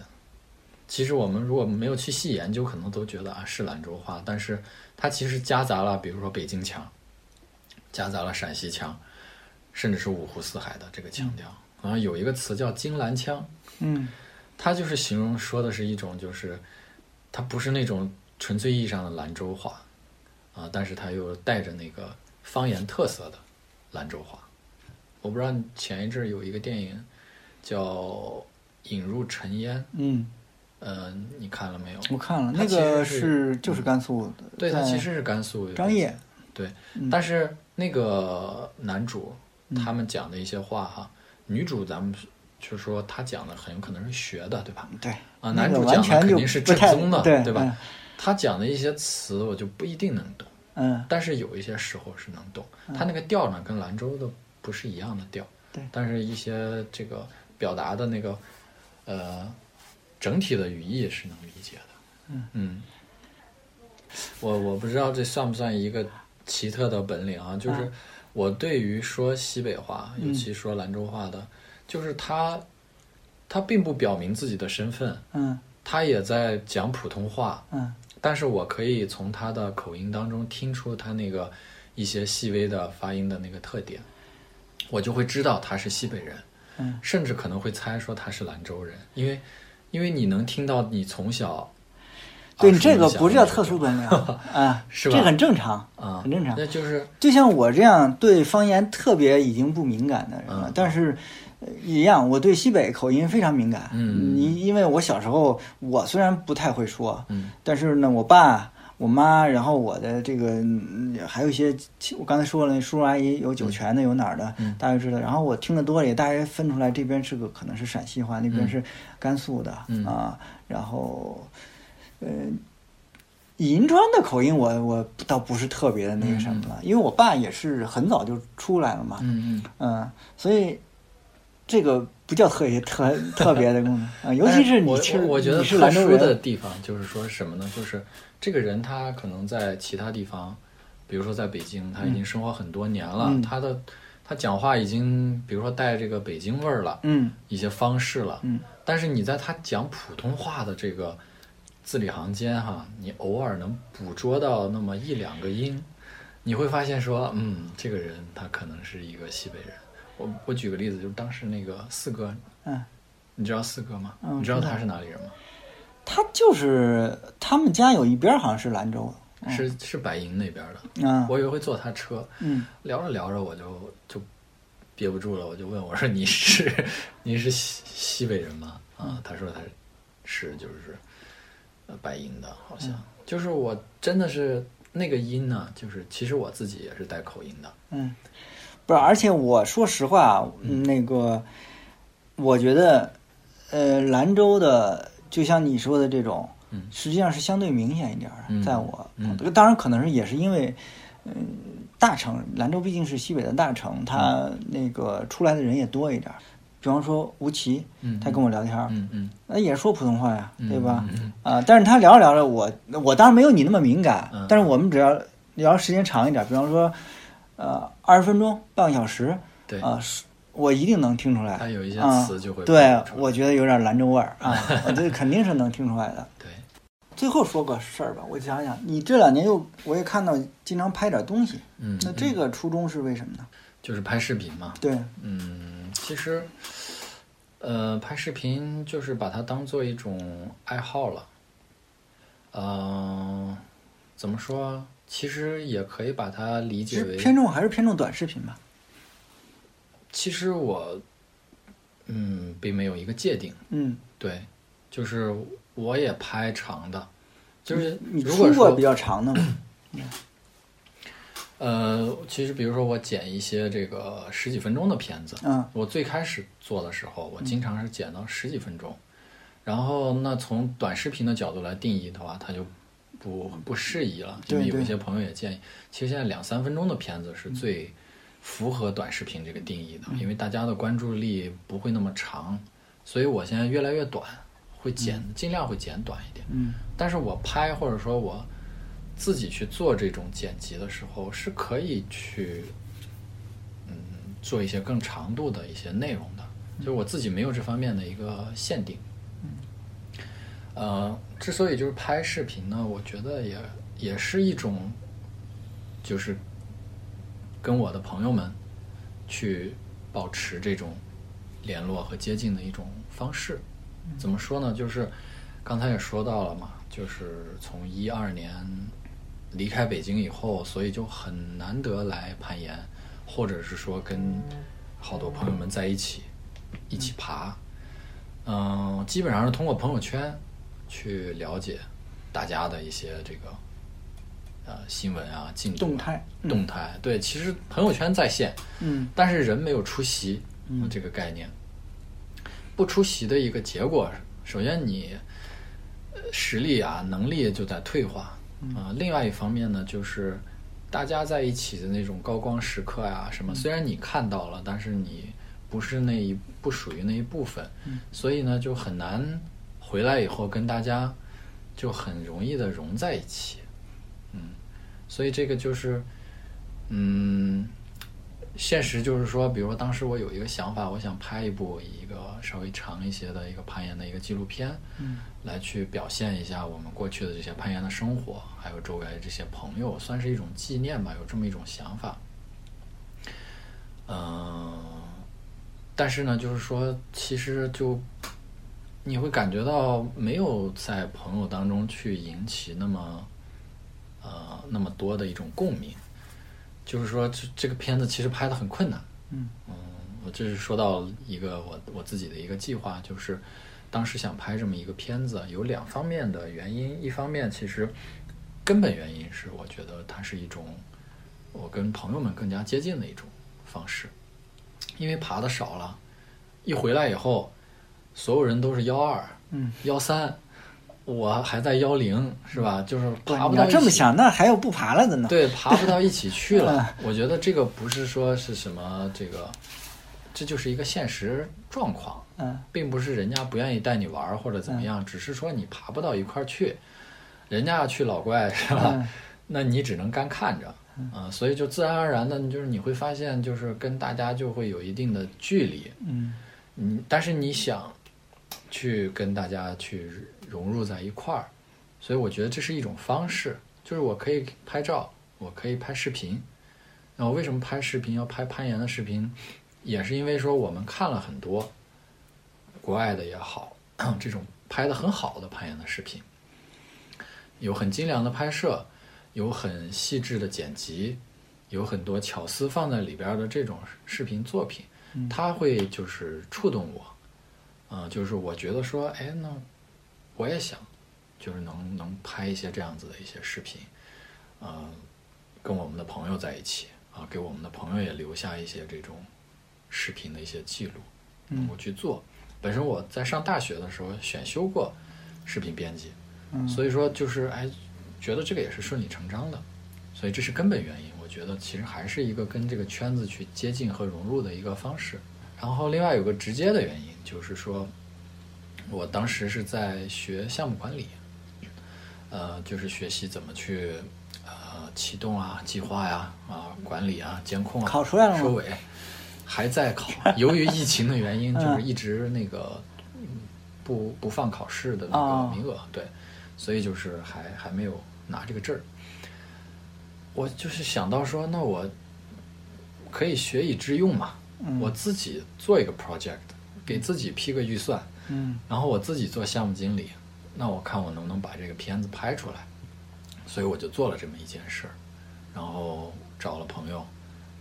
[SPEAKER 2] 其实我们如果没有去细研究，可能都觉得啊是兰州话，但是它其实夹杂了，比如说北京腔，夹杂了陕西腔，甚至是五湖四海的这个腔调。然后有一个词叫京兰腔，
[SPEAKER 1] 嗯
[SPEAKER 2] 它就是形容说的是一种，就是它不是那种纯粹意义上的兰州话啊，但是它又带着那个方言特色的兰州话。我不知道你前一阵儿有一个电影叫《引入尘烟》，
[SPEAKER 1] 嗯，
[SPEAKER 2] 呃，你看了没有？
[SPEAKER 1] 我看了
[SPEAKER 2] 它
[SPEAKER 1] 那
[SPEAKER 2] 其实
[SPEAKER 1] 个
[SPEAKER 2] 是
[SPEAKER 1] 是就是甘肃的，
[SPEAKER 2] 对，它
[SPEAKER 1] 在
[SPEAKER 2] 其实是甘肃的
[SPEAKER 1] 张掖，
[SPEAKER 2] 对，
[SPEAKER 1] 嗯
[SPEAKER 2] 但是那个男主他们讲的一些话哈，女主咱们就是说她讲的很有可能是学的，对吧？
[SPEAKER 1] 对
[SPEAKER 2] 啊，
[SPEAKER 1] 那
[SPEAKER 2] 男
[SPEAKER 1] 个
[SPEAKER 2] 主
[SPEAKER 1] 完
[SPEAKER 2] 讲的
[SPEAKER 1] 全
[SPEAKER 2] 肯
[SPEAKER 1] 就
[SPEAKER 2] 定是
[SPEAKER 1] 不
[SPEAKER 2] 正
[SPEAKER 1] 太
[SPEAKER 2] 宗的，
[SPEAKER 1] 对
[SPEAKER 2] 吧？？他讲的一些词我就不一定能懂，
[SPEAKER 1] 嗯嗯
[SPEAKER 2] 但是有一些时候是能懂。他那个调呢，跟兰州的不是一样的调，
[SPEAKER 1] 对
[SPEAKER 2] 但是一些这个表达的那个呃整体的语义是能理解的。
[SPEAKER 1] 嗯
[SPEAKER 2] 我我不知道这算不算一个奇特的本领啊？就是我对于说西北话，
[SPEAKER 1] 嗯
[SPEAKER 2] 尤其说兰州话的，就是他他并不表明自己的身份，
[SPEAKER 1] 嗯
[SPEAKER 2] 他也在讲普通话。
[SPEAKER 1] 嗯
[SPEAKER 2] 但是我可以从他的口音当中听出他那个一些细微的发音的那个特点，我就会知道他是西北人，
[SPEAKER 1] 嗯
[SPEAKER 2] 甚至可能会猜说他是兰州人，因为因为你能听到你从小啊
[SPEAKER 1] 对
[SPEAKER 2] 耳
[SPEAKER 1] 你
[SPEAKER 2] 熟
[SPEAKER 1] 这
[SPEAKER 2] 能
[SPEAKER 1] 个
[SPEAKER 2] 详
[SPEAKER 1] 不
[SPEAKER 2] 的
[SPEAKER 1] 叫
[SPEAKER 2] 那
[SPEAKER 1] 特
[SPEAKER 2] 种
[SPEAKER 1] 殊本领啊，
[SPEAKER 2] 是吧
[SPEAKER 1] 这很正常
[SPEAKER 2] 啊，
[SPEAKER 1] 很正常。
[SPEAKER 2] 那就是
[SPEAKER 1] 就像我这样对方言特别已经不敏感的人了，
[SPEAKER 2] 嗯
[SPEAKER 1] 但是呃一样，我对西北口音非常敏感。
[SPEAKER 2] 嗯
[SPEAKER 1] 你因为我小时候，我虽然不太会说，
[SPEAKER 2] 嗯
[SPEAKER 1] 但是呢，我爸、我妈，然后我的这个嗯还有一些亲，我刚才说了，叔叔阿姨有酒泉的，有哪儿的，
[SPEAKER 2] 嗯
[SPEAKER 1] 大约知道。然后我听得多了，也大约分出来这边是个可能是陕西话，那边
[SPEAKER 2] 嗯
[SPEAKER 1] 是甘肃的、
[SPEAKER 2] 嗯
[SPEAKER 1] 啊。然后，呃，银川的口音我，我倒不是特别的那个什么了，啊因为我爸也是很早就出来了嘛，
[SPEAKER 2] 嗯嗯，
[SPEAKER 1] 嗯所以这个不叫特别特特别的功 能啊、尤其是你
[SPEAKER 2] 哎我
[SPEAKER 1] 是
[SPEAKER 2] 我我觉得
[SPEAKER 1] 你是
[SPEAKER 2] 特
[SPEAKER 1] 兰州
[SPEAKER 2] 殊的
[SPEAKER 1] 人，
[SPEAKER 2] 地方就是说什么呢？就是这个人他可能在其他地方。比如说在北京，他已经生活很多年了，
[SPEAKER 1] 嗯
[SPEAKER 2] 他的他讲话已经，比如说带这个北京味儿了，
[SPEAKER 1] 嗯
[SPEAKER 2] 一些方式了，
[SPEAKER 1] 嗯
[SPEAKER 2] 但是你在他讲普通话的这个字里行间哈、你偶尔能捕捉到那么一两个音，你会发现说，嗯，这个人他可能是一个西北人。我我举个例子，就是当时那个四哥，
[SPEAKER 1] 嗯，
[SPEAKER 2] 你知道四哥吗？
[SPEAKER 1] 嗯
[SPEAKER 2] 你知道他是哪里人吗？
[SPEAKER 1] 他就是他们家有一边儿好像是兰州
[SPEAKER 2] 是是百营那边的。
[SPEAKER 1] 的，啊，
[SPEAKER 2] 我有一回坐他车，
[SPEAKER 1] 嗯
[SPEAKER 2] 聊着聊着我就就憋不住了，我就问我说：“你是 你是西西北人吗？”啊，他说他是就是呃白银的，好像、就是我真的是那个音呢，就是其实我自己也是带口音的，
[SPEAKER 1] 嗯，不是，而且我说实话，啊
[SPEAKER 2] 嗯
[SPEAKER 1] 那个我觉得，呃，兰州的就像你说的这种
[SPEAKER 2] 嗯，
[SPEAKER 1] 实际上是相对明显一点儿
[SPEAKER 2] 嗯
[SPEAKER 1] 的，在我
[SPEAKER 2] 嗯
[SPEAKER 1] 当然可能是也是因为，嗯，大城兰州毕竟是西北的大
[SPEAKER 2] 嗯
[SPEAKER 1] 城，它那个出来的人也多一点儿。比方说吴奇
[SPEAKER 2] 嗯，
[SPEAKER 1] 他跟我聊天儿，
[SPEAKER 2] 嗯嗯
[SPEAKER 1] 那也说普通话呀，
[SPEAKER 2] 嗯
[SPEAKER 1] 对吧
[SPEAKER 2] 嗯嗯？
[SPEAKER 1] 啊，但是他聊着聊着，我我当然没有你那么敏感
[SPEAKER 2] 嗯，
[SPEAKER 1] 但是我们只要聊时间长一点，比方说，呃，二十分钟、半个小时，
[SPEAKER 2] 对
[SPEAKER 1] 啊，是我一定能听出来。
[SPEAKER 2] 他有一些
[SPEAKER 1] 啊
[SPEAKER 2] 词就会
[SPEAKER 1] 对
[SPEAKER 2] 蹦出，来
[SPEAKER 1] 我觉得有点兰州味儿 啊，我这肯定是能听出来的。
[SPEAKER 2] 对，
[SPEAKER 1] 最后说个事儿吧，我想想，你这两年又我也看到经常拍点东西，
[SPEAKER 2] 嗯，
[SPEAKER 1] 那这个初衷是为什么呢？
[SPEAKER 2] 就是拍视频嘛，
[SPEAKER 1] 对，
[SPEAKER 2] 嗯，其实呃，拍视频就是把它当做一种爱好了，嗯、怎么说？其实也可以把它理
[SPEAKER 1] 其
[SPEAKER 2] 解
[SPEAKER 1] 实
[SPEAKER 2] 为
[SPEAKER 1] 偏重还是偏重短视频吧。
[SPEAKER 2] 其实我，嗯，并没有一个界定，
[SPEAKER 1] 嗯，
[SPEAKER 2] 对，就是我也拍长的，就是
[SPEAKER 1] 你
[SPEAKER 2] 如
[SPEAKER 1] 出
[SPEAKER 2] 果
[SPEAKER 1] 过比
[SPEAKER 2] 说，
[SPEAKER 1] 较长的吗？
[SPEAKER 2] 呃，其实比如说我剪一些这个十几分钟的片子，
[SPEAKER 1] 嗯
[SPEAKER 2] 我最开始做的时候，我经常是剪到十几分钟，然后那从短视频的角度来定义的话，它就不不适宜了，因
[SPEAKER 1] 对
[SPEAKER 2] 为有
[SPEAKER 1] 对
[SPEAKER 2] 一些朋友也建议，其实现在两三分钟的片子是最
[SPEAKER 1] 嗯
[SPEAKER 2] 符合短视频这个定义的，因为大家的关注力不会那么长，所以我现在越来越短，会剪尽量会剪短一点，
[SPEAKER 1] 嗯
[SPEAKER 2] 但是我拍或者说我自己去做这种剪辑的时候，是可以去嗯做一些更长度的一些内容的，就是我自己没有这方面的一个限定。呃，之所以就是拍视频呢，我觉得也也是一种，就是跟我的朋友们去保持这种联络和接近的一种方式。
[SPEAKER 1] 嗯
[SPEAKER 2] 怎么说呢？就是刚才也说到了嘛，就是从一二年离开北京以后，所以就很难得来攀岩，或者是说跟
[SPEAKER 1] 嗯
[SPEAKER 2] 好多朋友们在一起一起爬。嗯、基本上是通过朋友圈去了解大家的一些这个呃新闻啊、进度啊
[SPEAKER 1] 动态嗯
[SPEAKER 2] 动态。对，其实朋友圈在线，
[SPEAKER 1] 嗯
[SPEAKER 2] 但是人没有出席，这个概念。不出席的一个结果，首先你呃实力啊、能力就在退化啊、另外一方面呢，就是大家在一起的那种高光时刻呀、什么，虽然你看到了，但是你不是那一不属于那一部分，所以呢就很难回来以后跟大家就很容易的融在一起。嗯所以这个就是，嗯，现实就是说，比如说当时我有一个想法，我想拍一部一个稍微长一些的一个攀岩的一个纪录片，
[SPEAKER 1] 嗯，
[SPEAKER 2] 来去表现一下我们过去的这些攀岩的生活，还有周围这些朋友，算是一种纪念吧，有这么一种想法。嗯、但是呢，就是说，其实就你会感觉到没有在朋友当中去引起那么呃那么多的一种共鸣，就是说这这个片子其实拍的很困难。
[SPEAKER 1] 嗯
[SPEAKER 2] 我这是说到一个我我自己的一个计划，就是当时想拍这么一个片子，有两方面的原因，一方面其实根本原因是我觉得它是一种我跟朋友们更加接近的一种方式，因为爬的少了，一回来以后，所有人都是幺二、
[SPEAKER 1] 嗯，
[SPEAKER 2] 幺三，我还在幺零，是吧？就是
[SPEAKER 1] 对
[SPEAKER 2] 爬不
[SPEAKER 1] 你
[SPEAKER 2] 到
[SPEAKER 1] 要
[SPEAKER 2] 一
[SPEAKER 1] 这么
[SPEAKER 2] 起
[SPEAKER 1] 想，那还有不爬了的呢。
[SPEAKER 2] 对，爬不到一起去了。我觉得这个不是说是什么这个，这就是一个现实状况，
[SPEAKER 1] 嗯
[SPEAKER 2] 并不是人家不愿意带你玩儿或者怎么样，只是说你爬不到一块儿去，人家要去老怪是吧？ 那你只能干看着啊、所以就自然而然的，就是你会发现，就是跟大家就会有一定的距离，
[SPEAKER 1] 嗯
[SPEAKER 2] 嗯，但是你想去跟大家去融入在一块儿，所以我觉得这是一种方式，就是我可以拍照，我可以拍视频。那我为什么拍视频要拍攀岩的视频，也是因为说我们看了很多国外的也好，这种拍的很好的攀岩的视频，有很精良的拍摄，有很细致的剪辑，有很多巧思放在里边儿的这种视频作品。他会就是触动我，啊、就是我觉得说，哎，那我也想，就是能能拍一些这样子的一些视频，啊、跟我们的朋友在一起啊，给我们的朋友也留下一些这种视频的一些记录，
[SPEAKER 1] 嗯
[SPEAKER 2] 能够去做。本身我在上大学的时候选修过视频编辑，
[SPEAKER 1] 嗯
[SPEAKER 2] 所以说就是哎，觉得这个也是顺理成章的，所以这是根本原因。我觉得其实还是一个跟这个圈子去接近和融入的一个方式。然后另外有个直接的原因就是说，我当时是在学项目管理，呃，就是学习怎么去呃启动啊、计划呀、啊、管理啊、监控啊、
[SPEAKER 1] 考出来了吗
[SPEAKER 2] 收尾还在考，由于疫情的原因，就是一直那个嗯不不放考试的那
[SPEAKER 1] 哦
[SPEAKER 2] 个名额，对，所以就是还还没有拿这个证儿。我就是想到说，那我可以学以致用嘛，我自己做一个 project，给自己批个预算，
[SPEAKER 1] 嗯
[SPEAKER 2] 然后我自己做项目经理，那我看我能不能把这个片子拍出来，所以我就做了这么一件事儿，然后找了朋友，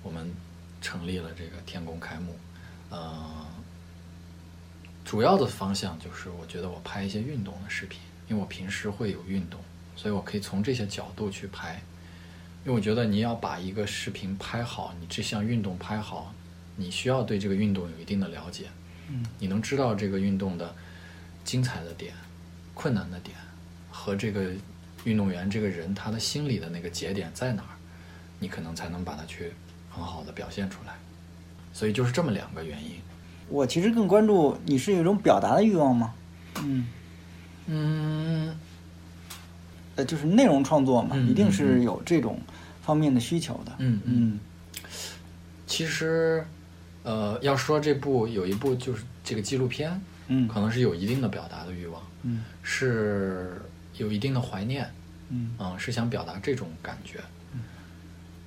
[SPEAKER 2] 我们成立了这个天宫开幕，呃，主要的方向就是我觉得我拍一些运动的视频，因为我平时会有运动，所以我可以从这些角度去拍，因为我觉得你要把一个视频拍好，你这项运动拍好，你需要对这个运动有一定的了解，你能知道这个运动的精彩的点、困难的点和这个运动员这个人他的心里的那个节点在哪儿，你可能才能把它去很好的表现出来。所以就是这么两个原因。
[SPEAKER 1] 我其实更关注你是有一种表达的欲望吗？嗯，
[SPEAKER 2] 嗯，
[SPEAKER 1] 呃，就是内容创作嘛，
[SPEAKER 2] 嗯
[SPEAKER 1] 一定是有这种方面的需求的。
[SPEAKER 2] 嗯
[SPEAKER 1] 嗯
[SPEAKER 2] 其实呃，要说这部有一部就是这个纪录片，
[SPEAKER 1] 嗯
[SPEAKER 2] 可能是有一定的表达的欲望，
[SPEAKER 1] 嗯
[SPEAKER 2] 是有一定的怀念，
[SPEAKER 1] 嗯
[SPEAKER 2] 嗯，是想表达这种感觉，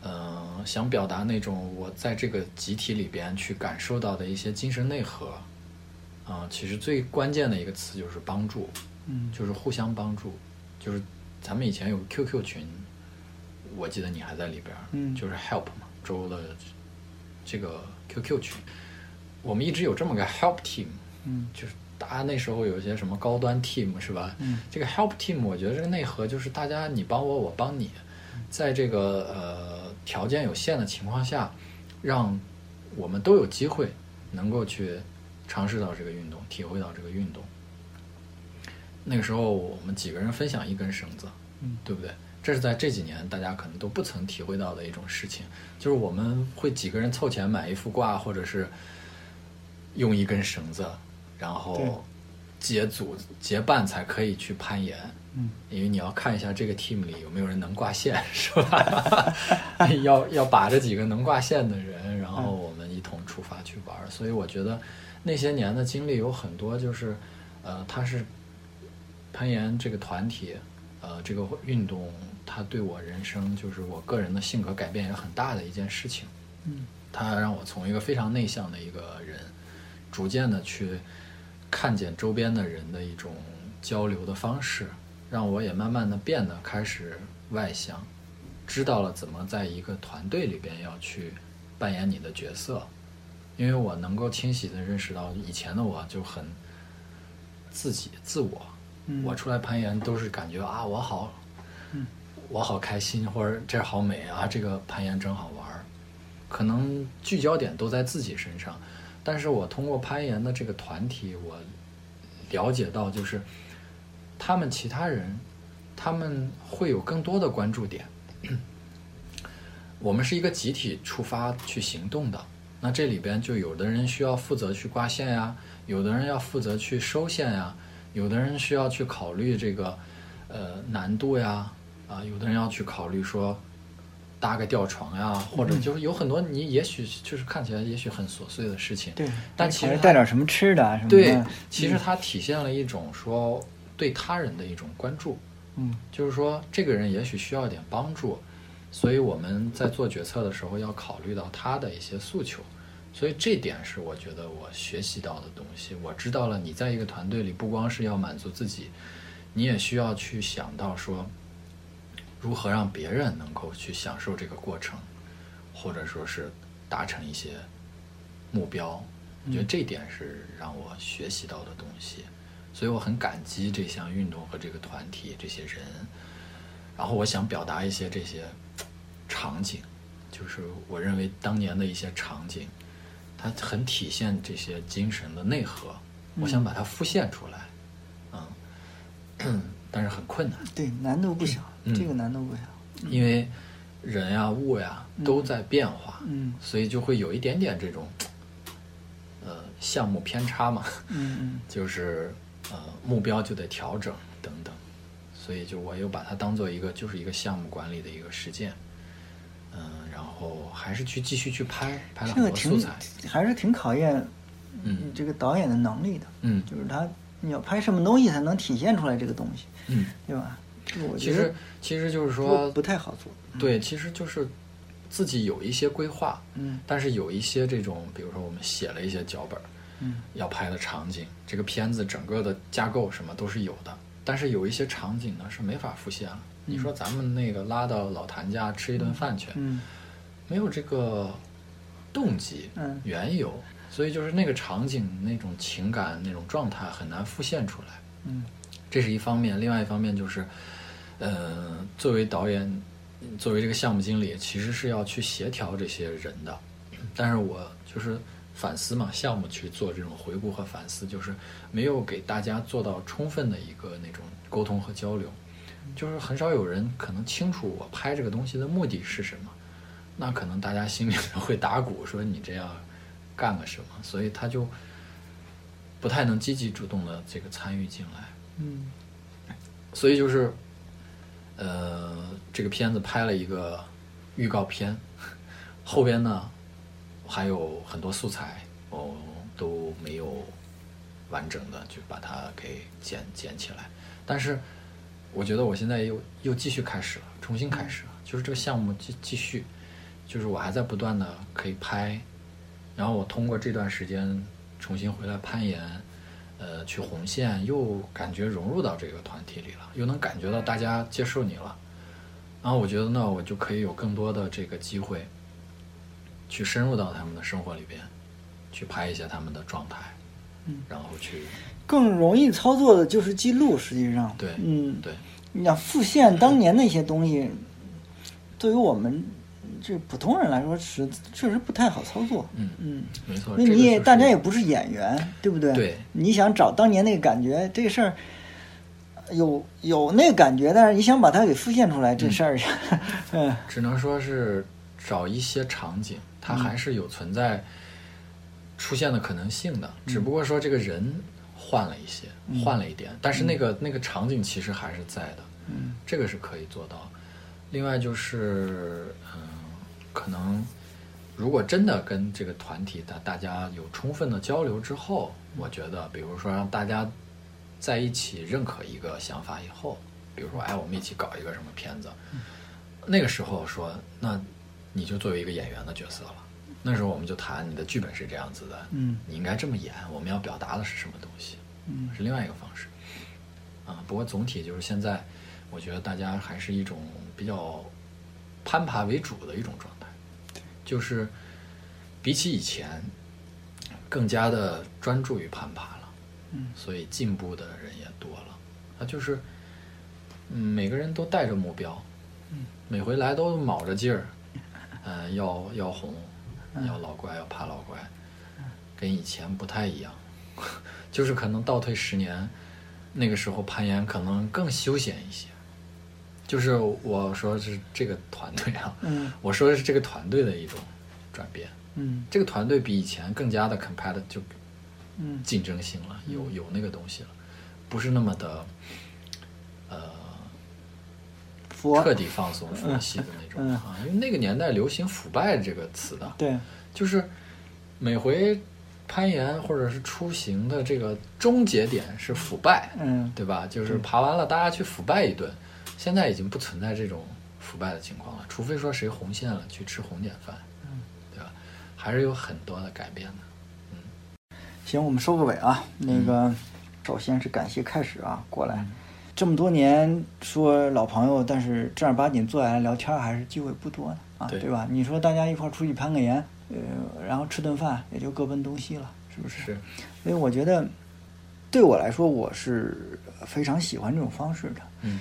[SPEAKER 2] 嗯、想表达那种我在这个集体里边去感受到的一些精神内核，啊、其实最关键的一个词就是帮助，
[SPEAKER 1] 嗯
[SPEAKER 2] 就是互相帮助，就是咱们以前有 QQ 群，我记得你还在里边儿，
[SPEAKER 1] 嗯
[SPEAKER 2] 就是 Help 嘛，周的这个 QQ 群，我们一直有这么个 Help Team，
[SPEAKER 1] 嗯
[SPEAKER 2] 就是大家那时候有一些什么高端 team 是吧？
[SPEAKER 1] 嗯
[SPEAKER 2] 这个 help team 我觉得这个内核就是大家你帮我我帮你，在这个呃条件有限的情况下，让我们都有机会能够去尝试到这个运动，体会到这个运动。那个时候我们几个人分享一根绳子，
[SPEAKER 1] 嗯
[SPEAKER 2] 对不对？这是在这几年大家可能都不曾体会到的一种事情，就是我们会几个人凑钱买一副挂，或者是用一根绳子，然
[SPEAKER 1] 对
[SPEAKER 2] 后结组结伴才可以去攀岩。
[SPEAKER 1] 嗯，
[SPEAKER 2] 因为你要看一下这个 team 里有没有人能挂线， 是吧？ 要要把这几个能挂线的人，然
[SPEAKER 1] 嗯
[SPEAKER 2] 后我们一同出发去玩儿。所以我觉得那些年的经历有很多，就是呃，它是攀岩这个团体，呃，这个运动，它对我人生就是我个人的性格改变也很大的一件事情。
[SPEAKER 1] 嗯，
[SPEAKER 2] 它让我从一个非常内向的一个人，逐渐的去看见周边的人的一种交流的方式，让我也慢慢的变得开始外向，知道了怎么在一个团队里边要去扮演你的角色，因为我能够清晰的认识到以前的我就很自己自我，
[SPEAKER 1] 嗯
[SPEAKER 2] 我出来攀岩都是感觉啊我好，
[SPEAKER 1] 嗯
[SPEAKER 2] 我好开心，或者这儿好美啊，这个攀岩真好玩儿，可能聚焦点都在自己身上，但是我通过攀岩的这个团体，我了解到就是他们其他人，他们会有更多的关注点。我们是一个集体出发去行动的，那这里边就有的人需要负责去挂线呀、有的人要负责去收线呀、有的人需要去考虑这个呃难度呀，啊、有的人要去考虑说搭个吊床呀、或者就是有很多你也许就是看起来也许很琐碎的事情，
[SPEAKER 1] 对，
[SPEAKER 2] 但其实
[SPEAKER 3] 带
[SPEAKER 2] 它
[SPEAKER 3] 点什么吃的啊什么的。
[SPEAKER 2] 对，其实它体现了一种说对他人的一种关注，
[SPEAKER 3] 嗯，
[SPEAKER 2] 就是说这个人也许需要一点帮助，所以我们在做决策的时候要考虑到他的一些诉求，所以这点是我觉得我学习到的东西。我知道了，你在一个团队里不光是要满足自己，你也需要去想到说，如何让别人能够去享受这个过程，或者说是达成一些目标。我觉得这点是让我学习到的东西，所以我很感激这项运动和这个团体这些人。然后我想表达一些这些场景，就是我认为当年的一些场景，它很体现这些精神的内核。我想把它复现出来，嗯， 但是很困难。
[SPEAKER 1] 对，难度不小，
[SPEAKER 2] 嗯
[SPEAKER 1] 这个难度不小。
[SPEAKER 2] 因为人呀、物呀都在变化，
[SPEAKER 1] 嗯
[SPEAKER 2] 所以就会有一点点这种，呃，项目偏差嘛，
[SPEAKER 1] 嗯嗯，
[SPEAKER 2] 就是呃目标就得调整等等，所以就我又把它当做一个就是一个项目管理的一个实践，嗯、然后还是去继续去拍，拍了
[SPEAKER 1] 这
[SPEAKER 2] 很
[SPEAKER 1] 个
[SPEAKER 2] 多素
[SPEAKER 1] 挺
[SPEAKER 2] 材，
[SPEAKER 1] 还是挺考验
[SPEAKER 2] 嗯
[SPEAKER 1] 这个导演的能力的，
[SPEAKER 2] 嗯
[SPEAKER 1] 就是他你要拍什么东西才能体现出来这个东西，
[SPEAKER 2] 嗯，
[SPEAKER 1] 对吧？这个我
[SPEAKER 2] 其
[SPEAKER 1] 觉
[SPEAKER 2] 实
[SPEAKER 1] 得
[SPEAKER 2] 其实就是
[SPEAKER 1] 不
[SPEAKER 2] 说
[SPEAKER 1] 不太好做。
[SPEAKER 2] 对，其实就是自己有一些规划，
[SPEAKER 1] 嗯
[SPEAKER 2] 但是有一些这种，比如说我们写了一些脚本，
[SPEAKER 1] 嗯，
[SPEAKER 2] 要拍的场景，这个片子整个的架构什么都是有的，但是有一些场景呢是没法复现了。你说咱们那个拉到老谭家吃一顿饭去，
[SPEAKER 1] 嗯
[SPEAKER 2] 没有这个动机、
[SPEAKER 1] 嗯
[SPEAKER 2] 缘由，所以就是那个场景那种情感那种状态很难复现出来。
[SPEAKER 1] 嗯
[SPEAKER 2] 这是一方面，另外一方面就是，呃，作为导演，作为这个项目经理，其实是要去协调这些人的。但是我就是反思嘛，项目去做这种回顾和反思，就是没有给大家做到充分的一个那种沟通和交流，就是很少有人可能清楚我拍这个东西的目的是什么。那可能大家心里都会打鼓，说你这样干个什么，所以他就不太能积极主动的这个参与进来。
[SPEAKER 1] 嗯
[SPEAKER 2] 所以就是，呃，这个片子拍了一个预告片， 后边呢还有很多素材，我都没有完整的就把它给剪剪起来。但是我觉得我现在又又继续开始了，重新开始了，就是这个项目继继续，就是我还在不断的可以拍，然后我通过这段时间重新回来攀岩，呃，去红线，又感觉融入到这个团体里了，又能感觉到大家接受你了，然后我觉得呢，我就可以有更多的这个机会，去深入到他们的生活里边，去拍一些他们的状态，
[SPEAKER 1] 嗯，
[SPEAKER 2] 然后去
[SPEAKER 1] 更容易操作的就是记录，实际上，
[SPEAKER 2] 对
[SPEAKER 1] 嗯，
[SPEAKER 2] 对，
[SPEAKER 1] 你想复现当年那些东西，对于我们这普通人来说是确实不太好操作，
[SPEAKER 2] 嗯
[SPEAKER 1] 嗯，
[SPEAKER 2] 没错，
[SPEAKER 1] 因
[SPEAKER 2] 这
[SPEAKER 1] 为
[SPEAKER 2] 个
[SPEAKER 1] 你也、
[SPEAKER 2] 就是
[SPEAKER 1] 大家也不是演员，对不对？
[SPEAKER 2] 对
[SPEAKER 1] 你想找当年那个感觉，这个事儿有有那个感觉，但是你想把它给复现出来，这事儿， 嗯
[SPEAKER 2] 只能说是找一些场景，它还是有存在出现的可能性的，只不过说这个人换了一些，换了一点，但是那个、那个场景其实还是在的，
[SPEAKER 1] 嗯
[SPEAKER 2] 这个是可以做到。另外就是，嗯、可能如果真的跟这个团体的大家有充分的交流之后，我觉得，比如说让大家在一起认可一个想法以后，比如说，哎，我们一起搞一个什么片子，那个时候说，那你就作为一个演员的角色了。那时候我们就谈你的剧本是这样子的，
[SPEAKER 1] 嗯
[SPEAKER 2] 你应该这么演，我们要表达的是什么东西，
[SPEAKER 1] 嗯
[SPEAKER 2] 是另外一个方式。啊，不过总体就是现在，我觉得大家还是一种比较攀爬为主的一种状态，就是比起以前更加的专注于攀爬了，
[SPEAKER 1] 嗯
[SPEAKER 2] 所以进步的人也多了。啊，就是嗯，每个人都带着目标，每回来都卯着劲儿，嗯、要要红，要老乖，要爬老乖，跟以前不太一样， 就是可能倒退十年，那个时候攀岩可能更休闲一些，就是我说是这个团队啊，
[SPEAKER 1] 嗯
[SPEAKER 2] 我说的是这个团队的一种转变，
[SPEAKER 1] 嗯
[SPEAKER 2] 这个团队比以前更加的 competitive，就
[SPEAKER 1] 嗯
[SPEAKER 2] 竞争性了，有有那个东西了，不是那么的，呃，
[SPEAKER 1] 佛，
[SPEAKER 2] 彻底放松佛系的那种
[SPEAKER 1] 嗯
[SPEAKER 2] 啊，因为那个年代流行“腐败”这个词的，
[SPEAKER 1] 对，
[SPEAKER 2] 就是每回攀岩或者是出行的这个终结点是腐败，
[SPEAKER 1] 嗯，
[SPEAKER 2] 对吧？就是爬完了，大家去腐败一顿。现在已经不存在这种腐败的情况了，除非说谁红线了去吃红点饭，
[SPEAKER 1] 嗯
[SPEAKER 2] 对吧？还是有很多的改变的。
[SPEAKER 1] 行，我们收个尾啊。那个，首先是感谢开始啊过来，这么多年说老朋友，但是正儿八经坐下来聊天儿还是机会不多的啊，
[SPEAKER 2] 对
[SPEAKER 1] 对吧？你说大家一块儿出去攀个岩，呃，然后吃顿饭，也就各奔东西了，是不是？
[SPEAKER 2] 是，
[SPEAKER 1] 所以我觉得，对我来说，我是非常喜欢这种方式的。
[SPEAKER 2] 嗯，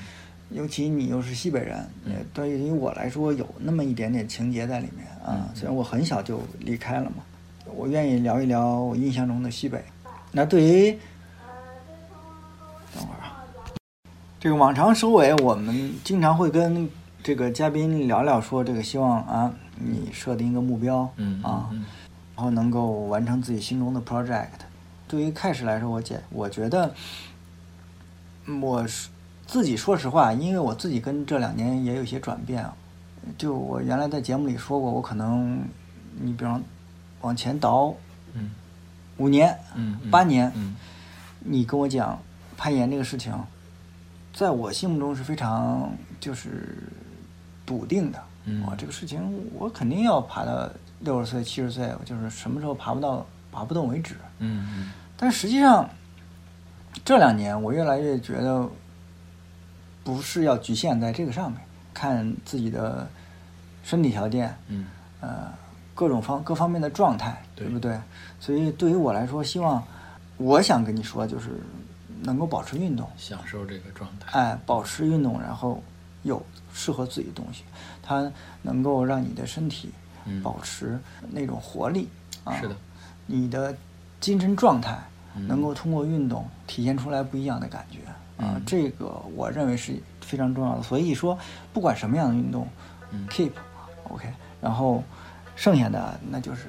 [SPEAKER 1] 尤其你又是西北人，呃对于我来说有那么一点点情节在里面啊。
[SPEAKER 2] 嗯
[SPEAKER 1] 虽然我很小就离开了嘛，我愿意聊一聊我印象中的西北。那对于，等会儿啊，这个往常收尾，我们经常会跟这个嘉宾聊聊，说这个希望啊，你设定一个目标，
[SPEAKER 2] 嗯
[SPEAKER 1] 啊，
[SPEAKER 2] 嗯
[SPEAKER 1] 然后能够完成自己心中的 project。对于开始来说，我姐，我觉得嗯我是自己说实话，因为我自己跟这两年也有一些转变啊。就我原来在节目里说过，我可能你比方往前倒
[SPEAKER 2] 嗯
[SPEAKER 1] 五年、
[SPEAKER 2] 嗯，嗯
[SPEAKER 1] 八年，
[SPEAKER 2] 嗯
[SPEAKER 1] 你跟我讲攀岩这个事情，在我心目中是非常就是笃定的。
[SPEAKER 2] 嗯
[SPEAKER 1] 我这个事情我肯定要爬到六十岁、七十岁，我就是什么时候爬不到、爬不动为止。
[SPEAKER 2] 嗯嗯
[SPEAKER 1] 但实际上，这两年我越来越觉得，不是要局限在这个上面，看自己的身体条件，
[SPEAKER 2] 嗯
[SPEAKER 1] 呃，各种方各方面的状态，
[SPEAKER 2] 对
[SPEAKER 1] 对不对？所以对于我来说，希望我想跟你说，就是能够保持运动，
[SPEAKER 2] 享受这个状态。
[SPEAKER 1] 哎，保持运动，然后有适合自己的东西，它能够让你的身体
[SPEAKER 2] 嗯
[SPEAKER 1] 保持那种活力、啊。
[SPEAKER 2] 是的，
[SPEAKER 1] 你的精神状态
[SPEAKER 2] 嗯
[SPEAKER 1] 能够通过运动体现出来不一样的感觉啊、
[SPEAKER 2] 嗯
[SPEAKER 1] 这个我认为是非常重要的。所以说，不管什么样的运动、
[SPEAKER 2] 嗯
[SPEAKER 1] k e e p OK，然后剩下的那就是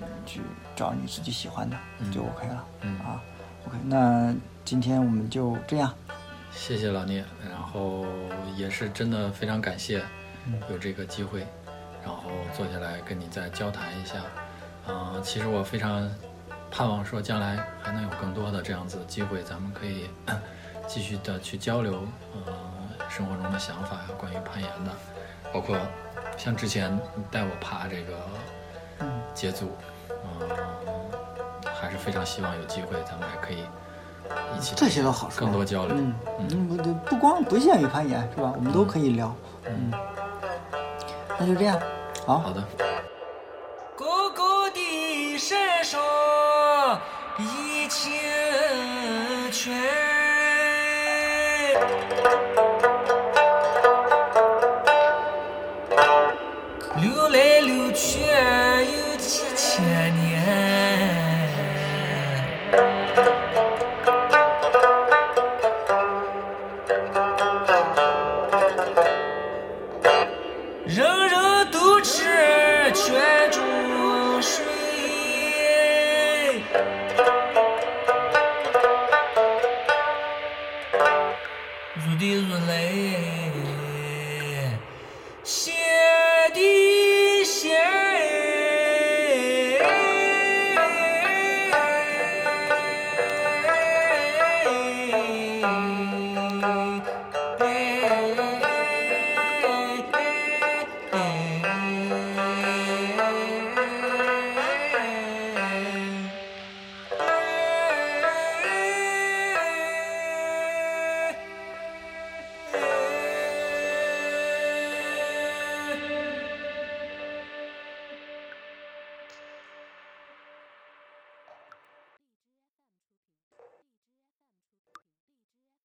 [SPEAKER 1] 嗯去找你自己喜欢的、
[SPEAKER 2] 嗯
[SPEAKER 1] 就 OK 了、
[SPEAKER 2] 嗯
[SPEAKER 1] 啊。OK，那今天我们就这样。
[SPEAKER 2] 谢谢老聂，然后也是真的非常感谢
[SPEAKER 1] 嗯
[SPEAKER 2] 有这个机会，然后坐下来跟你再交谈一下。嗯、其实我非常盼望说将来还能有更多的这样子的机会，咱们可以 继续的去交流，呃，生活中的想法呀，关于攀岩的，包括像之前你带我爬这个
[SPEAKER 1] 嗯
[SPEAKER 2] 节组，嗯、还是非常希望有机会咱们还可以一起
[SPEAKER 1] 这些都好说
[SPEAKER 2] 更多交流。
[SPEAKER 1] 嗯，嗯不不光不限于攀岩是吧？我们都可以聊。嗯，那就这样，好
[SPEAKER 2] 好的。
[SPEAKER 4] 高高的山上一清泉，流来流去有几千年。人人都吃泉州水，如的如来。